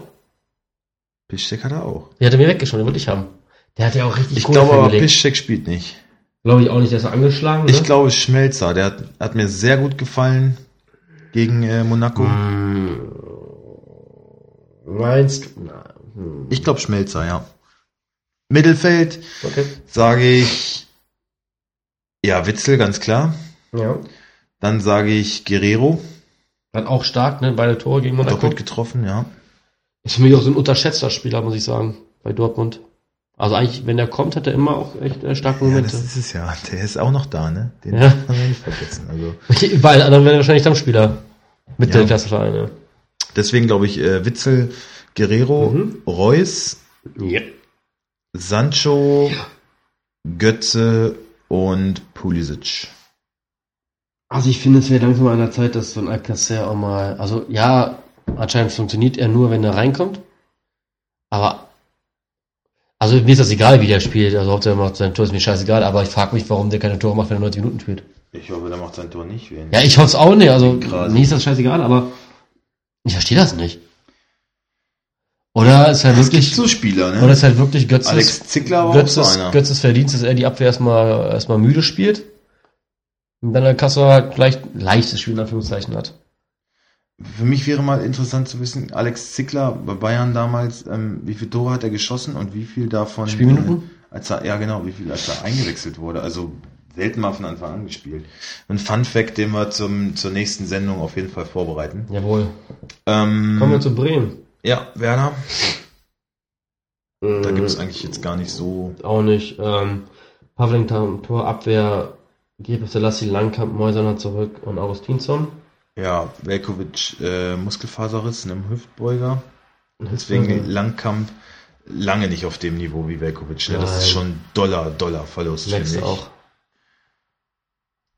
[SPEAKER 1] Piszczek hat er auch.
[SPEAKER 10] Der hat er mir weggeschoben, den wollte ich haben. Der hat ja auch richtig
[SPEAKER 1] Ich
[SPEAKER 10] Kohle
[SPEAKER 1] glaube aber
[SPEAKER 10] hingelegt.
[SPEAKER 1] Piszczek spielt nicht.
[SPEAKER 2] Glaube ich auch nicht, der ist angeschlagen. Ne?
[SPEAKER 1] Ich glaube Schmelzer, der hat, hat mir sehr gut gefallen gegen äh, Monaco.
[SPEAKER 2] Mhm. Hm. Meinst du? Na, hm,
[SPEAKER 1] Ich glaube Schmelzer, ja. Mittelfeld
[SPEAKER 2] Okay.
[SPEAKER 1] sage ich ja Witzel, ganz klar.
[SPEAKER 2] Ja.
[SPEAKER 1] Dann sage ich Guerrero,
[SPEAKER 2] Hat auch stark, ne? Beide Tore gegen Monaco.
[SPEAKER 1] doppelt getroffen, ja.
[SPEAKER 2] Ist für mich auch so ein unterschätzter Spieler, muss ich sagen, bei Dortmund. Also eigentlich, wenn er kommt, hat er immer auch echt äh, starke
[SPEAKER 1] ja
[SPEAKER 2] Momente.
[SPEAKER 1] das ist es ja. Der ist auch noch da, ne? Den
[SPEAKER 2] Ja.
[SPEAKER 1] darf man ja nicht vergessen. Also
[SPEAKER 2] Weil dann wäre er wahrscheinlich Stammspieler mit
[SPEAKER 1] Ja.
[SPEAKER 2] der Klassenverein, ja.
[SPEAKER 1] deswegen glaube ich äh, Witzel, Guerrero,
[SPEAKER 2] Mhm.
[SPEAKER 1] Reus, Sancho, Götze und Pulisic.
[SPEAKER 2] Also ich finde, es wäre langsam an der Zeit, dass so ein Alcacer auch mal, also ja, anscheinend funktioniert er nur, wenn er reinkommt. Aber, also mir ist das egal, wie der spielt. Also Hauptsache er macht sein Tor, ist mir scheißegal. Aber ich frage mich, warum der keine Tore macht, wenn er 90 Minuten spielt.
[SPEAKER 1] Ich hoffe, der macht sein Tor nicht wenig.
[SPEAKER 2] Ja, ich hoffe es auch nicht. Also
[SPEAKER 1] Krass.
[SPEAKER 2] mir ist das scheißegal, aber ich verstehe das nicht. Oder ist halt wirklich,
[SPEAKER 1] So Spieler,
[SPEAKER 2] oder
[SPEAKER 1] ne?
[SPEAKER 2] ist halt wirklich Götzes,
[SPEAKER 1] Alex Zickler war auch so
[SPEAKER 2] Götzes,
[SPEAKER 1] einer.
[SPEAKER 2] Götzes Verdienst, dass er die Abwehr erstmal, erstmal müde spielt. Und dann der Kasser halt leicht, leichtes Spiel in Anführungszeichen hat.
[SPEAKER 1] Für mich wäre mal interessant zu wissen, Alex Zickler bei Bayern damals, ähm, wie viele Tore hat er geschossen und wie viel davon
[SPEAKER 2] Spielminuten?
[SPEAKER 1] Äh, als er, ja genau, wie viel als er eingewechselt wurde. Also selten mal von Anfang an gespielt. Ein Fun Fact, den wir zum, zur nächsten Sendung auf jeden Fall vorbereiten.
[SPEAKER 2] Jawohl.
[SPEAKER 1] Ähm,
[SPEAKER 2] Kommen wir zu Bremen.
[SPEAKER 1] ja, Werner, da
[SPEAKER 2] Mhm.
[SPEAKER 1] gibt es eigentlich jetzt gar nicht so.
[SPEAKER 2] Auch nicht. Ähm, Pavlenka, Tor, Abwehr, Gebe Selassie, Langkamp, Meuserner zurück und Augustinsson.
[SPEAKER 1] Ja, Velkovic äh, Muskelfaserriss in einem Hüftbeuger. Deswegen Langkamp lange nicht auf dem Niveau wie Velkovic. Ne? Das
[SPEAKER 2] Nein.
[SPEAKER 1] ist schon Dollar, Dollar Verlust.
[SPEAKER 2] Merkst du
[SPEAKER 1] finde ich.
[SPEAKER 2] auch.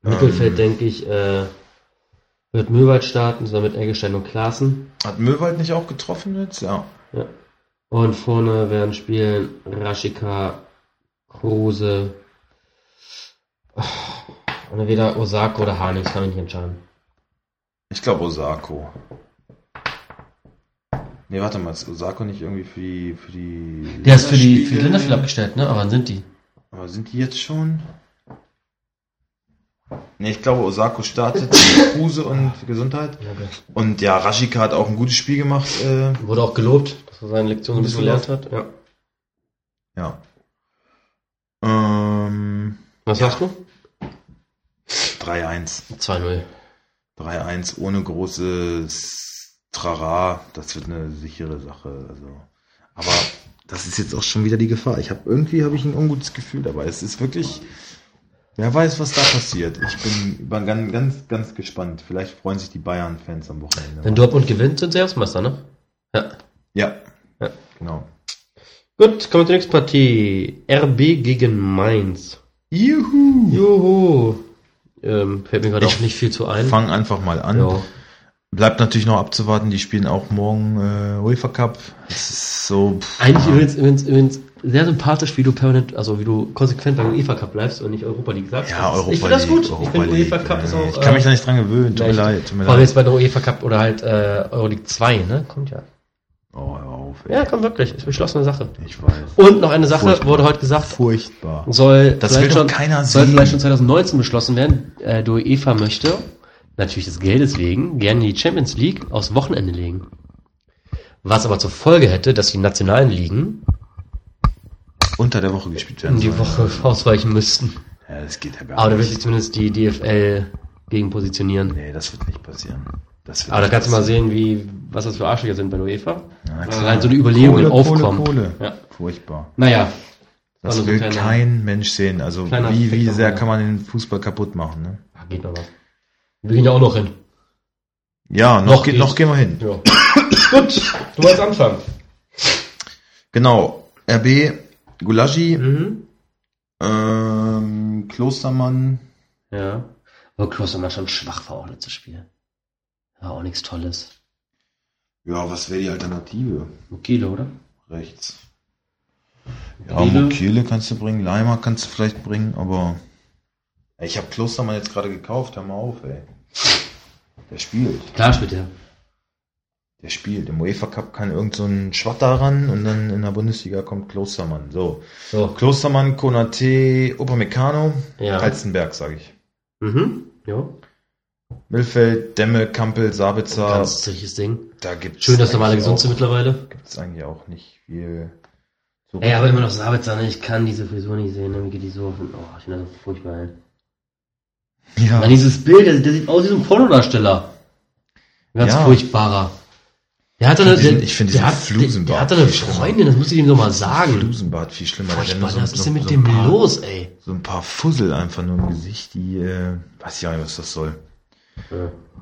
[SPEAKER 2] Mittelfeld,
[SPEAKER 1] Ähm.
[SPEAKER 2] denke ich, äh, wird Möwald starten, zusammen mit Eggestein und Klaassen.
[SPEAKER 1] Hat Möwald nicht auch getroffen jetzt? Ja.
[SPEAKER 2] Ja. Und vorne werden spielen Rashika, Kruse, und entweder Osako oder Hanix, kann ich nicht entscheiden.
[SPEAKER 1] Ich glaube Osako. Nee, warte mal, ist Osako nicht irgendwie für die. Für die
[SPEAKER 2] Der ist für die, für die
[SPEAKER 1] Länderspiele?
[SPEAKER 2] Länderspiele abgestellt, ne? Aber wann sind die?
[SPEAKER 1] Aber sind die jetzt schon? Nee, ich glaube Osako startet Kruse und Gesundheit. Und ja, Rashika hat auch ein gutes Spiel gemacht. Äh,
[SPEAKER 2] Wurde auch gelobt, dass er seine Lektion ein bisschen gelernt hat. Ja.
[SPEAKER 1] ja. Ähm,
[SPEAKER 2] Was sagst du?
[SPEAKER 1] 3-1.
[SPEAKER 2] 2-0.
[SPEAKER 1] 3-1 ohne großes Trara, das wird eine sichere Sache. Also, aber das ist jetzt auch schon wieder die Gefahr. Ich habe irgendwie habe ich ein ungutes Gefühl dabei. Es ist wirklich, wer weiß, was da passiert. Ich bin über- ganz, ganz, ganz gespannt. Vielleicht freuen sich die Bayern-Fans am
[SPEAKER 2] Wenn
[SPEAKER 1] Wochenende.
[SPEAKER 2] Dortmund gewinnt, sind sie Erstmeister, ne? Ja.
[SPEAKER 1] Ja,
[SPEAKER 2] Ja.
[SPEAKER 1] genau.
[SPEAKER 2] Gut, kommen wir zur nächsten Partie. RB gegen Mainz.
[SPEAKER 1] Juhu!
[SPEAKER 2] Juhu. Ähm, fällt mir gerade auch nicht viel zu ein.
[SPEAKER 1] Fang einfach mal an.
[SPEAKER 2] ja.
[SPEAKER 1] Bleibt natürlich noch abzuwarten. Die spielen auch morgen äh, UEFA Cup. Es ist so. pff,
[SPEAKER 2] Eigentlich
[SPEAKER 1] ja.
[SPEAKER 2] übrigens, übrigens, übrigens sehr sympathisch, wie du permanent, also wie du konsequent beim UEFA Cup bleibst und nicht Europa League sagst.
[SPEAKER 1] Ja,
[SPEAKER 2] Das ist-
[SPEAKER 1] Europa
[SPEAKER 2] Ich finde das
[SPEAKER 1] League,
[SPEAKER 2] gut.
[SPEAKER 1] Europa
[SPEAKER 2] ich finde
[SPEAKER 1] League,
[SPEAKER 2] UEFA Cup
[SPEAKER 1] ja.
[SPEAKER 2] ist auch.
[SPEAKER 1] Ich kann mich
[SPEAKER 2] äh,
[SPEAKER 1] da nicht dran gewöhnen. Tut mir
[SPEAKER 2] leicht.
[SPEAKER 1] leid. Tut mir
[SPEAKER 2] vor allem
[SPEAKER 1] leid.
[SPEAKER 2] jetzt bei der UEFA Cup oder halt äh, Euroleague 2, ne? Kommt ja.
[SPEAKER 1] Oh, hör auf. ey.
[SPEAKER 2] Ja, komm wirklich. Ist beschlossene Sache.
[SPEAKER 1] Ich weiß.
[SPEAKER 2] Und noch eine Sache
[SPEAKER 1] Furchtbar.
[SPEAKER 2] wurde heute gesagt,
[SPEAKER 1] Furchtbar.
[SPEAKER 2] soll,
[SPEAKER 1] Das will
[SPEAKER 2] vielleicht
[SPEAKER 1] doch
[SPEAKER 2] schon,
[SPEAKER 1] keiner
[SPEAKER 2] soll
[SPEAKER 1] sehen.
[SPEAKER 2] vielleicht schon 2019 beschlossen werden. Äh, die UEFA möchte, natürlich des Geldes wegen, gerne die Champions League aufs Wochenende legen. Was aber zur Folge hätte, dass die nationalen Ligen
[SPEAKER 1] Unter der Woche gespielt werden.
[SPEAKER 2] in die
[SPEAKER 1] soll.
[SPEAKER 2] Woche ausweichen müssten.
[SPEAKER 1] Ja, das geht ja gar
[SPEAKER 2] Aber da will
[SPEAKER 1] nicht.
[SPEAKER 2] sich zumindest die DFL gegen positionieren.
[SPEAKER 1] Nee, das wird nicht passieren. Das wird
[SPEAKER 2] Aber da
[SPEAKER 1] nicht
[SPEAKER 2] kannst du mal
[SPEAKER 1] passieren.
[SPEAKER 2] sehen, wie, was das für Arschlöcher sind bei der UEFA.
[SPEAKER 1] Na klar.
[SPEAKER 2] Allein so eine Überlegung
[SPEAKER 1] Kohle,
[SPEAKER 2] im Aufkommen.
[SPEAKER 1] Kohle, Kohle.
[SPEAKER 2] Ja.
[SPEAKER 1] Furchtbar.
[SPEAKER 2] Naja. war
[SPEAKER 1] Das
[SPEAKER 2] nur so
[SPEAKER 1] will
[SPEAKER 2] ein kleiner-
[SPEAKER 1] kein Mensch sehen. Also
[SPEAKER 2] kleiner
[SPEAKER 1] wie, wie
[SPEAKER 2] Aspekt
[SPEAKER 1] sehr
[SPEAKER 2] noch,
[SPEAKER 1] kann man den Fußball kaputt machen? Ne?
[SPEAKER 2] Ah, Geht noch was. Wir gehen ja auch noch hin.
[SPEAKER 1] Ja, noch,
[SPEAKER 2] Noch
[SPEAKER 1] geht,
[SPEAKER 2] geht's.
[SPEAKER 1] noch gehen wir hin.
[SPEAKER 2] Ja. Gut, du wolltest anfangen.
[SPEAKER 1] Genau. RB, Gulagi,
[SPEAKER 2] Mhm.
[SPEAKER 1] ähm, Klostermann.
[SPEAKER 2] Ja. Aber Klose war schon schwach war auch letztes Spiel. War auch nichts Tolles.
[SPEAKER 1] Ja, was wäre die Alternative?
[SPEAKER 2] Mokile, oder?
[SPEAKER 1] Rechts. Ja, Mokele kannst du bringen, Leimer kannst du vielleicht bringen, aber. Ey, Ich habe Klostermann jetzt gerade gekauft, hör mal auf, ey. Der spielt.
[SPEAKER 2] Klar spielt er.
[SPEAKER 1] der spielt. Im UEFA Cup kann irgend so ein Schwatter ran und dann in der Bundesliga kommt Klostermann. So.
[SPEAKER 2] So.
[SPEAKER 1] Klostermann, Konate, Upamecano,
[SPEAKER 2] Ja.
[SPEAKER 1] Halstenberg, sage ich.
[SPEAKER 2] Mhm. Ja.
[SPEAKER 1] Mittelfeld, Demme, Kampel, Sabitzer,
[SPEAKER 2] Ganz richtiges Ding.
[SPEAKER 1] da gibt's
[SPEAKER 2] Schön, dass da mal alle
[SPEAKER 1] eigentlich
[SPEAKER 2] gesund sind
[SPEAKER 1] auch-
[SPEAKER 2] mittlerweile.
[SPEAKER 1] Gibt's eigentlich auch nicht viel zu
[SPEAKER 2] Ey, aber immer noch Sabitzer, ne? ich kann diese Frisur nicht sehen, ne? mir geht die so auf den- Oh, ich finde das so furchtbar, ey.
[SPEAKER 1] Ja.
[SPEAKER 2] Mann, dieses Bild, der, der sieht aus wie so ein Pornodarsteller. Ein Ganz
[SPEAKER 1] Ja.
[SPEAKER 2] furchtbarer. Der hat eine,
[SPEAKER 1] diesen-
[SPEAKER 2] der,
[SPEAKER 1] ich find
[SPEAKER 2] der
[SPEAKER 1] diesen
[SPEAKER 2] hat- der,
[SPEAKER 1] Flusenbart
[SPEAKER 2] der hat eine
[SPEAKER 1] viel schlimmer.
[SPEAKER 2] Freundin, das muss ich ihm doch mal sagen.
[SPEAKER 1] Blusenbart viel schlimmer. Der hat
[SPEAKER 2] Furchtbar,
[SPEAKER 1] nur
[SPEAKER 2] was ist denn mit
[SPEAKER 1] so
[SPEAKER 2] dem
[SPEAKER 1] ein paar,
[SPEAKER 2] los, ey?
[SPEAKER 1] So ein paar Fussel einfach nur im Gesicht, die, äh, weiß ich auch nicht, was das soll.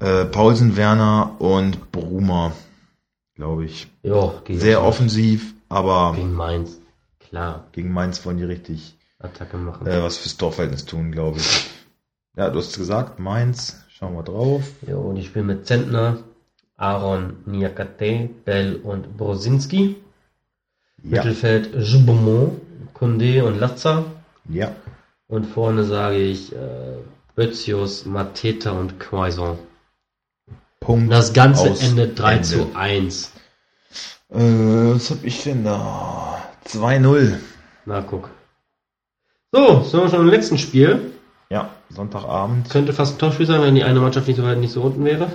[SPEAKER 1] Äh, Paulsen, Werner und Bruma, glaube ich.
[SPEAKER 2] Ja, gegen,
[SPEAKER 1] Sehr offensiv, aber
[SPEAKER 2] gegen Mainz. Klar,
[SPEAKER 1] gegen Mainz wollen die richtig
[SPEAKER 2] Attacke machen.
[SPEAKER 1] äh, was fürs Torverhältnis tun, glaube ich. Ja, du hast es gesagt, Mainz, schauen wir drauf.
[SPEAKER 2] Jo, die spielen mit Zentner, Aaron Niakate, Bell und Brosinski.
[SPEAKER 1] Ja,
[SPEAKER 2] Mittelfeld Jubomont, Kunde und Lazza.
[SPEAKER 1] ja.
[SPEAKER 2] Und vorne sage ich äh, Bözius, Mateta und Quaison. Und
[SPEAKER 1] Punkt.
[SPEAKER 2] das Ganze
[SPEAKER 1] Aus.
[SPEAKER 2] endet 3
[SPEAKER 1] Ende.
[SPEAKER 2] zu 1.
[SPEAKER 1] Äh, was hab ich denn da? 2-0.
[SPEAKER 2] Na, guck. So, sind wir schon im letzten Spiel.
[SPEAKER 1] Ja, Sonntagabend.
[SPEAKER 2] Könnte fast ein Torspiel sein, wenn die eine Mannschaft nicht so weit nicht so unten wäre.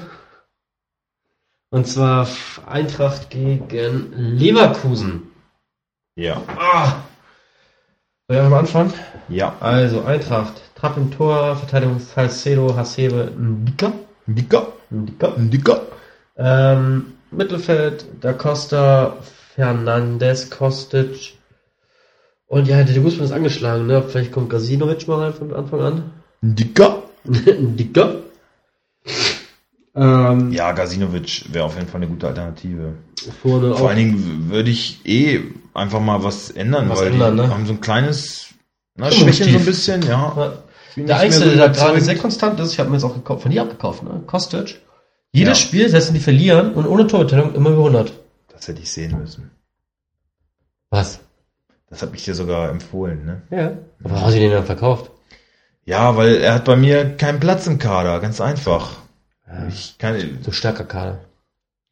[SPEAKER 2] Und zwar Eintracht gegen Leverkusen.
[SPEAKER 1] Ja,
[SPEAKER 2] Ah! Soll ich am Anfang?
[SPEAKER 1] ja. Äh,
[SPEAKER 2] Also Eintracht, Trapp im Tor, Verteidigung Salcedo, Hasebe, Ndika.
[SPEAKER 1] Dicker,
[SPEAKER 2] Ndika.
[SPEAKER 1] dicker.
[SPEAKER 2] Ähm, Mittelfeld, Da Costa, Fernandes, Kostic. Und ja, der Guzman ist angeschlagen, ne? Vielleicht kommt Gasinovic mal rein von Anfang an.
[SPEAKER 1] Dicker.
[SPEAKER 2] Ndika. Ähm,
[SPEAKER 1] Ja, Gasinovic wäre auf jeden Fall eine gute Alternative.
[SPEAKER 2] vorne
[SPEAKER 1] Vor
[SPEAKER 2] auch.
[SPEAKER 1] allen Dingen würde ich eh einfach mal was ändern,
[SPEAKER 2] Was
[SPEAKER 1] weil
[SPEAKER 2] ändern,
[SPEAKER 1] die
[SPEAKER 2] ne?
[SPEAKER 1] haben so ein kleines na,
[SPEAKER 2] Stimmungstief.
[SPEAKER 1] Schwächen so ein bisschen, ja. Spielen nicht
[SPEAKER 2] Der
[SPEAKER 1] mehr
[SPEAKER 2] Einzige,
[SPEAKER 1] so
[SPEAKER 2] der da gerade
[SPEAKER 1] überzeugend.
[SPEAKER 2] sehr konstant ist, ich habe mir jetzt auch gekauft, von dir abgekauft, ne? Kostic. Jedes
[SPEAKER 1] Ja.
[SPEAKER 2] Spiel setzen die verlieren und ohne Torbeteiligung immer über 100.
[SPEAKER 1] Das hätte ich sehen müssen.
[SPEAKER 2] Was?
[SPEAKER 1] Das habe ich dir sogar empfohlen, ne?
[SPEAKER 2] Ja. Aber warum haben sie den dann verkauft?
[SPEAKER 1] Ja, weil er hat bei mir keinen Platz im Kader, ganz einfach. Ich kann,
[SPEAKER 2] So starker Kader.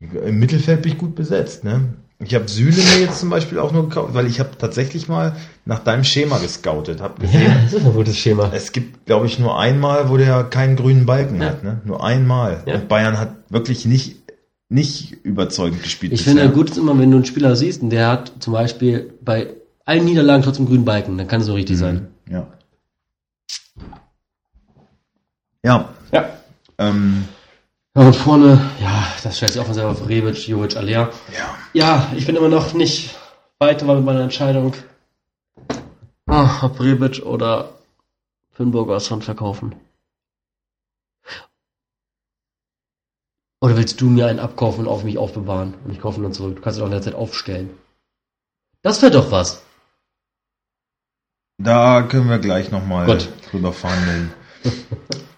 [SPEAKER 1] Im Mittelfeld bin ich gut besetzt, ne? Ich habe Süle mir jetzt zum Beispiel auch nur gekauft, weil ich habe tatsächlich mal nach deinem Schema gescoutet, habe gesehen,
[SPEAKER 2] Ja, das ist ein gutes Schema.
[SPEAKER 1] es gibt, glaube ich, nur einmal, wo der keinen grünen Balken
[SPEAKER 2] Ja.
[SPEAKER 1] hat, ne? Nur einmal.
[SPEAKER 2] Ja.
[SPEAKER 1] Und Bayern hat wirklich nicht, nicht überzeugend gespielt.
[SPEAKER 2] Ich
[SPEAKER 1] bisher.
[SPEAKER 2] finde, gut ist immer, wenn du einen Spieler siehst und der hat zum Beispiel bei allen Niederlagen trotzdem grünen Balken, dann kann es so richtig sein.
[SPEAKER 1] Mhm. Ja. Ja.
[SPEAKER 2] Ja.
[SPEAKER 1] Ähm,
[SPEAKER 2] Ja, und vorne, ja, das stellt sich auch von selber auf Rebic, Jovic, Alea.
[SPEAKER 1] ja.
[SPEAKER 2] Ja, ich bin immer noch nicht weiter mit meiner Entscheidung, ah, ob Rebic oder Finnburger schon verkaufen. Oder willst du mir einen abkaufen und auf mich aufbewahren? Und ich kaufe ihn dann zurück. Du kannst ihn auch in der Zeit aufstellen. Das wäre doch was.
[SPEAKER 1] Da können wir gleich nochmal
[SPEAKER 2] Gut.
[SPEAKER 1] drüber verhandeln.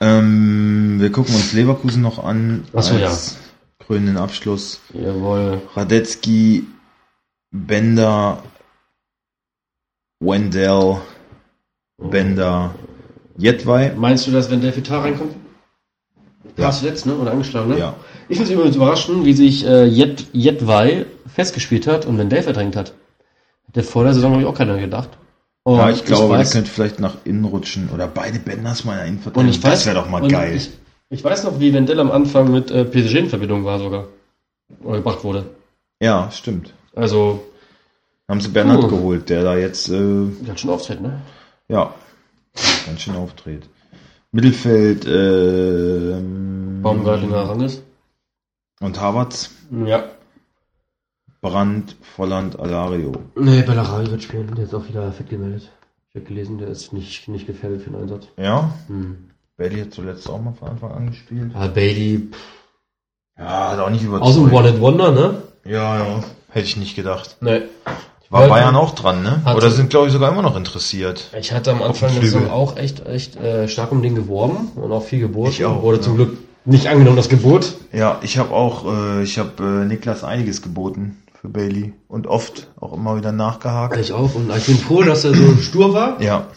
[SPEAKER 1] ähm, wir gucken uns Leverkusen noch an.
[SPEAKER 2] Ach so,
[SPEAKER 1] Krönenden Abschluss.
[SPEAKER 2] Jawohl.
[SPEAKER 1] Radetzky, Bender, Wendell, Bender, Jedwai.
[SPEAKER 2] Meinst du, dass wenn Delphi Tar reinkommt?
[SPEAKER 1] Ja.
[SPEAKER 2] Ja. zuletzt, ne? Oder angeschlagen, ne?
[SPEAKER 1] Ja.
[SPEAKER 2] Ich finde es übrigens überraschend, wie sich äh, Jet, Jetwei festgespielt hat und Wendell verdrängt hat. Hätte vor der Saison, glaube ich, auch keiner gedacht. Und
[SPEAKER 1] Ja, ich glaube, der
[SPEAKER 2] weiß-
[SPEAKER 1] könnte vielleicht nach innen rutschen. Oder beide Benders mal in
[SPEAKER 2] und ich
[SPEAKER 1] Innenverteidigung.
[SPEAKER 2] weiß,
[SPEAKER 1] Das wäre doch mal
[SPEAKER 2] und
[SPEAKER 1] geil.
[SPEAKER 2] Ich, ich weiß noch, wie Wendell am Anfang mit äh, PSG in Verbindung war sogar. Oder gebracht wurde.
[SPEAKER 1] ja, stimmt.
[SPEAKER 2] Also,
[SPEAKER 1] Haben sie Bernhard
[SPEAKER 2] Puh.
[SPEAKER 1] geholt, der da jetzt äh,
[SPEAKER 2] ganz schön auftritt, ne?
[SPEAKER 1] Ja, ganz schön aufdreht. Mittelfeld ähm,
[SPEAKER 2] Baumgartlinger Ranges.
[SPEAKER 1] und Havertz,
[SPEAKER 2] Ja.
[SPEAKER 1] Brand, Volland, Alario.
[SPEAKER 2] Nee, Bellarari wird spielen. Der ist auch wieder fit gemeldet. Ich habe gelesen, der ist nicht, nicht gefährdet für den Einsatz.
[SPEAKER 1] Ja,
[SPEAKER 2] Hm.
[SPEAKER 1] Bailey hat zuletzt auch mal von Anfang an gespielt.
[SPEAKER 2] Ja, Bailey.
[SPEAKER 1] Ja, hat auch nicht überzeugt.
[SPEAKER 2] Aus dem One and Wonder, ne?
[SPEAKER 1] ja, ja, hätte ich nicht gedacht.
[SPEAKER 2] Ne.
[SPEAKER 1] War
[SPEAKER 2] Weil-
[SPEAKER 1] Bayern auch dran, ne?
[SPEAKER 2] Hat-
[SPEAKER 1] Oder sind, glaube ich, sogar immer noch interessiert.
[SPEAKER 2] Ich hatte am Anfang
[SPEAKER 1] dem
[SPEAKER 2] der Saison
[SPEAKER 1] Flügel.
[SPEAKER 2] auch echt, echt äh, stark um den geworben und auch viel geboten.
[SPEAKER 1] Ich auch,
[SPEAKER 2] Wurde
[SPEAKER 1] ja.
[SPEAKER 2] zum Glück nicht angenommen, das Gebot.
[SPEAKER 1] Ja, ich habe auch, äh, ich habe äh, Niklas einiges geboten für Bailey und oft auch immer wieder nachgehakt.
[SPEAKER 2] Ich auch. Und ich bin froh, dass er so stur war.
[SPEAKER 1] Ja,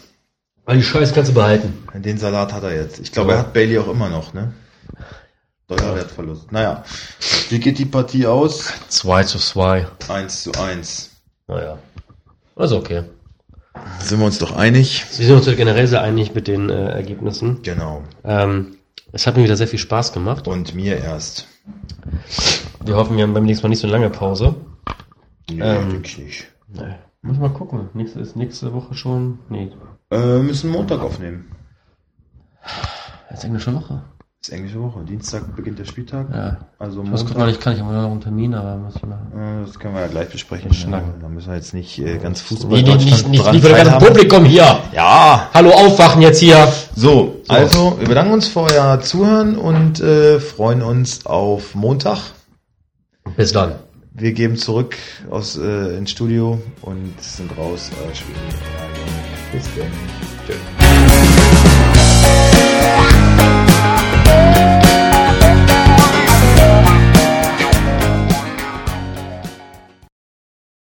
[SPEAKER 2] Aber die Scheiße kannst du behalten.
[SPEAKER 1] den Salat hat er jetzt. Ich glaube,
[SPEAKER 2] Ja.
[SPEAKER 1] er hat Bailey auch immer noch, ne? Deutscher Wertverlust. Naja, wie geht die Partie aus?
[SPEAKER 2] 2 zu 2.
[SPEAKER 1] 1 zu 1.
[SPEAKER 2] Naja. Also okay.
[SPEAKER 1] Sind wir uns doch einig?
[SPEAKER 2] Wir sind uns ja generell sehr einig mit den äh, Ergebnissen.
[SPEAKER 1] Genau.
[SPEAKER 2] Ähm, es hat mir wieder sehr viel Spaß gemacht.
[SPEAKER 1] Und mir erst.
[SPEAKER 2] Wir hoffen, wir haben beim nächsten Mal nicht so eine lange Pause.
[SPEAKER 1] Nee,
[SPEAKER 2] Ähm.
[SPEAKER 1] wirklich nicht.
[SPEAKER 2] Nee. Muss mal gucken. Nächste, ist nächste Woche schon. Nee.
[SPEAKER 1] Äh, müssen Montag aufnehmen.
[SPEAKER 2] Jetzt englische Woche.
[SPEAKER 1] Ist englische Woche. Dienstag beginnt der Spieltag.
[SPEAKER 2] Ja.
[SPEAKER 1] Also
[SPEAKER 2] Ich muss gucken, weil ich kann. Ich habe noch einen Termin, aber muss ich mal.
[SPEAKER 1] Äh, Das können wir ja gleich besprechen.
[SPEAKER 2] Und schnacken.
[SPEAKER 1] Da müssen wir jetzt nicht äh, ganz Fußball
[SPEAKER 2] Nee, nee, nicht, nicht,
[SPEAKER 1] dran
[SPEAKER 2] nicht für das ganze
[SPEAKER 1] teilhaben.
[SPEAKER 2] Publikum hier.
[SPEAKER 1] Ja,
[SPEAKER 2] Hallo, aufwachen jetzt hier.
[SPEAKER 1] so, also wir bedanken uns für euer Zuhören und äh, freuen uns auf Montag.
[SPEAKER 2] Bis dann.
[SPEAKER 1] Wir geben zurück aus, äh, ins Studio und sind raus. Äh, spielen. Bis dann. Tschüss.